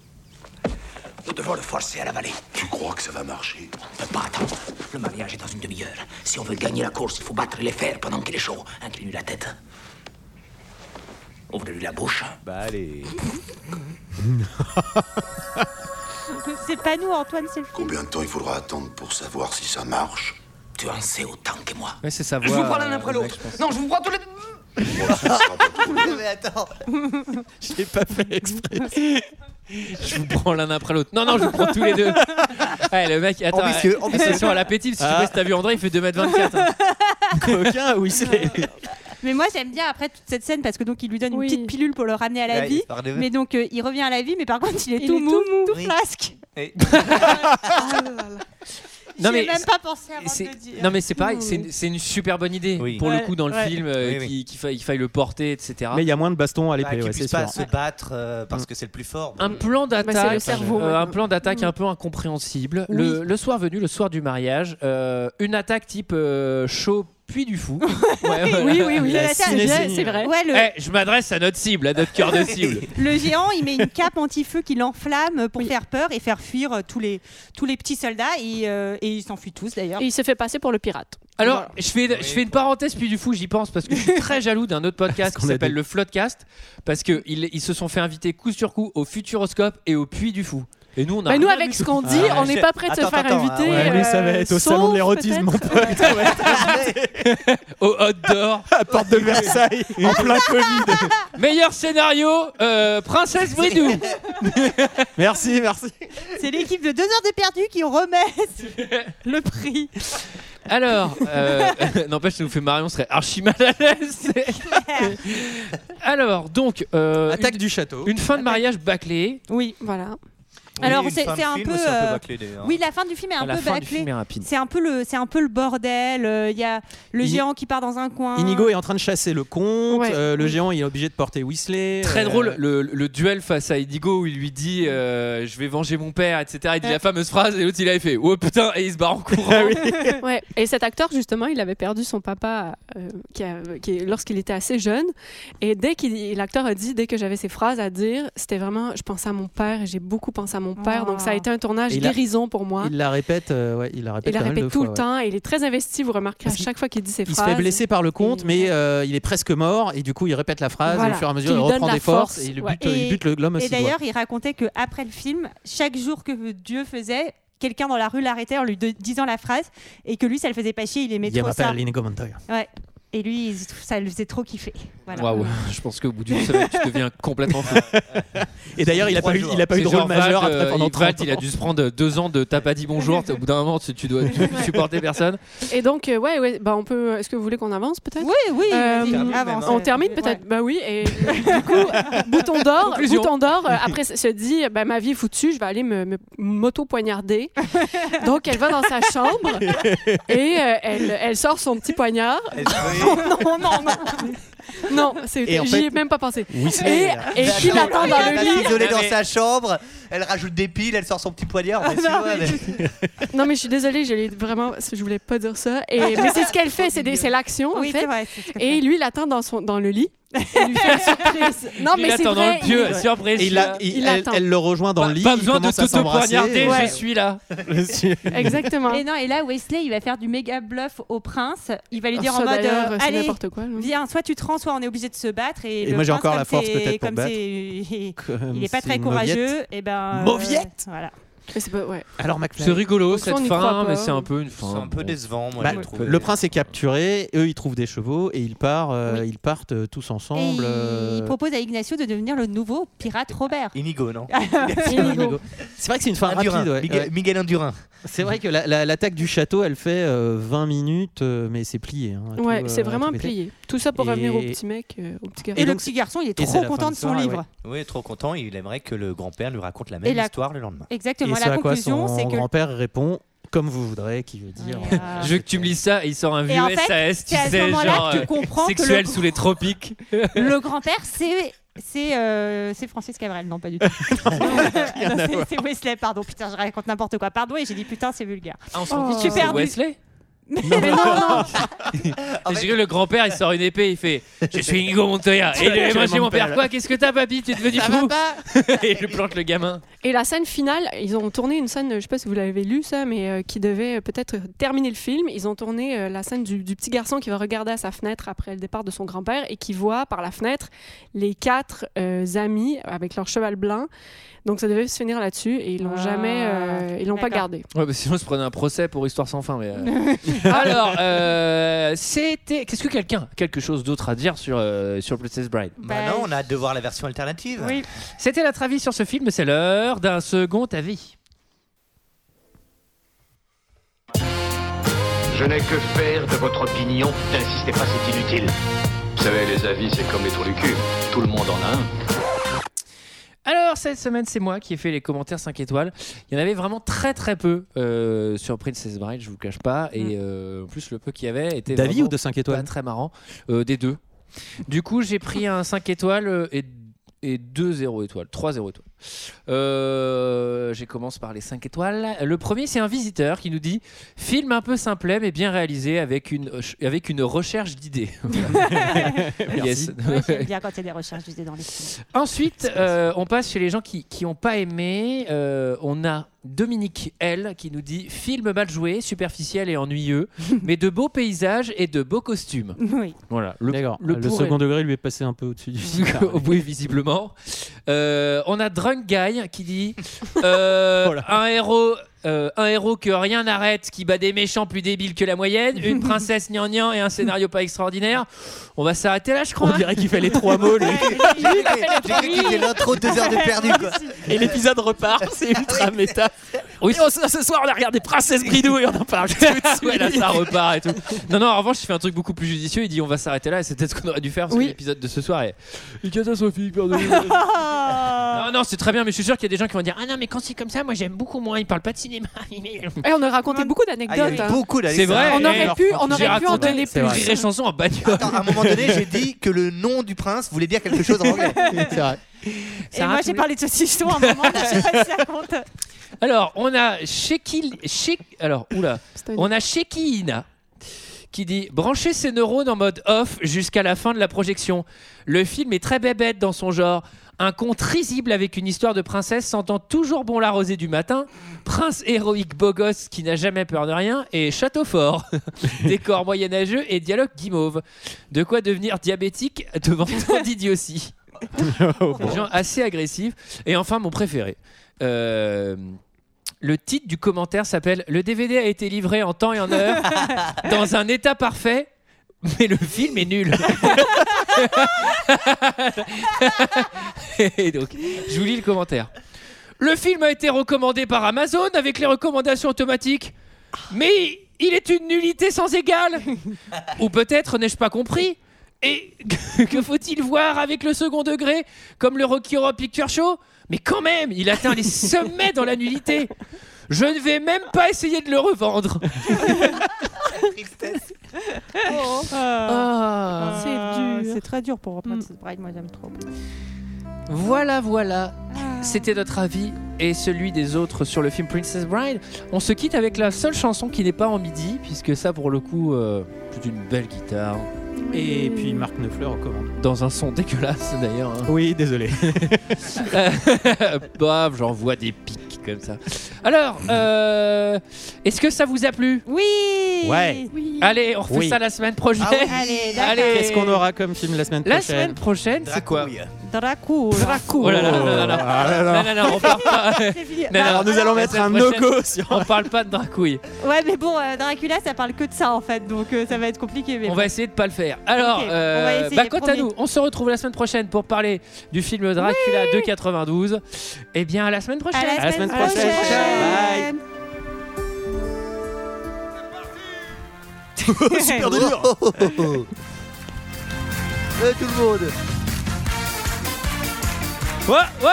[SPEAKER 3] Nous devons le forcer à l'avaler.
[SPEAKER 15] Tu crois que ça va marcher
[SPEAKER 3] On peut pas attendre. Le mariage est dans une demi-heure. Si on veut gagner la course, il faut battre les fers pendant qu'il est chaud. Incline la tête. Ouvre-lui la bouche.
[SPEAKER 10] Bah allez.
[SPEAKER 9] C'est pas nous, Antoine, c'est le film.
[SPEAKER 15] Combien de temps il faudra attendre pour savoir si ça marche Tu en sais autant que moi.
[SPEAKER 1] Ouais, c'est sa
[SPEAKER 11] Je
[SPEAKER 1] voix.
[SPEAKER 11] vous prends l'un
[SPEAKER 1] euh,
[SPEAKER 11] après
[SPEAKER 1] le mec,
[SPEAKER 11] l'autre.
[SPEAKER 1] je pense.
[SPEAKER 11] Non, je vous prends tous les deux.
[SPEAKER 10] Mais attends.
[SPEAKER 6] Je l'ai pas fait exprès.
[SPEAKER 1] Je vous prends l'un après l'autre. Non, non, je vous prends tous les deux. Ouais, le mec, attends,
[SPEAKER 6] Ambitieux,
[SPEAKER 1] euh,
[SPEAKER 6] ambitieux.
[SPEAKER 1] attention à l'appétit, parce que je sais pas si t'as vu André, il fait 2m24. hein.
[SPEAKER 6] Coquin, oui, c'est.
[SPEAKER 9] Mais moi j'aime bien après toute cette scène parce que donc il lui donne une petite pilule pour le ramener à la
[SPEAKER 10] Ouais,
[SPEAKER 9] vie.
[SPEAKER 10] histoire de-
[SPEAKER 9] Mais donc euh, il revient à la vie, mais par contre il est
[SPEAKER 10] Il
[SPEAKER 9] tout
[SPEAKER 10] est
[SPEAKER 9] mou,
[SPEAKER 10] tout
[SPEAKER 9] tout,
[SPEAKER 10] Oui.
[SPEAKER 9] flasque.
[SPEAKER 10] Et-
[SPEAKER 9] J'y ai même pas pensé avant de
[SPEAKER 1] c'est-
[SPEAKER 9] le dire.
[SPEAKER 1] Non, mais c'est pareil, c'est une, c'est une super bonne idée pour le
[SPEAKER 9] Ouais,
[SPEAKER 1] coup dans le
[SPEAKER 9] ouais.
[SPEAKER 1] film, euh,
[SPEAKER 10] Oui, oui.
[SPEAKER 1] qui- qu'il faille, qu'il faille le porter, etc.
[SPEAKER 6] Mais il y a moins de baston à
[SPEAKER 10] Bah,
[SPEAKER 6] l'épée,
[SPEAKER 10] qu'il
[SPEAKER 6] ouais, c'est
[SPEAKER 10] puisse
[SPEAKER 6] sûr.
[SPEAKER 10] pas se battre euh, parce que c'est le plus fort.
[SPEAKER 1] Un
[SPEAKER 9] Ah,
[SPEAKER 1] plan
[SPEAKER 9] bah,
[SPEAKER 10] c'est
[SPEAKER 1] d'attaque,
[SPEAKER 10] le cerveau,
[SPEAKER 1] euh,
[SPEAKER 10] ouais.
[SPEAKER 1] un plan
[SPEAKER 9] Mm.
[SPEAKER 1] d'attaque un peu incompréhensible.
[SPEAKER 10] Oui.
[SPEAKER 1] Le, le soir venu, le soir du mariage, euh, une attaque type euh, chaud puis du fou.
[SPEAKER 9] Oui, oui, oui.
[SPEAKER 1] La
[SPEAKER 9] La
[SPEAKER 1] cinésine.
[SPEAKER 9] cinésigne. C'est vrai. Ouais, le-
[SPEAKER 1] Eh, je m'adresse à notre cible, à notre cœur de cible.
[SPEAKER 9] Le géant, il met une cape anti-feu qui l'enflamme pour faire peur et faire fuir euh, tous les, tous les petits soldats. Et, euh, et ils s'enfuient tous d'ailleurs.
[SPEAKER 1] Et
[SPEAKER 9] il se fait passer pour le pirate.
[SPEAKER 1] Alors, je, fais, je fais une parenthèse puis du fou, j'y pense parce que je suis très jaloux d'un autre podcast qui
[SPEAKER 6] qu'on a
[SPEAKER 1] s'appelle
[SPEAKER 6] dit.
[SPEAKER 1] le Floodcast parce que ils, ils se sont fait inviter coup sur coup au Futuroscope et au Puy du Fou. Et nous, on a
[SPEAKER 16] Bah, nous,
[SPEAKER 1] rien
[SPEAKER 16] avec
[SPEAKER 1] du
[SPEAKER 16] ce
[SPEAKER 1] tout.
[SPEAKER 16] qu'on dit, Ah, on n'est je- pas prêt de se attends, faire attends, inviter, euh,
[SPEAKER 6] Ouais, lui, ça va
[SPEAKER 1] euh,
[SPEAKER 6] être au salon de l'érotisme, mon pote.
[SPEAKER 1] au hot d'or.
[SPEAKER 6] À porte de Versailles, en plein Covid.
[SPEAKER 1] Meilleur scénario, euh, Princesse Bridou.
[SPEAKER 6] Merci, merci.
[SPEAKER 9] C'est l'équipe de deux heures de perdu qui remet le prix.
[SPEAKER 1] Alors, euh, n'empêche, ça nous fait marrer, on serait archi mal à l'aise. c'est- Alors, donc. euh,
[SPEAKER 6] Attaque
[SPEAKER 1] une-
[SPEAKER 6] du château.
[SPEAKER 1] Une fin de mariage bâclée.
[SPEAKER 9] Oui,
[SPEAKER 7] voilà.
[SPEAKER 10] Oui,
[SPEAKER 9] Alors
[SPEAKER 10] une
[SPEAKER 9] c'est
[SPEAKER 10] fin de
[SPEAKER 9] c'est un
[SPEAKER 10] film,
[SPEAKER 9] peu,
[SPEAKER 10] c'est un peu
[SPEAKER 9] euh,
[SPEAKER 10] bâclé, d'ailleurs. hein.
[SPEAKER 9] oui la fin du film est un
[SPEAKER 10] La
[SPEAKER 9] peu
[SPEAKER 10] fin du
[SPEAKER 9] bâclée.
[SPEAKER 10] film est rapide.
[SPEAKER 9] C'est un peu le c'est un peu le bordel. euh, Il y a le
[SPEAKER 6] Ini-
[SPEAKER 9] géant qui part dans un
[SPEAKER 7] Ah.
[SPEAKER 9] coin.
[SPEAKER 6] Inigo est en train de chasser le comte,
[SPEAKER 9] Ouais.
[SPEAKER 6] euh, le géant il est obligé de porter Whistler.
[SPEAKER 1] Très
[SPEAKER 6] euh,
[SPEAKER 1] drôle, le, le duel face à Idigo où il lui dit euh, Je vais venger mon père, etc. Il dit la fameuse phrase et l'autre il avait fait Oh putain, et il se barre en
[SPEAKER 6] Ah
[SPEAKER 1] courant.
[SPEAKER 7] ouais. Et cet acteur, justement, il avait perdu son papa euh, qui a- qui- lorsqu'il était assez jeune. Et dès qu'il l'acteur a dit, dès que j'avais ces phrases à dire, c'était vraiment, je pensais à mon père et j'ai beaucoup pensé à mon père. Donc ça a été un tournage
[SPEAKER 6] Et il a-
[SPEAKER 7] guérison pour moi.
[SPEAKER 6] Il la répète, euh, ouais, il la répète,
[SPEAKER 7] Il la
[SPEAKER 6] pas mal
[SPEAKER 7] répète
[SPEAKER 6] de
[SPEAKER 7] tout
[SPEAKER 6] fois,
[SPEAKER 7] le
[SPEAKER 6] ouais.
[SPEAKER 7] temps et il est très investi, vous remarquerez à chaque fois qu'il dit ses
[SPEAKER 6] Il se
[SPEAKER 7] phrases.
[SPEAKER 6] fait blesser par le comte, mais euh, il est presque mort, et du coup il répète la phrase, et
[SPEAKER 9] Voilà.
[SPEAKER 6] au fur et à mesure il
[SPEAKER 9] Qui lui donne
[SPEAKER 6] reprend
[SPEAKER 9] la
[SPEAKER 6] des forces,
[SPEAKER 9] force,
[SPEAKER 6] et il
[SPEAKER 9] ouais.
[SPEAKER 6] bute, il bute le l'homme
[SPEAKER 9] Et
[SPEAKER 6] aussi.
[SPEAKER 9] d'ailleurs, il racontait que après le film, chaque jour que Dieu faisait, quelqu'un dans la rue l'arrêtait en lui de- disant la phrase et que lui, ça le faisait pas chier, il aimait trop ça. Ouais. Et lui, il- ça le faisait trop kiffer. Voilà.
[SPEAKER 1] Waouh, je pense qu'au bout d'une semaine, tu deviens complètement fou.
[SPEAKER 6] Et d'ailleurs, il a pas eu- il a pas eu de
[SPEAKER 1] C'est
[SPEAKER 6] rôle
[SPEAKER 1] genre
[SPEAKER 6] majeur
[SPEAKER 1] Vald,
[SPEAKER 6] après
[SPEAKER 1] euh,
[SPEAKER 6] pendant
[SPEAKER 1] il- Vald,
[SPEAKER 6] 30
[SPEAKER 1] Il a dû se prendre deux ans de t'as pas dit bonjour. Au bout d'un moment, tu, tu dois tu- tu supporter personne.
[SPEAKER 7] Et donc, euh, ouais, ouais, bah on peut. Est-ce que vous voulez qu'on avance peut-être
[SPEAKER 9] Oui, oui.
[SPEAKER 7] Euh,
[SPEAKER 9] vas-y, avance.
[SPEAKER 7] On termine peut-être. Bah oui. Et euh, du coup, bouton d'or.
[SPEAKER 9] Conclusion.
[SPEAKER 7] Bouton d'or. euh, après, se dit, bah, ma vie est foutue. Je vais aller me, me m'auto poignarder. donc, elle va dans sa chambre et euh, elle, elle sort son petit poignard. non, non, non. Non, c'est.
[SPEAKER 10] Et en
[SPEAKER 7] J'y ai
[SPEAKER 10] fait-
[SPEAKER 7] même pas pensé.
[SPEAKER 10] Whistler.
[SPEAKER 7] Et, et qui l'attend dans le lit.
[SPEAKER 10] Isolée dans sa chambre, elle rajoute des piles, elle sort son petit poignard. mais
[SPEAKER 7] Ah,
[SPEAKER 10] c'est
[SPEAKER 7] non,
[SPEAKER 10] vrai,
[SPEAKER 7] mais-
[SPEAKER 10] mais-
[SPEAKER 7] Non mais je suis désolée, je l'ai vraiment, je voulais pas dire ça. Et, mais c'est ce qu'elle fait, c'est des- c'est l'action en
[SPEAKER 9] Oui,
[SPEAKER 7] fait.
[SPEAKER 9] c'est vrai, c'est ce qu'elle
[SPEAKER 7] et lui, il l'attend dans son, dans le lit. Il lui fait une surprise. Non
[SPEAKER 1] Il
[SPEAKER 7] mais c'est
[SPEAKER 1] l'attend dans
[SPEAKER 7] vrai.
[SPEAKER 1] le pieu,
[SPEAKER 7] il-
[SPEAKER 1] surprise.
[SPEAKER 6] Et il a- il-
[SPEAKER 7] Il
[SPEAKER 6] elle,
[SPEAKER 7] attend.
[SPEAKER 6] elle le rejoint dans le lit.
[SPEAKER 1] pas
[SPEAKER 6] ils
[SPEAKER 1] besoin de
[SPEAKER 6] commencent à s'embrasser.
[SPEAKER 1] t'auto-poignarder, je suis là.
[SPEAKER 7] Exactement.
[SPEAKER 9] Et non, et là, Wesley, il va faire du méga bluff au prince. Il va lui
[SPEAKER 7] Ah,
[SPEAKER 9] dire
[SPEAKER 7] ça,
[SPEAKER 9] en mode
[SPEAKER 7] d'ailleurs,
[SPEAKER 9] euh,
[SPEAKER 7] c'est
[SPEAKER 9] Allez,
[SPEAKER 7] n'importe quoi, là.
[SPEAKER 9] viens, soit tu te rends, soit on est obligé de se battre. Et,
[SPEAKER 6] Et
[SPEAKER 9] le
[SPEAKER 6] moi, j'ai
[SPEAKER 9] prince,
[SPEAKER 6] encore la
[SPEAKER 9] comme
[SPEAKER 6] force
[SPEAKER 9] c'est-
[SPEAKER 6] peut-être pour
[SPEAKER 9] comme
[SPEAKER 6] battre.
[SPEAKER 9] c'est-
[SPEAKER 6] Comme
[SPEAKER 9] Il est pas
[SPEAKER 6] c'est
[SPEAKER 9] très
[SPEAKER 6] une
[SPEAKER 9] courageux.
[SPEAKER 6] mauviette.
[SPEAKER 9] Et ben, euh,
[SPEAKER 6] Mauviette
[SPEAKER 9] Voilà.
[SPEAKER 7] Mais c'est pas, ouais.
[SPEAKER 6] Alors McFly.
[SPEAKER 1] C'est rigolo
[SPEAKER 7] Donc, ça,
[SPEAKER 1] cette
[SPEAKER 7] on y
[SPEAKER 1] fin,
[SPEAKER 7] croit
[SPEAKER 1] mais
[SPEAKER 7] pas.
[SPEAKER 1] c'est un peu une fin.
[SPEAKER 10] C'est un peu décevant, moi,
[SPEAKER 6] Bah,
[SPEAKER 10] je trouve.
[SPEAKER 6] le prince est capturé, eux ils trouvent des chevaux et ils partent, euh, ils partent euh, tous ensemble.
[SPEAKER 9] Et
[SPEAKER 6] euh,
[SPEAKER 9] il propose à Ignacio de devenir le nouveau pirate Robert.
[SPEAKER 10] Inigo, non
[SPEAKER 9] Inigo.
[SPEAKER 6] C'est vrai que c'est une fin
[SPEAKER 10] Andurin,
[SPEAKER 6] rapide. ouais.
[SPEAKER 10] Miguel-
[SPEAKER 6] Ouais.
[SPEAKER 10] Miguel Andurin.
[SPEAKER 6] C'est vrai que la- la- l'attaque du château, elle fait euh, 20 minutes, euh, mais c'est plié. hein, tout,
[SPEAKER 7] Ouais,
[SPEAKER 6] euh,
[SPEAKER 7] c'est vraiment
[SPEAKER 6] tout pété.
[SPEAKER 7] plié. Tout ça pour
[SPEAKER 6] Et-
[SPEAKER 7] revenir au petit mec, euh, au petit garçon.
[SPEAKER 9] Et le petit garçon, il est
[SPEAKER 10] Et c'est
[SPEAKER 9] trop
[SPEAKER 10] la fin
[SPEAKER 9] content de son
[SPEAKER 10] l'histoire,
[SPEAKER 9] livre.
[SPEAKER 10] ouais. Oui, trop content. Il aimerait que le grand-père lui raconte la même
[SPEAKER 9] la-
[SPEAKER 10] histoire le lendemain.
[SPEAKER 9] Exactement.
[SPEAKER 6] Et
[SPEAKER 9] la
[SPEAKER 6] ce à quoi
[SPEAKER 9] conclusion, c'est
[SPEAKER 6] son
[SPEAKER 9] que. Ah.
[SPEAKER 6] grand-père répond comme vous voudrez, qui veut dire. euh,
[SPEAKER 1] Je veux que tu me lises ça et il sort un vieux
[SPEAKER 9] Et en fait,
[SPEAKER 1] SAS, tu
[SPEAKER 9] c'est à ce
[SPEAKER 1] sais,
[SPEAKER 9] moment-là
[SPEAKER 1] genre
[SPEAKER 9] que tu
[SPEAKER 1] euh,
[SPEAKER 9] comprends que le
[SPEAKER 1] sexuel
[SPEAKER 9] grand-
[SPEAKER 1] sous les tropiques.
[SPEAKER 9] Le grand-père, c'est. C'est euh, c'est Francis Cabrel, non pas du tout. Non, c'est- c'est Wesley, pardon. Putain, je raconte n'importe quoi. Pardon, et j'ai dit putain, c'est vulgaire.
[SPEAKER 1] Ah,
[SPEAKER 9] Oh.
[SPEAKER 1] on s'en
[SPEAKER 9] Je
[SPEAKER 1] fiche,
[SPEAKER 9] suis
[SPEAKER 1] c'est
[SPEAKER 9] perdue.
[SPEAKER 1] Wesley
[SPEAKER 9] Mais non, non.
[SPEAKER 1] J'ai cru que le grand-père il sort une épée, il fait Je suis Inigo Montoya.
[SPEAKER 6] Tu
[SPEAKER 1] Et il
[SPEAKER 6] vas-
[SPEAKER 1] est-
[SPEAKER 6] tu
[SPEAKER 1] moi
[SPEAKER 6] vas
[SPEAKER 1] j'ai mon père
[SPEAKER 6] m'appeler.
[SPEAKER 1] quoi Qu'est-ce que t'as, papy Tu es devenu fou Et il plante le gamin.
[SPEAKER 7] Et la scène finale, ils ont tourné une scène, je sais pas si vous l'avez lu ça, mais euh, qui devait euh, peut-être terminer le film. Ils ont tourné euh, la scène du, du petit garçon qui va regarder à sa fenêtre après le départ de son grand-père et qui voit par la fenêtre les quatre euh, amis avec leur cheval blanc. Donc ça devait se finir là-dessus et ils l'ont
[SPEAKER 10] Ah,
[SPEAKER 7] jamais, euh, ils l'ont pas gardé.
[SPEAKER 1] Ouais, bah sinon, je prenais un procès pour Histoire sans fin. Mais euh. Alors, euh, c'était. Qu'est-ce que quelqu'un a quelque chose d'autre à dire sur, euh, sur Princess Bride
[SPEAKER 10] Bah non, on a hâte de voir la version alternative.
[SPEAKER 1] C'était notre avis sur ce film, c'est l'heure d'un second avis.
[SPEAKER 17] Je n'ai que faire de votre opinion. N'insistez pas, c'est inutile. Vous savez, les avis, c'est comme les trous du cul. Tout le monde en a un.
[SPEAKER 1] Alors, cette semaine, c'est moi qui ai fait les commentaires 5 étoiles. Il y en avait vraiment très très peu euh, sur Princess Bride, je vous le cache pas. Et euh, en plus, le peu qu'il y avait était.
[SPEAKER 6] D'avis
[SPEAKER 1] vraiment
[SPEAKER 6] ou de cinq étoiles
[SPEAKER 1] Pas très marrant. Euh, des deux. Du coup, j'ai pris un 5 étoiles euh, et, et 2 0 étoiles. 3 0 étoiles. Euh, j'ai commence par les 5 étoiles. Le premier, c'est un visiteur qui nous dit Film un peu simplet mais bien réalisé avec une, euh, avec une recherche d'idées. Yes.
[SPEAKER 9] Ouais, J'aime bien quand il y a des recherches d'idées dans les films.
[SPEAKER 1] Ensuite, euh, on passe chez les gens qui n'ont pas aimé. Euh, on a Dominique L qui nous dit film mal joué, superficiel et ennuyeux, mais de beaux paysages et de beaux costumes.
[SPEAKER 9] Oui.
[SPEAKER 1] Voilà. Le,
[SPEAKER 6] D'accord.
[SPEAKER 1] le
[SPEAKER 6] Ah, Le,
[SPEAKER 1] pour
[SPEAKER 6] second
[SPEAKER 1] et-
[SPEAKER 6] degré lui est passé un peu au-dessus du
[SPEAKER 1] oui, visiblement. Euh, on a Drunk Guy qui dit euh,
[SPEAKER 6] Oh
[SPEAKER 1] un héros. euh, un héros que rien n'arrête, qui bat des méchants plus débiles que la moyenne, une princesse gnangnan et un scénario pas extraordinaire. On va s'arrêter là, je crois.
[SPEAKER 6] On dirait qu'il fait les trois mots, lui.
[SPEAKER 10] J'ai cru qu'il était l'intro de deux heures de perdu. Quoi. Ah
[SPEAKER 6] Et l'épisode repart, c'est ultra méta.
[SPEAKER 1] Oui,
[SPEAKER 6] Et on- ce soir, on a regardé Princesse Bridou et on en parle tout de suite.
[SPEAKER 1] Ouais, là, ça repart et tout. Non, non, en revanche, il fait un truc beaucoup plus judicieux. Il dit on va s'arrêter là et c'est peut-être ce qu'on aurait dû faire parce que l'épisode de ce soir est, est catastrophique. pardon. non, non, c'est très bien, mais je suis sûr qu'il y a des gens qui vont dire Ah non, mais quand c'est comme ça, moi j'aime beaucoup moins. Il parle pas de cinéma.
[SPEAKER 7] Et Ah on a raconté beaucoup
[SPEAKER 10] Ah,
[SPEAKER 7] d'anecdotes.
[SPEAKER 10] il y a
[SPEAKER 7] hein.
[SPEAKER 10] beaucoup
[SPEAKER 1] C'est vrai,
[SPEAKER 7] On aurait
[SPEAKER 1] eh,
[SPEAKER 7] pu, on
[SPEAKER 1] j'ai
[SPEAKER 7] aurait pu en
[SPEAKER 1] raconté
[SPEAKER 7] donner
[SPEAKER 1] c'est
[SPEAKER 7] plus.
[SPEAKER 1] vrai. Rire et chanson en bagnole.
[SPEAKER 10] Attends, à un moment donné, j'ai dit que le nom du prince voulait dire quelque chose en anglais.
[SPEAKER 6] C'est vrai.
[SPEAKER 9] Et moi, j'ai parlé de saucisson à un moment, je sais pas si ça compte.
[SPEAKER 1] Alors, on a Shekil. Shek... Alors, oula.
[SPEAKER 9] une-
[SPEAKER 1] On a Shekiina qui dit Branchez ses neurones en mode off jusqu'à la fin de la projection. Le film est très bébête dans son genre. Un conte risible avec une histoire de princesse sentant toujours bon la rosée du matin, prince héroïque beau gosse qui n'a jamais peur de rien et château fort. Décor moyenâgeux et dialogue guimauve. De quoi devenir diabétique devant tant d'idiotie. Des gens assez agressifs. Et enfin, mon préféré. Euh, Le titre du commentaire s'appelle Le DVD a été livré en temps et en heure, dans un état parfait, mais le film est nul. et donc, je vous lis le commentaire. Le film a été recommandé par Amazon avec les recommandations automatiques, mais il est une nullité sans égale. Ou peut-être n'ai-je pas compris Et que faut-il voir avec le second degré Comme le Rocky Horror Picture Show Mais quand même, il atteint les sommets dans la nullité. Je ne vais même pas essayer de le revendre. Ah.
[SPEAKER 9] Oh. C'est dur. Mm. C'est très dur pour Princess Bride, moi j'aime trop.
[SPEAKER 1] Voilà, voilà. C'était notre avis et celui des autres sur le film Princess Bride. On se quitte avec la seule chanson qui n'est pas en midi, puisque ça, pour le coup, euh, c'est une belle guitare.
[SPEAKER 6] Et puis Marc Neufler recommande.
[SPEAKER 1] Dans un son dégueulasse, d'ailleurs. hein.
[SPEAKER 6] Oui, désolé.
[SPEAKER 1] Baf, j'envoie des pics comme ça. Alors, euh, est-ce que ça vous a plu
[SPEAKER 9] Oui
[SPEAKER 6] Ouais.
[SPEAKER 1] Allez, on refait
[SPEAKER 6] Oui.
[SPEAKER 1] ça la semaine prochaine.
[SPEAKER 6] Ah oui.
[SPEAKER 9] Allez, d'accord.
[SPEAKER 1] Allez.
[SPEAKER 6] Qu'est-ce qu'on aura comme film la semaine
[SPEAKER 1] La
[SPEAKER 6] prochaine
[SPEAKER 1] semaine prochaine, c'est quoi
[SPEAKER 9] Dracul.
[SPEAKER 1] Oh là là là là là.
[SPEAKER 6] Ah là là.
[SPEAKER 1] Non, non, non, on parle pas.
[SPEAKER 9] fini. Bah,
[SPEAKER 1] Non, non,
[SPEAKER 9] Alors, nous
[SPEAKER 1] la
[SPEAKER 9] allons mettre
[SPEAKER 1] semaine
[SPEAKER 9] un no-go
[SPEAKER 1] prochaine, On parle pas de dracouille.
[SPEAKER 9] Ouais, mais bon, euh, Dracula, ça parle que de ça en fait, donc euh, ça va être compliqué. Mais
[SPEAKER 1] On va essayer de pas le faire. Alors,
[SPEAKER 9] Ok, on va
[SPEAKER 1] euh,
[SPEAKER 9] essayer,
[SPEAKER 1] bah, quant à
[SPEAKER 9] promis.
[SPEAKER 1] nous, on se retrouve la semaine prochaine pour parler du film Dracula de 92. Eh bien, à la semaine prochaine.
[SPEAKER 6] À la semaine prochaine. Bye.
[SPEAKER 10] Super délire. Eh, tout le monde
[SPEAKER 1] Ouais, ouais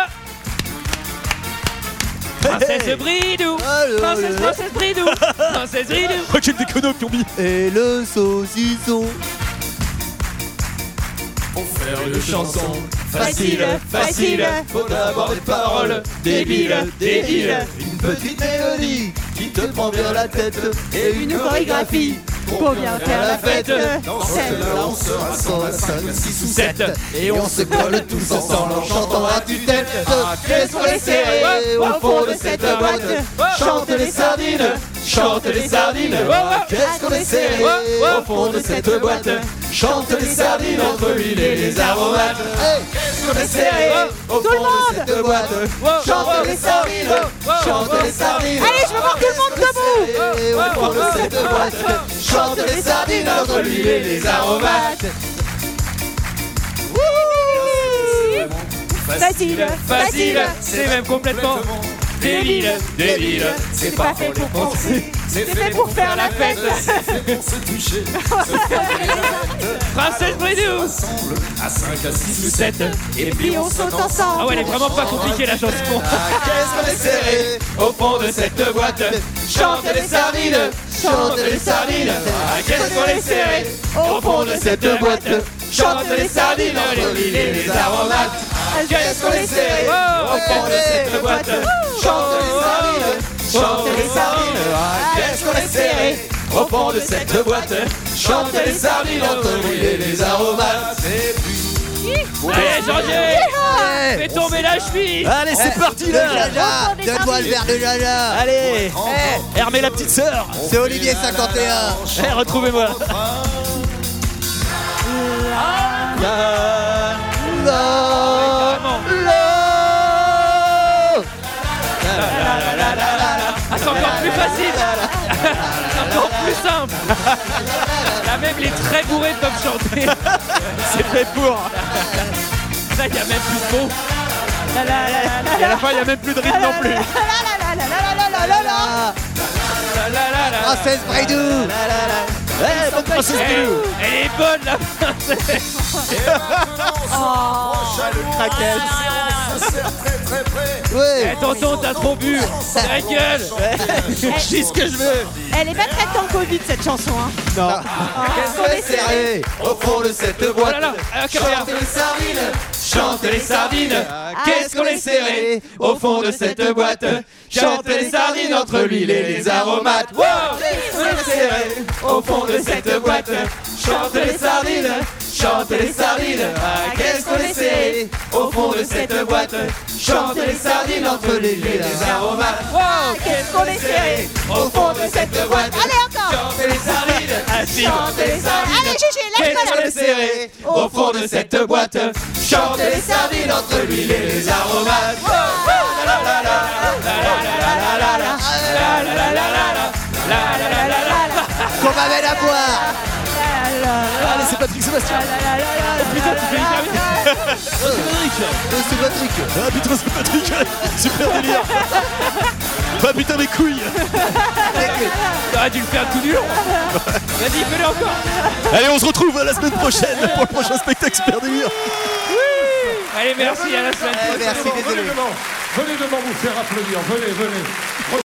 [SPEAKER 1] Princesse Bridou Princesse, princesse Bridou Princesse Bridou
[SPEAKER 6] Rocket des conneaux qui ont mis
[SPEAKER 10] Et le saucisson
[SPEAKER 12] Faire une chanson
[SPEAKER 10] Facile, facile.
[SPEAKER 12] Faut d'abord des paroles débiles, débiles Une petite mélodie qui te prend bien la tête Et une chorégraphie pour bien faire la fête Dans ce là on se rassemble 5, 6 ou 7 Et on se colle tous ensemble en chantant à tue-tête Craquez sur les serrés au fond de cette boîte Chante les sardines, chante les sardines Qu'est-ce qu'on est serré au fond de cette boîte Chante les sardines entre l'huile et les aromates Qu'est-ce qu'on est serré au fond de cette boîte Chante les sardines, chante les sardines
[SPEAKER 9] Allez, je veux voir tout le monde
[SPEAKER 12] debout Au fond de cette boîte Chante les sardines entre l'huile et les aromates
[SPEAKER 9] Facile,
[SPEAKER 12] facile, c'est même complètement débile, débile. C'est pas fait pour penser, c'est fait pour faire la fête. C'est fait pour se toucher, se faire les arêtes.
[SPEAKER 1] Princesse Bridou
[SPEAKER 12] À 5, à 6 ou 7, et puis on saute ensemble.
[SPEAKER 1] Ah ouais, elle est vraiment pas compliquée la chanson.
[SPEAKER 12] Qu'est-ce qu'on est serré au fond de cette boîte Chante les sardines, chante les sardines. Ah, Qu'est-ce qu'on est serré au fond de cette boîte Chante les sardines, entre l'huile et les aromates. Ah, Qu'est-ce qu'on est serré au fond de cette boîte Chante les sardines, chante les sardines. Ah, Qu'est-ce qu'on est serré au fond de cette boîte Chante les sardines, Ah, entre l'huile et les aromates. C'est plus.
[SPEAKER 1] Allez, Jean-Jay Fais tomber la cheville
[SPEAKER 6] Allez, c'est
[SPEAKER 1] Eh,
[SPEAKER 6] parti là
[SPEAKER 10] Donne-moi le verre de Jaja
[SPEAKER 6] Allez Hermé la petite sœur
[SPEAKER 10] C'est Olivier 51
[SPEAKER 6] Eh, retrouvez-moi
[SPEAKER 12] Ah.
[SPEAKER 1] Ah, c'est encore plus facile C'est encore plus simple Là même les très bourrés peuvent chanter
[SPEAKER 6] C'est fait pour
[SPEAKER 1] Là il y a même plus de mots
[SPEAKER 9] La la la la la
[SPEAKER 6] Ah, Et à la fin, il n'y a même plus de rythme non plus
[SPEAKER 9] la la la la la la la
[SPEAKER 12] la
[SPEAKER 9] la.
[SPEAKER 12] la la
[SPEAKER 10] Princesse Braidou
[SPEAKER 12] Ouais, bonne princesse Braidou
[SPEAKER 1] Elle est bonne la princesse
[SPEAKER 12] Le kraken
[SPEAKER 10] Ouais.
[SPEAKER 1] Eh, Tonton, t'as trop bu Ta gueule
[SPEAKER 12] Je dis ce que je veux
[SPEAKER 9] Elle est pas très tant Covid cette chanson. Hein.
[SPEAKER 12] Non
[SPEAKER 9] qu'on est
[SPEAKER 12] Qu'est-ce
[SPEAKER 9] serré
[SPEAKER 12] serré au fond de cette boîte
[SPEAKER 1] Oh là là,
[SPEAKER 12] Ah,
[SPEAKER 1] à la carrière.
[SPEAKER 12] Chante les sardines Chante les sardines Ah, Qu'est-ce qu'on est serré au fond de cette boîte Chante les sardines entre l'huile et les aromates Wow Qu'est-ce qu'on est serré au fond de cette boîte Chante les sardines Chante les sardines Ah, Qu'est-ce qu'on est serré au fond de cette boîte Chante les sardines entre l'huile et les aromates
[SPEAKER 9] Wow, qu'est-ce qu'on est serré
[SPEAKER 12] au fond de cette boîte
[SPEAKER 9] Allez encore
[SPEAKER 12] Chante les sardines Chante les sardines
[SPEAKER 9] Allez Gégé,
[SPEAKER 12] Qu'est-ce qu'on
[SPEAKER 9] lève-toi
[SPEAKER 12] est serré au fond de cette boîte Chante les sardines entre l'huile et les aromates
[SPEAKER 10] Qu'on m'amène à boire
[SPEAKER 12] Allez, Ah, c'est Patrick Sébastien Oh putain, tu fais une carrière
[SPEAKER 10] Euh, C'est Patrick
[SPEAKER 12] Ah putain, c'est Patrick Super délire Bah putain, mes couilles
[SPEAKER 1] T'aurais dû le faire tout dur Vas-y, fais-le encore
[SPEAKER 12] Allez, on se retrouve la semaine prochaine pour le prochain spectacle Super délire
[SPEAKER 1] Allez, merci, à la semaine
[SPEAKER 10] merci,
[SPEAKER 12] Eh,
[SPEAKER 18] Venez devant, venez devant vous faire applaudir, venez, venez.